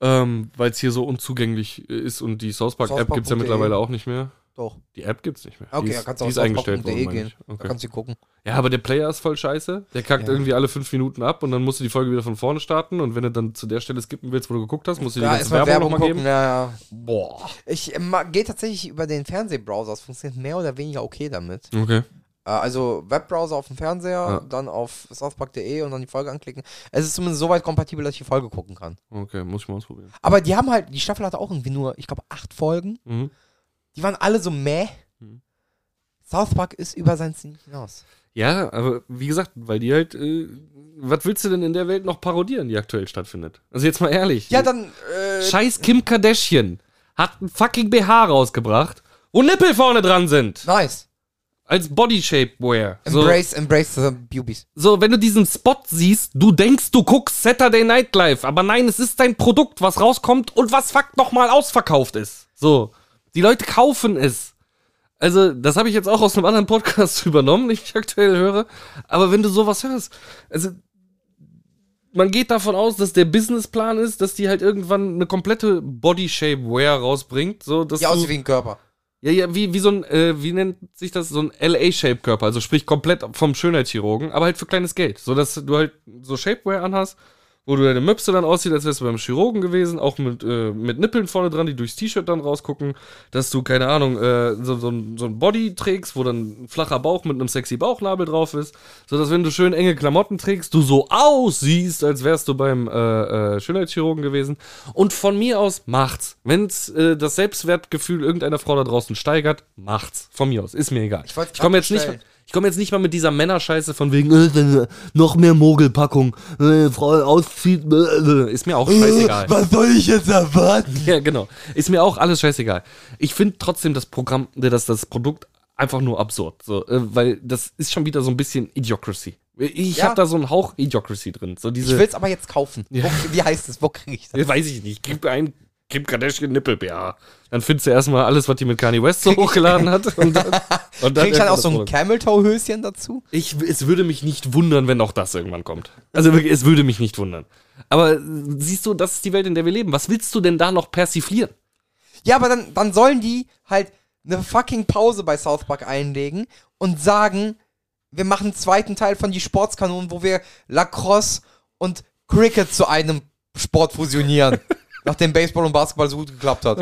Speaker 1: Ähm, Weil es hier so unzugänglich ist und die South Park
Speaker 2: South
Speaker 1: App
Speaker 2: Park
Speaker 1: gibt's ja
Speaker 2: Punkt de.
Speaker 1: mittlerweile auch nicht mehr.
Speaker 2: Doch.
Speaker 1: Die App gibt's nicht mehr.
Speaker 2: Okay,
Speaker 1: die
Speaker 2: da
Speaker 1: ist,
Speaker 2: kannst du
Speaker 1: die
Speaker 2: auf
Speaker 1: ist eingestellt worden.
Speaker 2: southpark.de
Speaker 1: meine ich.
Speaker 2: E gehen. Da
Speaker 1: Okay.
Speaker 2: kannst du gucken.
Speaker 1: Ja, aber der Player ist voll scheiße. Der kackt
Speaker 2: Ja.
Speaker 1: irgendwie alle fünf Minuten ab und dann musst du die Folge wieder von vorne starten und wenn du dann zu der Stelle skippen willst, wo du geguckt hast, musst du die
Speaker 2: Ja,
Speaker 1: ganze
Speaker 2: erstmal
Speaker 1: Werbung,
Speaker 2: Werbung
Speaker 1: nochmal
Speaker 2: gucken.
Speaker 1: geben.
Speaker 2: Ja, ja.
Speaker 1: Boah.
Speaker 2: Ich gehe tatsächlich über den Fernsehbrowser. Es funktioniert mehr oder weniger okay damit.
Speaker 1: Okay.
Speaker 2: Äh, Also Webbrowser auf dem Fernseher,
Speaker 1: Ja.
Speaker 2: dann auf southpark.de und dann die Folge anklicken. Es ist zumindest soweit kompatibel, dass ich die Folge gucken kann.
Speaker 1: Okay, muss ich mal ausprobieren.
Speaker 2: Aber die haben halt, die Staffel hatte auch irgendwie nur, ich glaube, acht Folgen.
Speaker 1: Mhm.
Speaker 2: Die waren alle so meh.
Speaker 1: Mhm.
Speaker 2: South Park ist über sein Ziel hinaus.
Speaker 1: Ja, aber wie gesagt, weil die halt, äh, was willst du denn in der Welt noch parodieren, die aktuell stattfindet? Also jetzt mal ehrlich.
Speaker 2: Ja, dann. Äh,
Speaker 1: Scheiß Kim Kardashian hat ein fucking BH rausgebracht, wo Nippel vorne dran sind.
Speaker 2: nice.
Speaker 1: Als Body-Shape-Wear. So,
Speaker 2: Embrace, embrace the Beauties.
Speaker 1: so, wenn du diesen Spot siehst, du denkst, du guckst Saturday Night Live, aber nein, es ist dein Produkt, was rauskommt und was fuck nochmal ausverkauft ist. So. Die Leute kaufen es. Also, das habe ich jetzt auch aus einem anderen Podcast übernommen, den ich aktuell höre. Aber wenn du sowas hörst, also man geht davon aus, dass der Businessplan ist, dass die halt irgendwann eine komplette Body Shape Wear rausbringt, so dass
Speaker 2: Die
Speaker 1: du,
Speaker 2: aussieht wie ein Körper.
Speaker 1: ja, ja, wie, wie so ein, äh, wie nennt sich das? So ein LA-Shape-Körper, also sprich komplett vom Schönheitschirurgen, aber halt für kleines Geld. So dass du halt so Shapewear anhast, wo du deine Möpse dann aussieht, als wärst du beim Chirurgen gewesen, auch mit, äh, mit Nippeln vorne dran, die durchs T-Shirt dann rausgucken, dass du, keine Ahnung, äh, so, so, ein- so ein Body trägst, wo dann ein flacher Bauch mit einem sexy Bauchnabel drauf ist, so dass wenn du schön enge Klamotten trägst, du so aussiehst, als wärst du beim äh, äh, Schönheitschirurgen gewesen. Und von mir aus macht's. Wenn's äh, das Selbstwertgefühl irgendeiner Frau da draußen steigert, macht's. Von mir aus, ist mir egal. Ich,
Speaker 2: wollt's
Speaker 1: komme jetzt nicht,
Speaker 2: bestellen.
Speaker 1: ich komme jetzt nicht mal mit dieser Männerscheiße von wegen, äh,
Speaker 4: Äh, noch mehr Mogelpackung. Äh, Frau auszieht. Äh, äh.
Speaker 1: ist mir auch scheißegal.
Speaker 4: Was soll ich jetzt erwarten?
Speaker 1: Ja, genau. Ist mir auch alles scheißegal. Ich finde trotzdem das Programm, äh, das, das Produkt einfach nur absurd. So, äh, weil das ist schon wieder so ein bisschen Idiocracy. Ich
Speaker 2: Ja.
Speaker 1: habe da so einen Hauch Idiocracy drin. So
Speaker 2: Ich
Speaker 1: diese,
Speaker 2: will's aber jetzt kaufen. Wo, wie heißt es? Wo kriege ich das?
Speaker 1: Ja, weiß ich nicht, gib ein Kim Kardashian Nippel BH. Dann findest du erstmal alles, was die mit Kanye West so hochgeladen hat. Und dann, und
Speaker 2: Krieg ich dann halt auch
Speaker 1: das
Speaker 2: so ein
Speaker 1: Produkt.
Speaker 2: Camel-Toe-Höschen dazu?
Speaker 1: Ich, es würde mich nicht wundern, wenn auch das irgendwann kommt. Also wirklich, es würde mich nicht wundern. Aber äh, siehst du, das ist die Welt, in der wir leben. Was willst du denn da noch persiflieren?
Speaker 2: Ja, aber dann, dann sollen die halt eine fucking Pause bei South Park einlegen und sagen, wir machen einen zweiten Teil von die Sportskanonen, wo wir Lacrosse und Cricket zu einem Sport fusionieren. nachdem Baseball und Basketball so gut geklappt hat.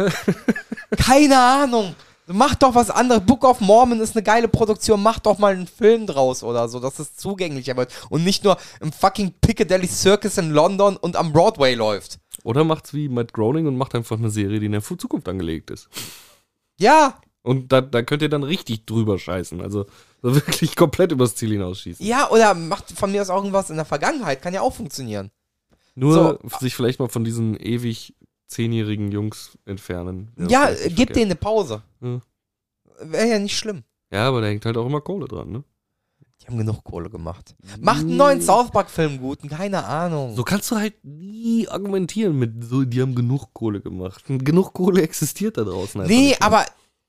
Speaker 2: Keine Ahnung. Mach doch was anderes. Book of Mormon ist eine geile Produktion. Mach doch mal einen Film draus oder so, dass es zugänglicher wird. Und nicht nur im fucking Piccadilly Circus in London und am Broadway läuft.
Speaker 1: Oder macht's wie Matt Groening und macht einfach eine Serie, die in der Fu- Zukunft angelegt ist.
Speaker 2: Ja,
Speaker 1: Und da, da könnt ihr dann richtig drüber scheißen. Also so wirklich komplett übers Ziel hinausschießen.
Speaker 2: Ja, oder macht von mir aus auch irgendwas in der Vergangenheit. Kann ja auch funktionieren.
Speaker 1: Nur sich vielleicht mal von diesen ewig zehnjährigen Jungs entfernen. Wäre
Speaker 2: Ja,
Speaker 1: vielleicht nicht
Speaker 2: gib
Speaker 1: verkehrt.
Speaker 2: denen eine Pause.
Speaker 1: Ja.
Speaker 2: Wäre ja nicht schlimm.
Speaker 1: Ja, aber da hängt halt auch immer Kohle dran, ne?
Speaker 2: Die haben genug Kohle gemacht. Macht einen neuen South Park-Film guten, keine Ahnung.
Speaker 1: So kannst du halt nie argumentieren mit so, die haben genug Kohle gemacht. Genug Kohle existiert da draußen. einfach
Speaker 2: nee,
Speaker 1: nicht mehr.
Speaker 2: aber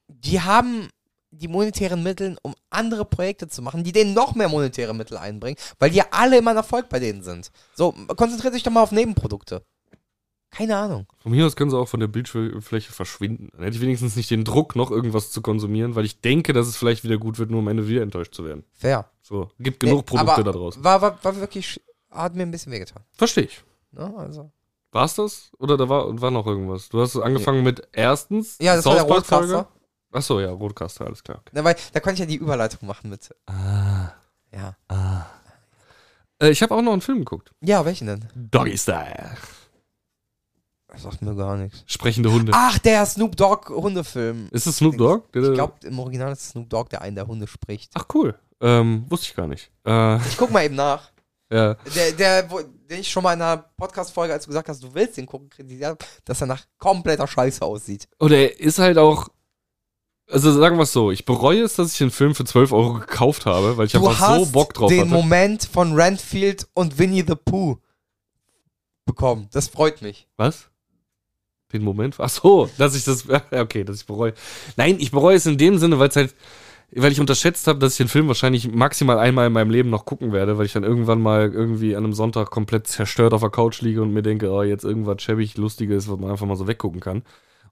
Speaker 2: die haben die monetären Mittel, um andere Projekte zu machen, die denen noch mehr monetäre Mittel einbringen, weil die ja alle immer ein Erfolg bei denen sind. So, konzentriert sich doch mal auf Nebenprodukte. Keine Ahnung.
Speaker 1: Von mir aus können sie auch von der Bildfläche verschwinden. Dann hätte ich wenigstens nicht den Druck, noch irgendwas zu konsumieren, weil ich denke, dass es vielleicht wieder gut wird, nur am Ende wieder enttäuscht zu werden.
Speaker 2: Fair.
Speaker 1: So, gibt genug
Speaker 2: Nee,
Speaker 1: Produkte
Speaker 2: aber
Speaker 1: da draußen.
Speaker 2: War, war, war wirklich, sch- hat mir ein bisschen wehgetan.
Speaker 1: Verstehe ich.
Speaker 2: Ne? Also.
Speaker 1: War's das? Oder da war, war noch irgendwas? Du hast angefangen mit erstens.
Speaker 2: Ja, das war der
Speaker 1: Park-Folge.
Speaker 2: Rotkaster.
Speaker 1: Ach so, ja, Rotcaster, alles klar.
Speaker 2: Ne, weil da konnte ich ja die Überleitung machen mit.
Speaker 1: Ah.
Speaker 2: Ja.
Speaker 1: Äh, ich habe auch noch einen Film geguckt.
Speaker 2: Ja, welchen denn?
Speaker 1: Doggy Style.
Speaker 2: Das sagt mir gar nichts.
Speaker 1: Sprechende Hunde.
Speaker 2: Ach, der Snoop Dogg Hundefilm.
Speaker 1: Ist es Snoop Dogg?
Speaker 2: Ah. Ich glaube, im Original ist Snoop Dogg der einen, der Hunde spricht.
Speaker 1: Ach cool. Ähm, wusste ich gar nicht. Äh,
Speaker 2: Ich guck mal eben nach.
Speaker 1: ja.
Speaker 2: Der, der, wo, den ich schon mal in einer Podcast-Folge, als du gesagt hast, du willst den gucken, kritisiert hab, dass er nach kompletter Scheiße aussieht.
Speaker 1: Und er ist halt auch. Also sagen wir es so, ich bereue es, dass ich den Film für 12 Euro gekauft habe, weil ich
Speaker 2: du
Speaker 1: einfach
Speaker 2: hast
Speaker 1: so Bock drauf
Speaker 2: den
Speaker 1: hatte.
Speaker 2: Moment von Renfield und Winnie the Pooh bekommen. Das freut mich.
Speaker 1: Was? Den Moment? Ach so, dass ich das. ja, Okay, dass ich bereue. Nein, ich bereue es in dem Sinne, weil es halt. Weil ich unterschätzt habe, dass ich den Film wahrscheinlich maximal einmal in meinem Leben noch gucken werde, weil ich dann irgendwann mal irgendwie an einem Sonntag komplett zerstört auf der Couch liege und mir denke, oh, jetzt irgendwas schäbig, lustiges, was man einfach mal so weggucken kann.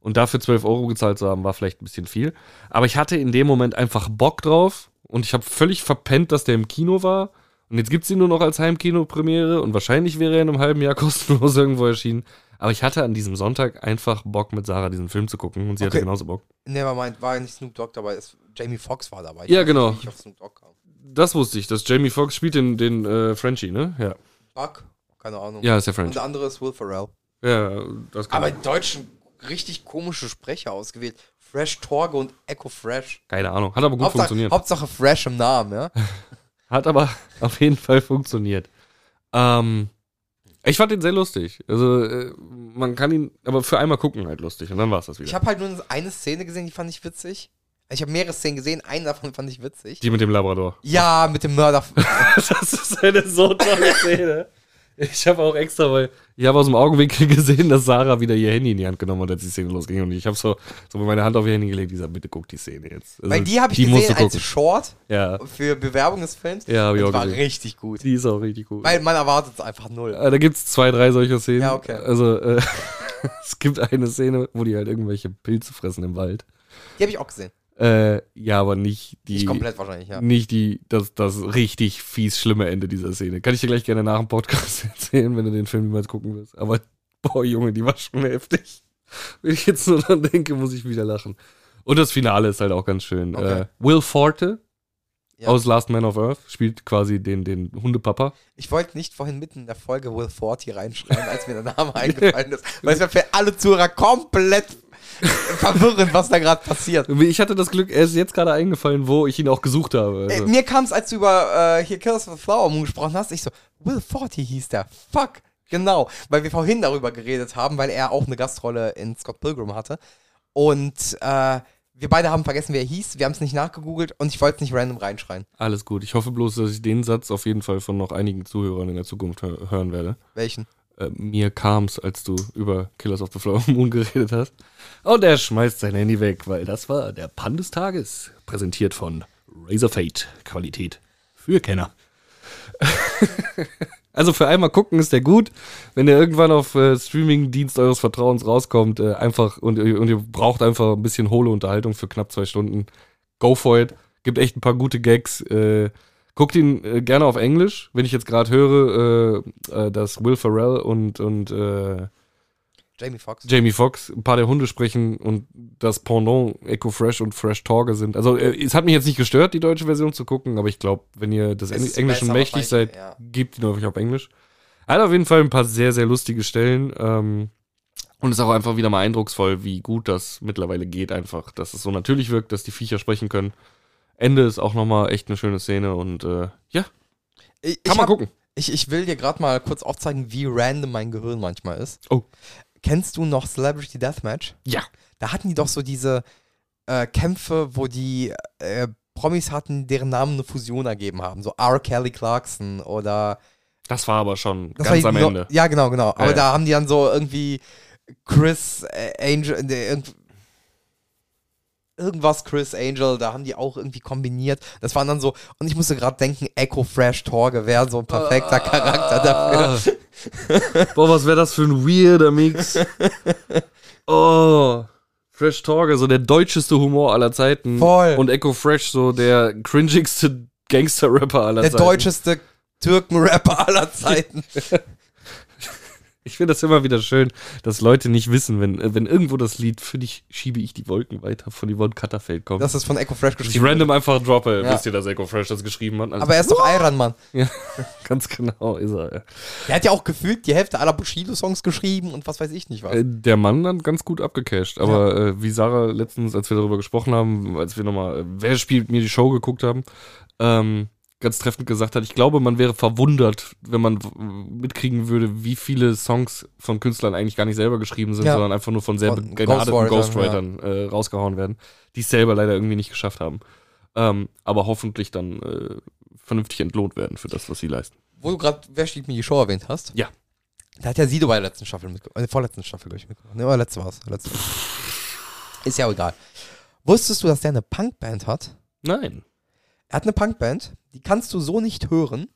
Speaker 1: Und dafür 12 Euro gezahlt zu haben, war vielleicht ein bisschen viel. Aber ich hatte in dem Moment einfach Bock drauf und ich habe völlig verpennt, dass der im Kino war. Und jetzt gibt's ihn nur noch als Heimkinopremiere und wahrscheinlich wäre er in einem halben Jahr kostenlos irgendwo erschienen. Aber ich hatte an diesem Sonntag einfach Bock, mit Sarah diesen Film zu gucken und sie hatte
Speaker 2: Okay.
Speaker 1: genauso Bock.
Speaker 2: Nevermind, war ja nicht Snoop Dogg dabei, es, Jamie Foxx war dabei. Ich
Speaker 1: Ja,
Speaker 2: weiß nicht,
Speaker 1: genau.
Speaker 2: Wie ich auf Snoop Dogg kam.
Speaker 1: Das wusste ich, dass Jamie Foxx spielt den, den äh, Frenchie, ne? Ja.
Speaker 2: Buck? Keine Ahnung.
Speaker 1: Ja, ist der
Speaker 2: Und
Speaker 1: French.
Speaker 2: der andere ist Will Ferrell.
Speaker 1: Ja, das kann
Speaker 2: Aber die Deutschen richtig komische Sprecher ausgewählt. Fresh Torge und Echo Fresh.
Speaker 1: Keine Ahnung. Hat aber gut
Speaker 2: Hauptsache,
Speaker 1: funktioniert.
Speaker 2: Hauptsache Fresh im Namen, ja?
Speaker 1: Hat aber auf jeden Fall funktioniert. Ähm, ich fand ihn sehr lustig. Also, äh, man kann ihn, aber für einmal gucken halt lustig und dann war's das wieder.
Speaker 2: Ich habe halt nur eine Szene gesehen, die fand ich witzig. Ich habe mehrere Szenen gesehen, eine davon fand ich witzig.
Speaker 1: Die mit dem Labrador.
Speaker 2: Ja, mit dem Mörder.
Speaker 1: Das ist eine so tolle Szene. Ich habe auch extra, weil ich habe aus dem Augenwinkel gesehen, dass Sarah wieder ihr Handy in die Hand genommen hat, als die Szene losging. Und ich habe so, so meine Hand auf ihr Handy gelegt und gesagt, bitte guck die Szene jetzt. Also,
Speaker 2: Weil die habe ich
Speaker 1: musst
Speaker 2: gesehen
Speaker 1: du
Speaker 2: als
Speaker 1: gucken.
Speaker 2: Short
Speaker 1: Ja,
Speaker 2: für Bewerbung des Films.
Speaker 1: Ja, hab ich
Speaker 2: Und
Speaker 1: auch
Speaker 2: war
Speaker 1: gesehen.
Speaker 2: richtig gut.
Speaker 1: die ist auch richtig gut.
Speaker 2: Weil man erwartet es einfach null.
Speaker 1: Äh, Da gibt's zwei, drei solcher Szenen.
Speaker 2: Ja, okay.
Speaker 1: Also, äh, es gibt eine Szene, wo die halt irgendwelche Pilze fressen im Wald.
Speaker 2: Die habe ich auch gesehen.
Speaker 1: Äh, ja, aber nicht die.
Speaker 2: Nicht komplett wahrscheinlich, ja.
Speaker 1: Nicht die, das, das richtig fies schlimme Ende dieser Szene. Kann ich dir gleich gerne nach dem Podcast erzählen, wenn du den Film jemals gucken willst. Aber boah, Junge, die war schon heftig. Wenn ich jetzt nur dran denke, muss ich wieder lachen. Und das Finale ist halt auch ganz schön.
Speaker 2: Okay.
Speaker 1: Äh, Will Forte
Speaker 2: Ja.
Speaker 1: aus Last Man of Earth spielt quasi den, den Hundepapa.
Speaker 2: Ich wollte nicht vorhin mitten in der Folge Will Forty reinschreiben, als mir der Name eingefallen ist. Weil es wäre für alle Zuhörer komplett verwirrend, was da gerade passiert.
Speaker 1: Ich hatte das Glück, er ist jetzt gerade eingefallen, wo ich ihn auch gesucht habe.
Speaker 2: Äh,
Speaker 1: Also,
Speaker 2: mir kam es, als du über äh, hier Killers of the Flower Moon gesprochen hast, ich so, Will Forty hieß der. Fuck. Genau. Weil wir vorhin darüber geredet haben, weil er auch eine Gastrolle in Scott Pilgrim hatte. Und äh, wir beide haben vergessen, wer er hieß. Wir haben es nicht nachgegoogelt und ich wollte es nicht random reinschreien.
Speaker 1: alles gut. Ich hoffe bloß, dass ich den Satz auf jeden Fall von noch einigen Zuhörern in der Zukunft hö- hören werde.
Speaker 2: Welchen?
Speaker 1: äh, mir kam's, als du über Killers of the Flower Moon geredet hast. Und er schmeißt sein Handy weg, weil das war der Pan des Tages, präsentiert von Razor Fate Qualität für Kenner. also für einmal gucken ist der gut. Wenn ihr irgendwann auf äh, Streaming-Dienst eures Vertrauens rauskommt, äh, einfach und, ihr- und ihr braucht einfach ein bisschen hohle Unterhaltung für knapp zwei Stunden, go for it. Gibt echt ein paar gute Gags. Äh, guckt ihn äh, gerne auf Englisch, wenn ich jetzt gerade höre, äh, äh, dass Will Ferrell und, und äh,
Speaker 2: Jamie Foxx.
Speaker 1: Jamie Foxx ein paar der Hunde sprechen und das Pendant Echo Fresh und Fresh Torge sind. Also äh, es hat mich jetzt nicht gestört, die deutsche Version zu gucken, aber ich glaube, wenn ihr des
Speaker 2: Es
Speaker 1: Eng-
Speaker 2: ist
Speaker 1: Englischen
Speaker 2: besser
Speaker 1: mächtig
Speaker 2: wahrscheinlich,
Speaker 1: seid,
Speaker 2: ja.
Speaker 1: gebt ihn euch auf Englisch. Er hat auf jeden Fall ein paar sehr, sehr lustige Stellen. Ähm, und ist auch einfach wieder mal eindrucksvoll, wie gut das mittlerweile geht, einfach, dass es so natürlich wirkt, dass die Viecher sprechen können. Ende ist auch nochmal echt eine schöne Szene und äh, ja, kann
Speaker 2: Ich, ich
Speaker 1: man
Speaker 2: hab-
Speaker 1: gucken.
Speaker 2: Ich, ich will dir gerade mal kurz aufzeigen, wie random mein Gehirn manchmal ist.
Speaker 1: Oh.
Speaker 2: Kennst du noch Celebrity Deathmatch?
Speaker 1: Ja.
Speaker 2: Da hatten die doch so diese äh, Kämpfe, wo die äh, Promis hatten, deren Namen eine Fusion ergeben haben. So R. Kelly Clarkson oder.
Speaker 1: Das war aber schon
Speaker 2: Das
Speaker 1: ganz
Speaker 2: war
Speaker 1: am
Speaker 2: die-
Speaker 1: Ende.
Speaker 2: Ja, genau, genau. Aber
Speaker 1: ja.
Speaker 2: da haben die dann so irgendwie Chris äh, Angel. nee, irgend- Irgendwas Chris Angel, da haben die auch irgendwie kombiniert. Das waren dann so, und ich musste gerade denken, Echo Fresh Torge wäre so ein perfekter
Speaker 1: Ah.
Speaker 2: Charakter dafür.
Speaker 1: Boah, was wäre das für ein weirder Mix? oh, Fresh Torge, so der deutscheste Humor aller Zeiten.
Speaker 2: Voll.
Speaker 1: Und Echo Fresh, so der cringigste Gangster-Rapper aller
Speaker 2: Der
Speaker 1: Zeiten.
Speaker 2: deutscheste Türken-Rapper aller Zeiten.
Speaker 1: Ich finde das immer wieder schön, dass Leute nicht wissen, wenn, äh, wenn irgendwo das Lied für dich schiebe ich die Wolken weiter von Yvonne Katterfeld kommt.
Speaker 2: Das ist von Echo Fresh
Speaker 1: ich
Speaker 2: geschrieben.
Speaker 1: random einfach droppe,
Speaker 2: Ja.
Speaker 1: wisst ihr, dass Echo Fresh das geschrieben hat. Also-
Speaker 2: Aber er ist doch Ironman.
Speaker 1: ja, ganz genau ist er.
Speaker 2: Er hat ja auch gefühlt die Hälfte aller Bushido-Songs geschrieben und was weiß ich nicht was.
Speaker 1: Äh, Der Mann dann ganz gut abgecasht. Aber äh, wie Sarah letztens, als wir darüber gesprochen haben, als wir nochmal äh, Wer spielt mir die Show geguckt haben, ähm, ganz treffend gesagt hat, ich glaube, man wäre verwundert, wenn man w- mitkriegen würde, wie viele Songs von Künstlern eigentlich gar nicht selber geschrieben sind,
Speaker 2: Ja.
Speaker 1: sondern einfach nur von sehr
Speaker 2: Von
Speaker 1: begnadeten
Speaker 2: Ghostwritern,
Speaker 1: Ghostwritern äh, rausgehauen werden, die es selber leider irgendwie nicht geschafft haben. Ähm, aber hoffentlich dann äh, vernünftig entlohnt werden für das, was sie leisten.
Speaker 2: Wo du gerade Wer steht mir die Show erwähnt hast.
Speaker 1: Ja.
Speaker 2: Da hat ja Sido bei der letzten Staffel mitgemacht. der vorletzten Staffel, glaube ich, mitgemacht. Ne, oder letzte war es. Letzte. Ist ja auch egal. Wusstest du, dass der eine Punkband hat?
Speaker 1: Nein.
Speaker 2: Er hat eine Punkband, die kannst du so nicht hören.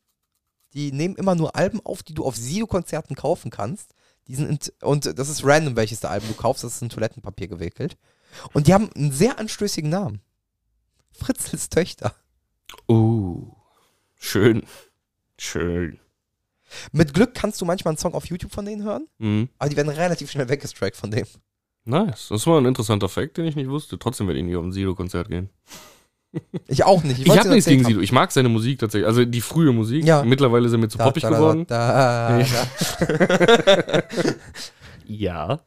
Speaker 2: Die nehmen immer nur Alben auf, die du auf Sido-Konzerten kaufen kannst. Die sind in, und das ist random, welches der Alben du kaufst. Das ist in Toilettenpapier gewickelt. Und die haben einen sehr anstößigen Namen. Fritzels Töchter.
Speaker 1: Oh. Schön. Schön.
Speaker 2: Mit Glück kannst du manchmal einen Song auf YouTube von denen hören,
Speaker 1: Mhm.
Speaker 2: aber die werden relativ schnell weggestrickt von dem.
Speaker 1: Nice. Das war ein interessanter Fact, den ich nicht wusste. Trotzdem werde ich nie auf ein Sido-Konzert gehen.
Speaker 2: Ich auch nicht.
Speaker 1: Ich,
Speaker 2: wollte
Speaker 1: habe
Speaker 2: dir
Speaker 1: nichts
Speaker 2: erzählt
Speaker 1: gegen
Speaker 2: haben.
Speaker 1: Sido. Ich mag seine Musik tatsächlich. Also die frühe Musik.
Speaker 2: Ja.
Speaker 1: Mittlerweile sind wir zu
Speaker 2: Da,
Speaker 1: poppig
Speaker 2: da, da,
Speaker 1: geworden.
Speaker 2: Da, da, da.
Speaker 1: Ja.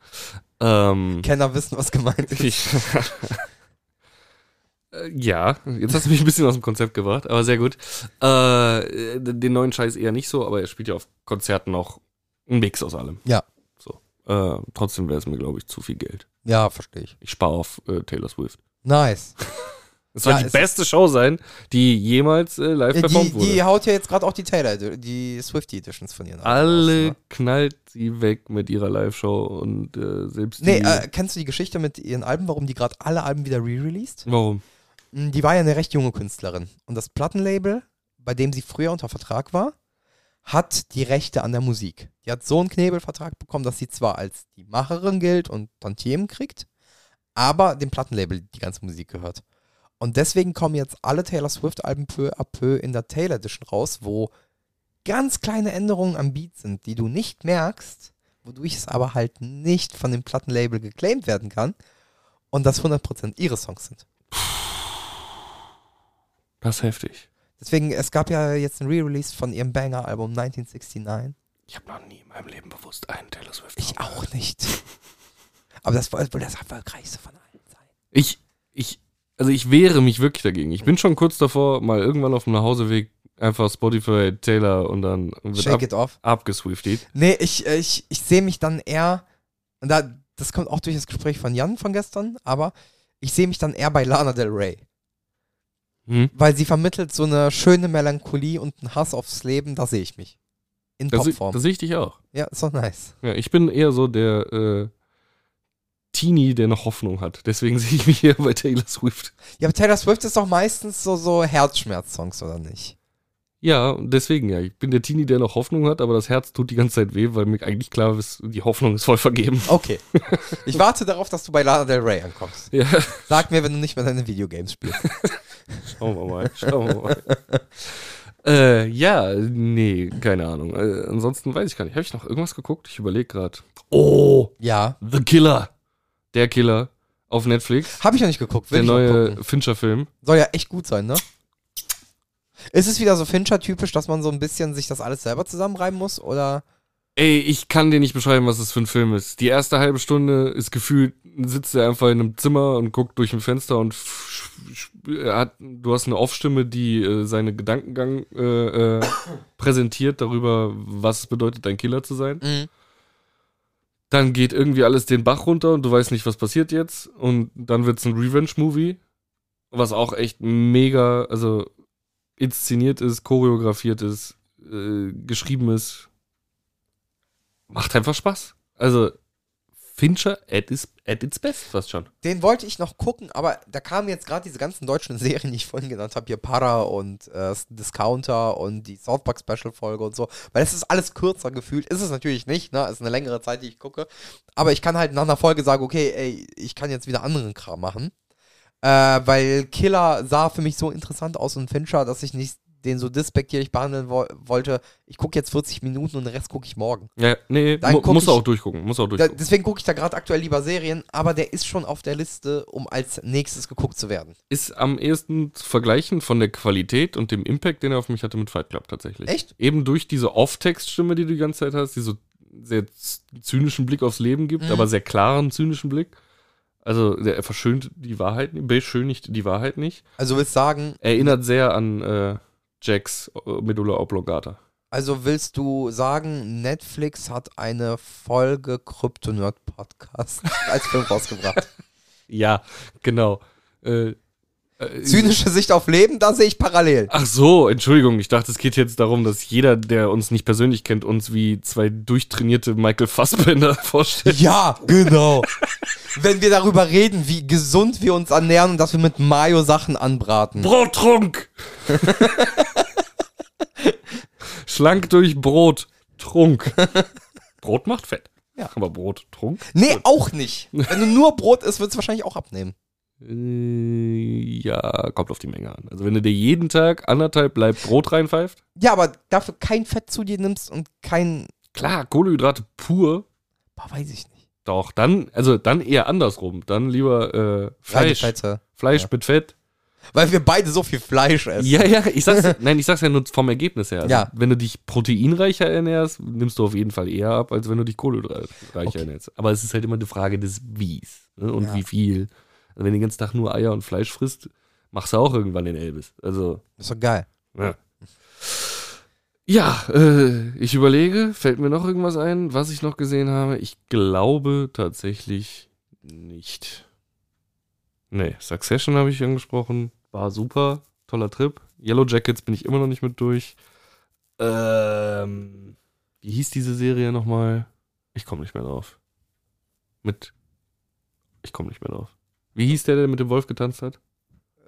Speaker 1: Ähm,
Speaker 2: Kenner wissen, was gemeint ist.
Speaker 1: ich, Äh, ja, jetzt hast du mich ein bisschen aus dem Konzept gebracht, aber sehr gut. Äh, den neuen Scheiß eher nicht so, aber er spielt ja auf Konzerten auch einen Mix aus allem.
Speaker 2: Ja.
Speaker 1: So. Äh, trotzdem wäre es mir, glaube ich, zu viel Geld.
Speaker 2: Ja, verstehe ich.
Speaker 1: Ich spare auf äh, Taylor Swift.
Speaker 2: Nice.
Speaker 1: Es soll
Speaker 2: Ja,
Speaker 1: die
Speaker 2: es-
Speaker 1: beste Show sein, die jemals äh, live
Speaker 2: Ja, die,
Speaker 1: performt wurde.
Speaker 2: die haut ja jetzt gerade auch die Taylor, die Swifty Editions von ihr.
Speaker 1: Alle
Speaker 2: Ne?
Speaker 1: knallt sie weg mit ihrer Live-Show und äh, selbst
Speaker 2: Nee,
Speaker 1: die...
Speaker 2: äh, kennst du die Geschichte mit ihren Alben, warum die gerade alle Alben wieder re-released?
Speaker 1: Warum?
Speaker 2: Mm, Die war ja eine recht junge Künstlerin. Und das Plattenlabel, bei dem sie früher unter Vertrag war, hat die Rechte an der Musik. Die hat so einen Knebelvertrag bekommen, dass sie zwar als die Macherin gilt und Tantiemen kriegt, aber dem Plattenlabel die ganze Musik gehört. Und deswegen kommen jetzt alle Taylor Swift-Alben peu à peu in der Taylor Edition raus, wo ganz kleine Änderungen am Beat sind, die du nicht merkst, wodurch es aber halt nicht von dem Plattenlabel geclaimt werden kann und das 100% ihre Songs sind.
Speaker 1: Das ist heftig.
Speaker 2: Deswegen, es gab ja jetzt einen Re-Release von ihrem Banger-Album 1969.
Speaker 1: Ich habe noch nie in meinem Leben bewusst einen Taylor Swift.
Speaker 2: Ich auch nicht. Aber das war wohl das erfolgreichste von allen sein.
Speaker 1: Ich, ich, also ich wehre mich wirklich dagegen. Ich bin schon kurz davor, mal irgendwann auf dem Nachhauseweg einfach Spotify, Taylor und dann wird
Speaker 2: Shake
Speaker 1: ab,
Speaker 2: it off.
Speaker 1: abgeswiftet.
Speaker 2: Nee, ich, äh, ich, ich sehe mich dann eher, und da, das kommt auch durch das Gespräch von Jan von gestern, aber ich sehe mich dann eher bei Lana Del Rey.
Speaker 1: Hm?
Speaker 2: Weil sie vermittelt so eine schöne Melancholie und einen Hass aufs Leben, da sehe ich mich. In
Speaker 1: Das,
Speaker 2: Popform.
Speaker 1: das sehe ich dich auch.
Speaker 2: ja, ist doch nice.
Speaker 1: Ja, ich bin eher so der äh, Teenie, der noch Hoffnung hat. Deswegen sehe ich mich eher bei Taylor Swift.
Speaker 2: Ja, aber Taylor Swift ist doch meistens so, so Herzschmerz-Songs, oder nicht?
Speaker 1: Ja, und deswegen ja. Ich bin der Teenie, der noch Hoffnung hat, aber das Herz tut die ganze Zeit weh, weil mir eigentlich klar ist, die Hoffnung ist voll vergeben.
Speaker 2: Okay. Ich warte darauf, dass du bei Lana Del Rey ankommst.
Speaker 1: Ja,
Speaker 2: Sag mir, wenn du nicht mehr deine Videogames spielst.
Speaker 1: schauen wir mal. Schauen wir mal. äh, ja, nee, keine Ahnung. Äh, ansonsten weiß ich gar nicht. Habe ich noch irgendwas geguckt? Ich überlege gerade. Oh,
Speaker 2: Ja.
Speaker 1: The Killer. Der Killer auf Netflix.
Speaker 2: Hab ich noch nicht geguckt.
Speaker 1: der
Speaker 2: Will ich noch
Speaker 1: neue
Speaker 2: gucken.
Speaker 1: Fincher-Film.
Speaker 2: Soll ja echt gut sein, ne? Ist es wieder so Fincher-typisch, dass man so ein bisschen sich das alles selber zusammenreiben muss? Oder?
Speaker 1: Ey, ich kann dir nicht beschreiben, was das für ein Film ist. Die erste halbe Stunde ist gefühlt, sitzt er einfach in einem Zimmer und guckt durch ein Fenster und f- sch- er hat, du hast eine Off-Stimme, die äh, seine Gedankengang äh, äh, präsentiert darüber, was es bedeutet, ein Killer zu sein. Dann geht irgendwie alles den Bach runter und du weißt nicht, was passiert jetzt. Und dann wird's ein Revenge-Movie, was auch echt mega, also inszeniert ist, choreografiert ist, äh, geschrieben ist. Macht einfach Spaß. Also Fincher at, is, at its best fast schon.
Speaker 2: Den wollte ich noch gucken, aber da kamen jetzt gerade diese ganzen deutschen Serien, die ich vorhin genannt habe, hier Para und äh, Discounter und die South Park Special Folge und so, weil es ist alles kürzer gefühlt, ist es natürlich nicht, ne, ist eine längere Zeit, die ich gucke, aber ich kann halt nach einer Folge sagen, okay, ey, ich kann jetzt wieder anderen Kram machen, äh, weil Killer sah für mich so interessant aus und Fincher, dass ich nicht den so despektierlich behandeln wo wollte, ich gucke jetzt 40 Minuten und den Rest gucke ich morgen.
Speaker 1: Ja, nee,
Speaker 2: Dann
Speaker 1: mu
Speaker 2: guck
Speaker 1: muss er
Speaker 2: ich-
Speaker 1: auch durchgucken. Muss er auch
Speaker 2: Da,
Speaker 1: durchgucken.
Speaker 2: deswegen gucke ich da gerade aktuell lieber Serien, aber der ist schon auf der Liste, um als nächstes geguckt zu werden.
Speaker 1: ist am ehesten zu vergleichen von der Qualität und dem Impact, den er auf mich hatte mit Fight Club tatsächlich.
Speaker 2: Echt?
Speaker 1: Eben durch diese Off-Text-Stimme, die du die ganze Zeit hast, die so sehr z- zynischen Blick aufs Leben gibt,
Speaker 2: Mhm.
Speaker 1: aber sehr klaren zynischen Blick. Also der, er verschönt die Wahrheit, beschönigt die Wahrheit nicht.
Speaker 2: Also willst sagen,
Speaker 1: Erinnert sehr an äh, Jacks äh, Medulla Oblongata.
Speaker 2: also willst du sagen, Netflix hat eine Folge Kryptonerd Podcast als Film rausgebracht.
Speaker 1: Ja, genau. Äh, äh,
Speaker 2: Zynische Sicht auf Leben, da sehe ich parallel.
Speaker 1: Ach so, Entschuldigung, ich dachte, es geht jetzt darum, dass jeder, der uns nicht persönlich kennt, uns wie zwei durchtrainierte Michael Fassbender vorstellt.
Speaker 2: Ja, genau. Wenn wir darüber reden, wie gesund wir uns ernähren und dass wir mit Mayo Sachen anbraten.
Speaker 1: Brottrunk! Schlank durch Brot, Trunk. Brot macht fett.
Speaker 2: Ja.
Speaker 1: Aber Brot, Trunk?
Speaker 2: Nee, auch nicht. Wenn du nur Brot isst, wird es wahrscheinlich auch abnehmen.
Speaker 1: Äh, ja, kommt auf die Menge an. Also wenn du dir jeden Tag anderthalb Leib Brot reinpfeift,
Speaker 2: Ja, aber dafür kein Fett zu dir nimmst und kein.
Speaker 1: klar, Kohlenhydrate pur,
Speaker 2: Boah, weiß ich nicht.
Speaker 1: doch, dann, also dann eher andersrum. Dann lieber äh,
Speaker 2: Keine
Speaker 1: Fleisch.
Speaker 2: Fette.
Speaker 1: Fleisch mit Fett.
Speaker 2: Weil wir beide so viel Fleisch essen.
Speaker 1: Ja, ja, ich sag's, nein, ich sag's ja nur vom Ergebnis her. Also,
Speaker 2: Ja.
Speaker 1: Wenn du dich proteinreicher ernährst, nimmst du auf jeden Fall eher ab, als wenn du dich kohlenhydratreicher
Speaker 2: Okay.
Speaker 1: ernährst. Aber es ist halt immer eine Frage des Wies ne? und
Speaker 2: Ja.
Speaker 1: wie viel. Also wenn du den ganzen Tag nur Eier und Fleisch frisst, machst du auch irgendwann den Elvis. Also,
Speaker 2: Ist doch geil.
Speaker 1: ja. Ja, äh, ich überlege, fällt mir noch irgendwas ein, was ich noch gesehen habe? Ich glaube tatsächlich nicht. Nee, Succession habe ich angesprochen, war super, toller Trip. Yellow Jackets bin ich immer noch nicht mit durch. Ähm, wie hieß diese Serie nochmal? Ich komme nicht mehr drauf. Mit. Ich komme nicht mehr drauf. Wie hieß der, der mit dem Wolf getanzt hat?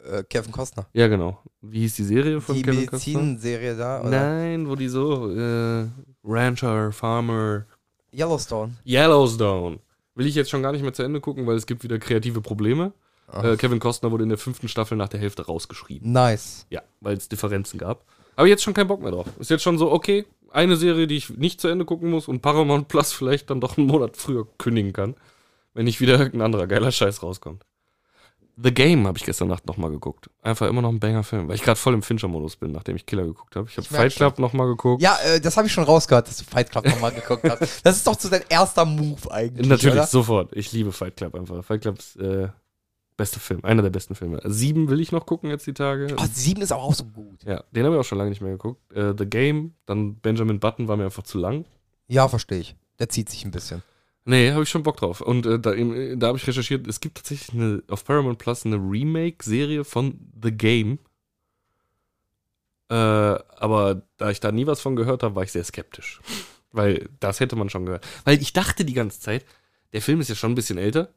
Speaker 2: Äh, Kevin Costner.
Speaker 1: Ja, genau. Wie hieß die Serie von
Speaker 2: die
Speaker 1: Kevin Costner?
Speaker 2: Medizinserie da, oder?
Speaker 1: Nein, wo die so äh, Rancher, Farmer,
Speaker 2: Yellowstone.
Speaker 1: Yellowstone. Will ich jetzt schon gar nicht mehr zu Ende gucken, weil es gibt wieder kreative Probleme.
Speaker 2: Ah.
Speaker 1: Äh, Kevin Costner wurde in der fünften Staffel nach der Hälfte rausgeschrieben.
Speaker 2: Nice.
Speaker 1: Ja, weil es Differenzen gab. Aber jetzt schon keinen Bock mehr drauf. Ist jetzt schon so, okay, eine Serie, die ich nicht zu Ende gucken muss und Paramount Plus vielleicht dann doch einen Monat früher kündigen kann, wenn nicht wieder irgendein anderer geiler Scheiß rauskommt. The Game habe ich gestern Nacht nochmal geguckt. Einfach immer noch ein Banger-Film, weil ich gerade voll im Fincher-Modus bin, nachdem ich Killer geguckt habe. Ich habe
Speaker 2: Ich merk
Speaker 1: Fight Club nochmal geguckt.
Speaker 2: Ja, äh, das habe ich schon rausgehört, dass du Fight Club nochmal geguckt hast. Das ist doch so dein erster Move eigentlich.
Speaker 1: Natürlich,
Speaker 2: Oder?
Speaker 1: sofort. Ich liebe Fight Club einfach. Fight Club ist äh, bester Film, einer der besten Filme. Also Sieben will ich noch gucken jetzt die Tage.
Speaker 2: Oh, sieben ist aber auch so gut.
Speaker 1: Ja, den habe ich auch schon lange nicht mehr geguckt. Äh, The Game, dann Benjamin Button war mir einfach zu lang.
Speaker 2: Ja, verstehe ich. Der zieht sich ein bisschen.
Speaker 1: Nee, habe ich schon Bock drauf. Und äh, da, eben, äh, da habe ich recherchiert, es gibt tatsächlich eine, auf Paramount Plus eine Remake-Serie von The Game. Äh, aber da ich da nie was von gehört habe, war ich sehr skeptisch. Weil das hätte man schon gehört. Weil ich dachte die ganze Zeit, der Film ist ja schon ein bisschen älter.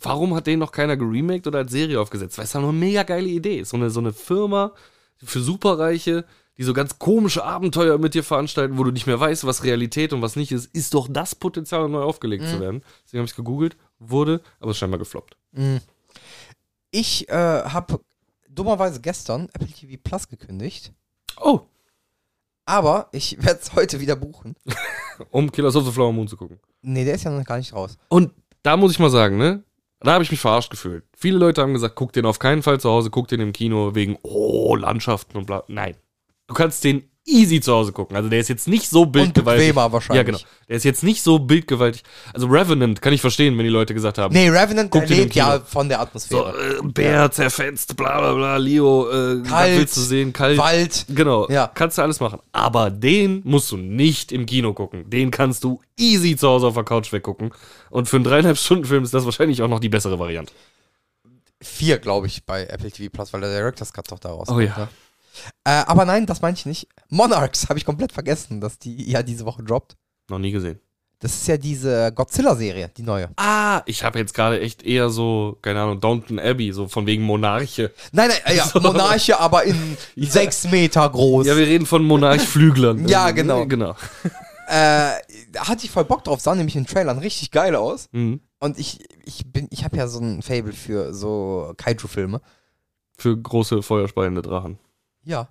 Speaker 1: Warum hat den noch keiner geremaked oder als Serie aufgesetzt? Weil es ja eine mega geile Idee ist. So eine, so eine Firma für Superreiche, die so ganz komische Abenteuer mit dir veranstalten, wo du nicht mehr weißt, was Realität und was nicht ist, ist doch das Potenzial, um neu aufgelegt zu werden. Deswegen habe ich gegoogelt, wurde, aber ist scheinbar gefloppt.
Speaker 2: Mhm. Ich äh, habe dummerweise gestern Apple TV Plus gekündigt,
Speaker 1: Oh,
Speaker 2: aber ich werde es heute wieder buchen.
Speaker 1: um Killers of the Flower Moon zu gucken.
Speaker 2: Nee, der ist ja noch gar nicht raus.
Speaker 1: Und da muss ich mal sagen, ne? Da habe ich mich verarscht gefühlt. Viele Leute haben gesagt, guck den auf keinen Fall zu Hause, guck den im Kino wegen, oh, Landschaften und bla. Nein. Du kannst den easy zu Hause gucken. Also der ist jetzt nicht so bildgewaltig.
Speaker 2: bequemer wahrscheinlich.
Speaker 1: Ja, genau. Der ist jetzt nicht so bildgewaltig. Also Revenant kann ich verstehen, wenn die Leute gesagt haben.
Speaker 2: Nee, Revenant
Speaker 1: Guck dir den
Speaker 2: lebt ja
Speaker 1: Kino.
Speaker 2: von der
Speaker 1: So,
Speaker 2: Atmosphäre.
Speaker 1: äh, Bär zerfetzt, bla bla bla, Leo, äh,
Speaker 2: Kalt,
Speaker 1: was willst du sehen, kalt.
Speaker 2: Wald.
Speaker 1: Genau,
Speaker 2: Ja.
Speaker 1: kannst du alles machen. Aber den musst du nicht im Kino gucken. Den kannst du easy zu Hause auf der Couch weggucken. Und für einen dreieinhalb Stunden Film ist das wahrscheinlich auch noch die bessere Variante.
Speaker 2: Vier, glaube ich, bei Apple TV Plus, weil der Director's Cut doch daraus.
Speaker 1: Oh ja.
Speaker 2: Äh, aber nein, das meine ich nicht. Monarchs habe ich komplett vergessen, dass die ja diese Woche droppt.
Speaker 1: Noch nie gesehen.
Speaker 2: Das ist ja diese Godzilla-Serie, die neue.
Speaker 1: Ah, ich habe jetzt gerade echt eher so, keine Ahnung, Downton Abbey, so von wegen Monarche.
Speaker 2: Nein, nein, äh, ja,
Speaker 1: So.
Speaker 2: Monarche, aber in sechs Meter groß.
Speaker 1: Ja, wir reden von Monarchflüglern.
Speaker 2: Ja, genau.
Speaker 1: Genau.
Speaker 2: äh, da hatte ich voll Bock drauf, sah nämlich in den Trailern richtig geil aus.
Speaker 1: Mhm.
Speaker 2: Und ich, ich bin, ich habe ja so ein Fable für so Kaiju-Filme.
Speaker 1: Für große feuerspeiende Drachen.
Speaker 2: Ja.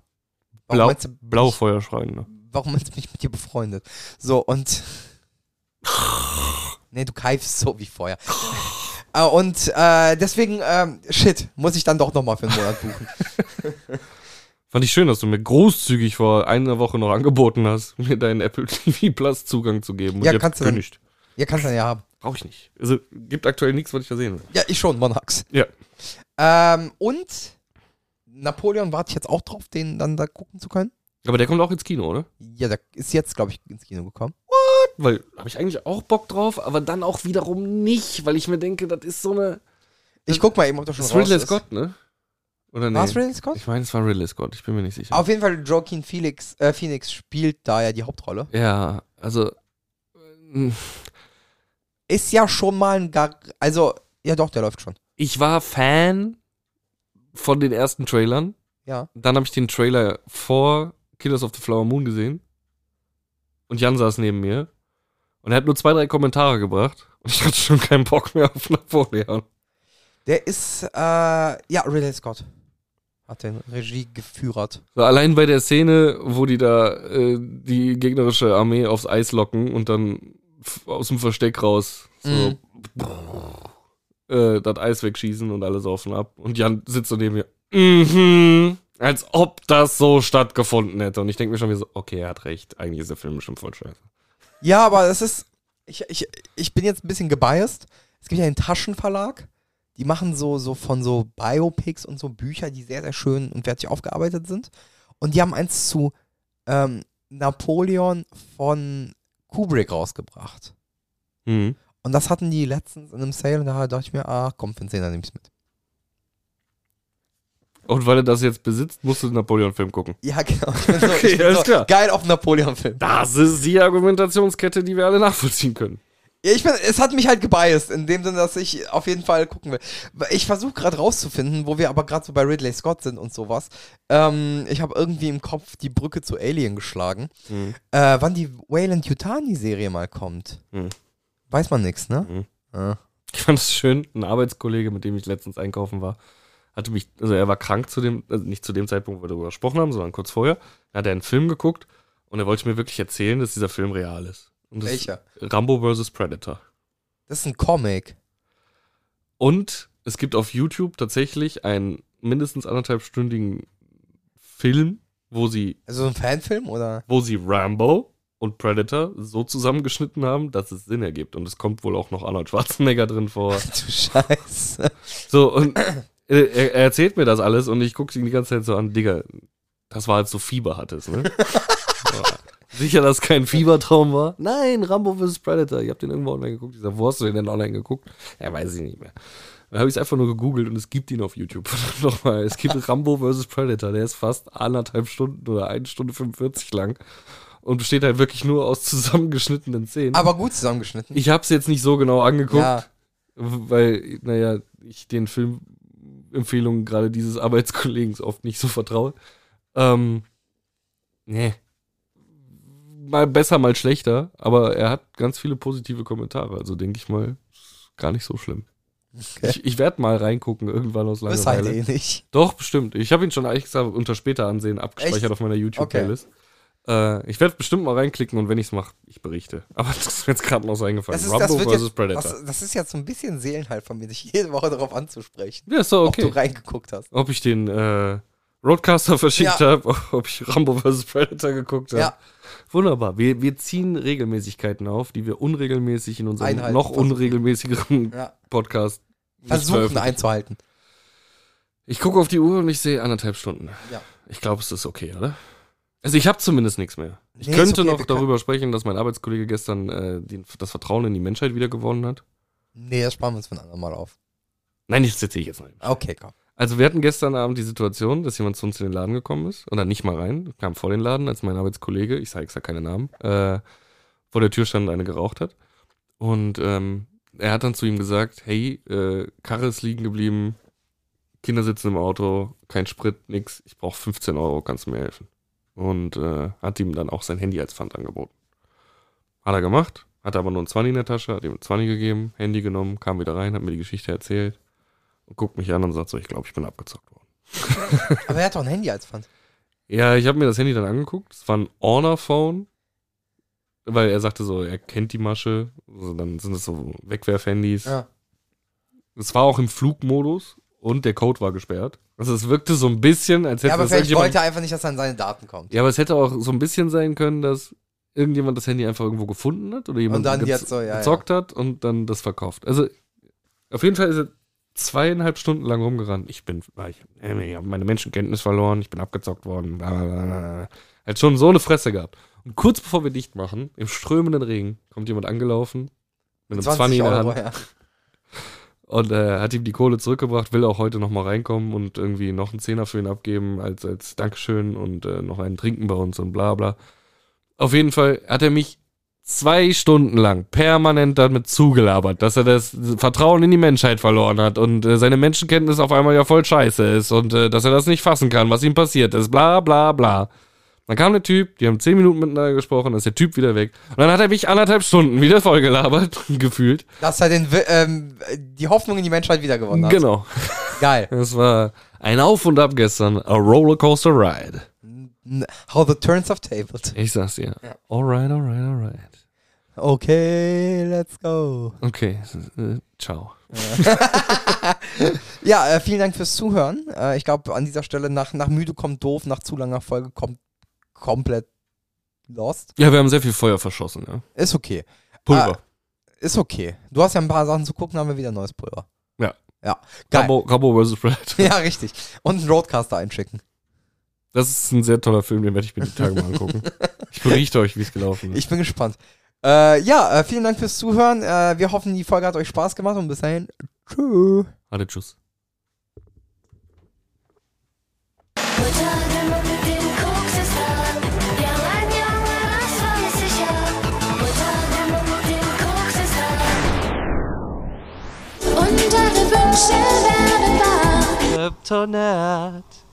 Speaker 1: Blau-
Speaker 2: meinst du,
Speaker 1: Blaufeuerschreiende.
Speaker 2: warum meinst du mich mit dir befreundet? So, und. nee, du keifst so wie vorher. Äh, und äh, deswegen, ähm, shit, muss ich dann doch nochmal für einen Monat buchen.
Speaker 1: Fand ich schön, dass du mir großzügig vor einer Woche noch angeboten hast, mir deinen Apple TV Plus Zugang zu geben. Und
Speaker 2: Ja,
Speaker 1: ich hab
Speaker 2: kannst du dann-
Speaker 1: gekündigt.
Speaker 2: Ihr kannst dann ja haben.
Speaker 1: Brauche ich nicht. Also gibt aktuell nichts, was ich da sehen will.
Speaker 2: Ja, ich schon, Monarchs.
Speaker 1: Ja.
Speaker 2: Ähm, und Napoleon warte ich jetzt auch drauf, den dann da gucken zu können.
Speaker 1: Aber der kommt auch ins Kino, oder?
Speaker 2: Ja, der ist jetzt, glaube ich, ins Kino gekommen.
Speaker 1: Weil habe ich eigentlich auch Bock drauf, aber dann auch wiederum nicht, weil ich mir denke, das ist so eine
Speaker 2: Ich guck mal eben, ob der schon
Speaker 1: das Äh, ist
Speaker 2: raus
Speaker 1: Ridley
Speaker 2: ist.
Speaker 1: Scott, ne? Oder
Speaker 2: War es
Speaker 1: nee?
Speaker 2: Ridley Scott?
Speaker 1: Ich meine, es war Ridley Scott, ich bin mir nicht sicher.
Speaker 2: Auf jeden Fall, Joaquin Felix, äh, Phoenix spielt da ja die Hauptrolle.
Speaker 1: ja, also äh,
Speaker 2: Ist ja schon mal ein gar. Also, ja doch, der läuft schon.
Speaker 1: ich war Fan von den ersten Trailern.
Speaker 2: Ja.
Speaker 1: Dann habe ich den Trailer vor Killers of the Flower Moon gesehen. Und Jan saß neben mir. Und er hat nur zwei, drei Kommentare gebracht. Und ich hatte schon keinen Bock mehr auf Napoleon.
Speaker 2: Der ist, äh, ja, Ridley Scott. Hat den Regie geführt.
Speaker 1: So, allein bei der Szene, wo die da äh, die gegnerische Armee aufs Eis locken und dann f- aus dem Versteck raus so
Speaker 2: Mhm.
Speaker 1: äh, das Eis wegschießen und alle saufen ab. Und Jan sitzt so neben mir. Mhm. Als ob das so stattgefunden hätte. Und ich denke mir schon wieder so, okay, er hat recht. Eigentlich ist der Film schon voll scheiße.
Speaker 2: Ja, aber das ist. Ich, ich, ich bin jetzt ein bisschen gebiased. Es gibt ja den Taschenverlag. Die machen so, so von so Biopics und so Bücher, die sehr, sehr schön und wertig aufgearbeitet sind. Und die haben eins zu ähm, Napoleon von Kubrick rausgebracht.
Speaker 1: Mhm.
Speaker 2: Und das hatten die letztens in einem Sale und da dachte ich mir, ah, komm, für den Zehner nehme ich mit.
Speaker 1: Und weil er das jetzt besitzt, musst du den Napoleon-Film gucken.
Speaker 2: Ja, genau. Ich bin so,
Speaker 1: Okay,
Speaker 2: ich bin
Speaker 1: alles
Speaker 2: so
Speaker 1: klar.
Speaker 2: Geil auf Napoleon-Film.
Speaker 1: Das ist die Argumentationskette, die wir alle nachvollziehen können.
Speaker 2: Ja, ich bin, es hat mich halt gebiased, in dem Sinne, dass ich auf jeden Fall gucken will. Ich versuche gerade rauszufinden, wo wir aber gerade so bei Ridley Scott sind und sowas. Ähm, ich habe irgendwie im Kopf die Brücke zu Alien geschlagen.
Speaker 1: Mhm.
Speaker 2: Äh, wann die Wayland Yutani-Serie mal kommt,
Speaker 1: Mhm.
Speaker 2: weiß man nichts, ne? Ah.
Speaker 1: Ich fand es schön, ein Arbeitskollege, mit dem ich letztens einkaufen war, hatte mich, also er war krank zu dem, also nicht zu dem Zeitpunkt, wo wir darüber gesprochen haben, sondern kurz vorher. Da hat er einen Film geguckt und er wollte mir wirklich erzählen, dass dieser Film real ist. Und das
Speaker 2: Welcher?
Speaker 1: Ist Rambo vs. Predator.
Speaker 2: Das ist ein Comic.
Speaker 1: Und es gibt auf YouTube tatsächlich einen mindestens anderthalbstündigen Film, wo sie
Speaker 2: Also so ein Fanfilm oder?
Speaker 1: wo sie Rambo und Predator so zusammengeschnitten haben, dass es Sinn ergibt. Und es kommt wohl auch noch Arnold Schwarzenegger drin vor.
Speaker 2: Du Scheiße.
Speaker 1: So, und äh, er, er erzählt mir das alles und ich gucke ihn die ganze Zeit so an, Digga, das war, als du Fieber hattest, ne? Ja. Sicher, dass kein Fiebertraum war? Nein, Rambo vs. Predator. Ich habe den irgendwo online geguckt. Ich sag, wo hast du den denn online geguckt? Ja, weiß ich nicht mehr. Dann habe ich es einfach nur gegoogelt und es gibt ihn auf YouTube. Nochmal, es gibt Rambo vs. Predator. Der ist fast anderthalb Stunden oder eine Stunde 45 lang und besteht halt wirklich nur aus zusammengeschnittenen Szenen.
Speaker 2: Aber gut zusammengeschnitten.
Speaker 1: ich habe es jetzt nicht so genau angeguckt,
Speaker 2: ja.
Speaker 1: weil, naja, ich den Filmempfehlungen gerade dieses Arbeitskollegen oft nicht so vertraue. Ähm, nee. Mal besser, mal schlechter, aber er hat ganz viele positive Kommentare, also denke ich mal, ist gar nicht so schlimm.
Speaker 2: Okay.
Speaker 1: Ich, ich werde mal reingucken, irgendwann aus
Speaker 2: Ist halt
Speaker 1: Langeweile.
Speaker 2: ähnlich.
Speaker 1: Doch, bestimmt. Ich habe ihn schon eigentlich gesagt, unter später ansehen abgespeichert
Speaker 2: Echt?
Speaker 1: auf meiner YouTube-Playlist. Äh, ich werde bestimmt mal reinklicken und wenn ich es mache, ich berichte. Aber das ist mir jetzt gerade noch so eingefallen.
Speaker 2: Das ist, das,
Speaker 1: Rambo
Speaker 2: wird
Speaker 1: vs.
Speaker 2: jetzt,
Speaker 1: Predator.
Speaker 2: das, das ist jetzt so ein bisschen Seelenhalt von mir, dich jede Woche darauf anzusprechen,
Speaker 1: ja, ist doch
Speaker 2: ob
Speaker 1: okay.
Speaker 2: du reingeguckt hast.
Speaker 1: ob ich den äh, Roadcaster verschickt
Speaker 2: Ja.
Speaker 1: habe, ob ich Rambo vs. Predator geguckt habe.
Speaker 2: Ja.
Speaker 1: Wunderbar. Wir, wir ziehen Regelmäßigkeiten auf, die wir unregelmäßig in unserem
Speaker 2: Einhalten
Speaker 1: noch
Speaker 2: versuchen.
Speaker 1: unregelmäßigeren
Speaker 2: Ja.
Speaker 1: Podcast nicht
Speaker 2: Versuchen
Speaker 1: veröffentlichen.
Speaker 2: einzuhalten.
Speaker 1: Ich gucke auf die Uhr und ich sehe anderthalb Stunden.
Speaker 2: Ja.
Speaker 1: Ich glaube, es ist okay, oder? Also ich habe zumindest nichts mehr. Ich
Speaker 2: Nee, ist
Speaker 1: könnte
Speaker 2: okay,
Speaker 1: noch
Speaker 2: wir können-
Speaker 1: darüber sprechen, dass mein Arbeitskollege gestern äh, den, das Vertrauen in die Menschheit wiedergewonnen hat.
Speaker 2: Nee, das sparen wir uns von anderen Mal auf.
Speaker 1: Nein, das erzähle ich jetzt nicht.
Speaker 2: Okay, komm.
Speaker 1: Also wir hatten gestern Abend die Situation, dass jemand zu uns in den Laden gekommen ist. Oder nicht mal rein, kam vor den Laden, als mein Arbeitskollege, ich sage extra keine Namen, äh, vor der Tür stand und eine geraucht hat. Und ähm, er hat dann zu ihm gesagt, hey, äh, Karre ist liegen geblieben, Kinder sitzen im Auto, kein Sprit, nix, ich brauche 15 Euro, kannst du mir helfen? Und äh, hat ihm dann auch sein Handy als Pfand angeboten. Hat er gemacht, hat aber nur ein 20 in der Tasche, hat ihm ein 20 gegeben, Handy genommen, kam wieder rein, hat mir die Geschichte erzählt und guckt mich an und sagt so, ich glaube, ich bin abgezockt worden.
Speaker 2: Aber er hat doch ein Handy als Pfand.
Speaker 1: Ja, ich habe mir das Handy dann angeguckt. Es war ein Honor Phone, weil er sagte so, er kennt die Masche. Also dann sind es so Wegwerfhandys.
Speaker 2: Ja.
Speaker 1: Es war auch im Flugmodus und der Code war gesperrt. Also es wirkte so ein bisschen, als hätte
Speaker 2: ja, aber
Speaker 1: das
Speaker 2: vielleicht
Speaker 1: irgendjemand-
Speaker 2: wollte er einfach nicht, dass er an seine Daten kommt.
Speaker 1: Ja, aber es hätte auch so ein bisschen sein können, dass irgendjemand das Handy einfach irgendwo gefunden hat oder jemand
Speaker 2: Und dann
Speaker 1: gez-
Speaker 2: jetzt so, ja,
Speaker 1: gezockt hat und dann das verkauft. Also auf jeden Fall ist er zweieinhalb Stunden lang rumgerannt. Ich bin, ich habe meine Menschenkenntnis verloren, ich bin abgezockt worden. Bla, bla, bla, bla. Hat schon so eine Fresse gehabt. Und kurz bevor wir dicht machen, im strömenden Regen, kommt jemand angelaufen mit einem 20 in der Hand
Speaker 2: ja.
Speaker 1: und äh, hat ihm die Kohle zurückgebracht, will auch heute nochmal reinkommen und irgendwie noch einen Zehner für ihn abgeben als, als Dankeschön und äh, noch einen Trinken bei uns und bla bla. Auf jeden Fall hat er mich zwei Stunden lang permanent damit zugelabert, dass er das Vertrauen in die Menschheit verloren hat und äh, seine Menschenkenntnis auf einmal ja voll scheiße ist und äh, dass er das nicht fassen kann, was ihm passiert ist, bla bla bla. Dann kam der Typ, die haben zehn Minuten miteinander gesprochen, dann ist der Typ wieder weg. Und dann hat er mich anderthalb Stunden wieder vollgelabert, gefühlt.
Speaker 2: Dass er den, Wi- ähm, die Hoffnung in die Menschheit wiedergewonnen hat.
Speaker 1: Genau.
Speaker 2: Geil.
Speaker 1: Es war ein Auf und Ab gestern, a rollercoaster ride.
Speaker 2: N- How the turns have tabled.
Speaker 1: Ich sag's dir. Alright, alright, alright.
Speaker 2: Okay, let's go.
Speaker 1: Okay, s- äh, ciao.
Speaker 2: Ja, äh, vielen Dank fürs Zuhören. Äh, ich glaube, an dieser Stelle nach, nach müde kommt doof, nach zu langer Folge kommt komplett lost.
Speaker 1: Ja, wir haben sehr viel Feuer verschossen, ja.
Speaker 2: Ist okay. Ah,
Speaker 1: Pulver.
Speaker 2: Ist okay. Du hast ja ein paar Sachen zu gucken, haben wir wieder neues Pulver.
Speaker 1: Ja.
Speaker 2: Ja. Geil.
Speaker 1: Cabo, Cabo vs. Predator.
Speaker 2: Ja, richtig. Und einen Roadcaster einschicken.
Speaker 1: Das ist ein sehr toller Film, den werde ich mir die Tage mal angucken. Ich berichte euch, wie es gelaufen ist.
Speaker 2: Ich bin gespannt. Äh, ja, äh, vielen Dank fürs Zuhören. Äh, wir hoffen, die Folge hat euch Spaß gemacht und bis dahin. Tschüss.
Speaker 1: Hatte tschüss.
Speaker 3: Motorrad rummelt den Koks ist da. Der Mann, ja, das weiß ich ja. Motorrad rummelt den Koks ist da. Und alle Wünsche werden wahr.
Speaker 4: Kryptonat.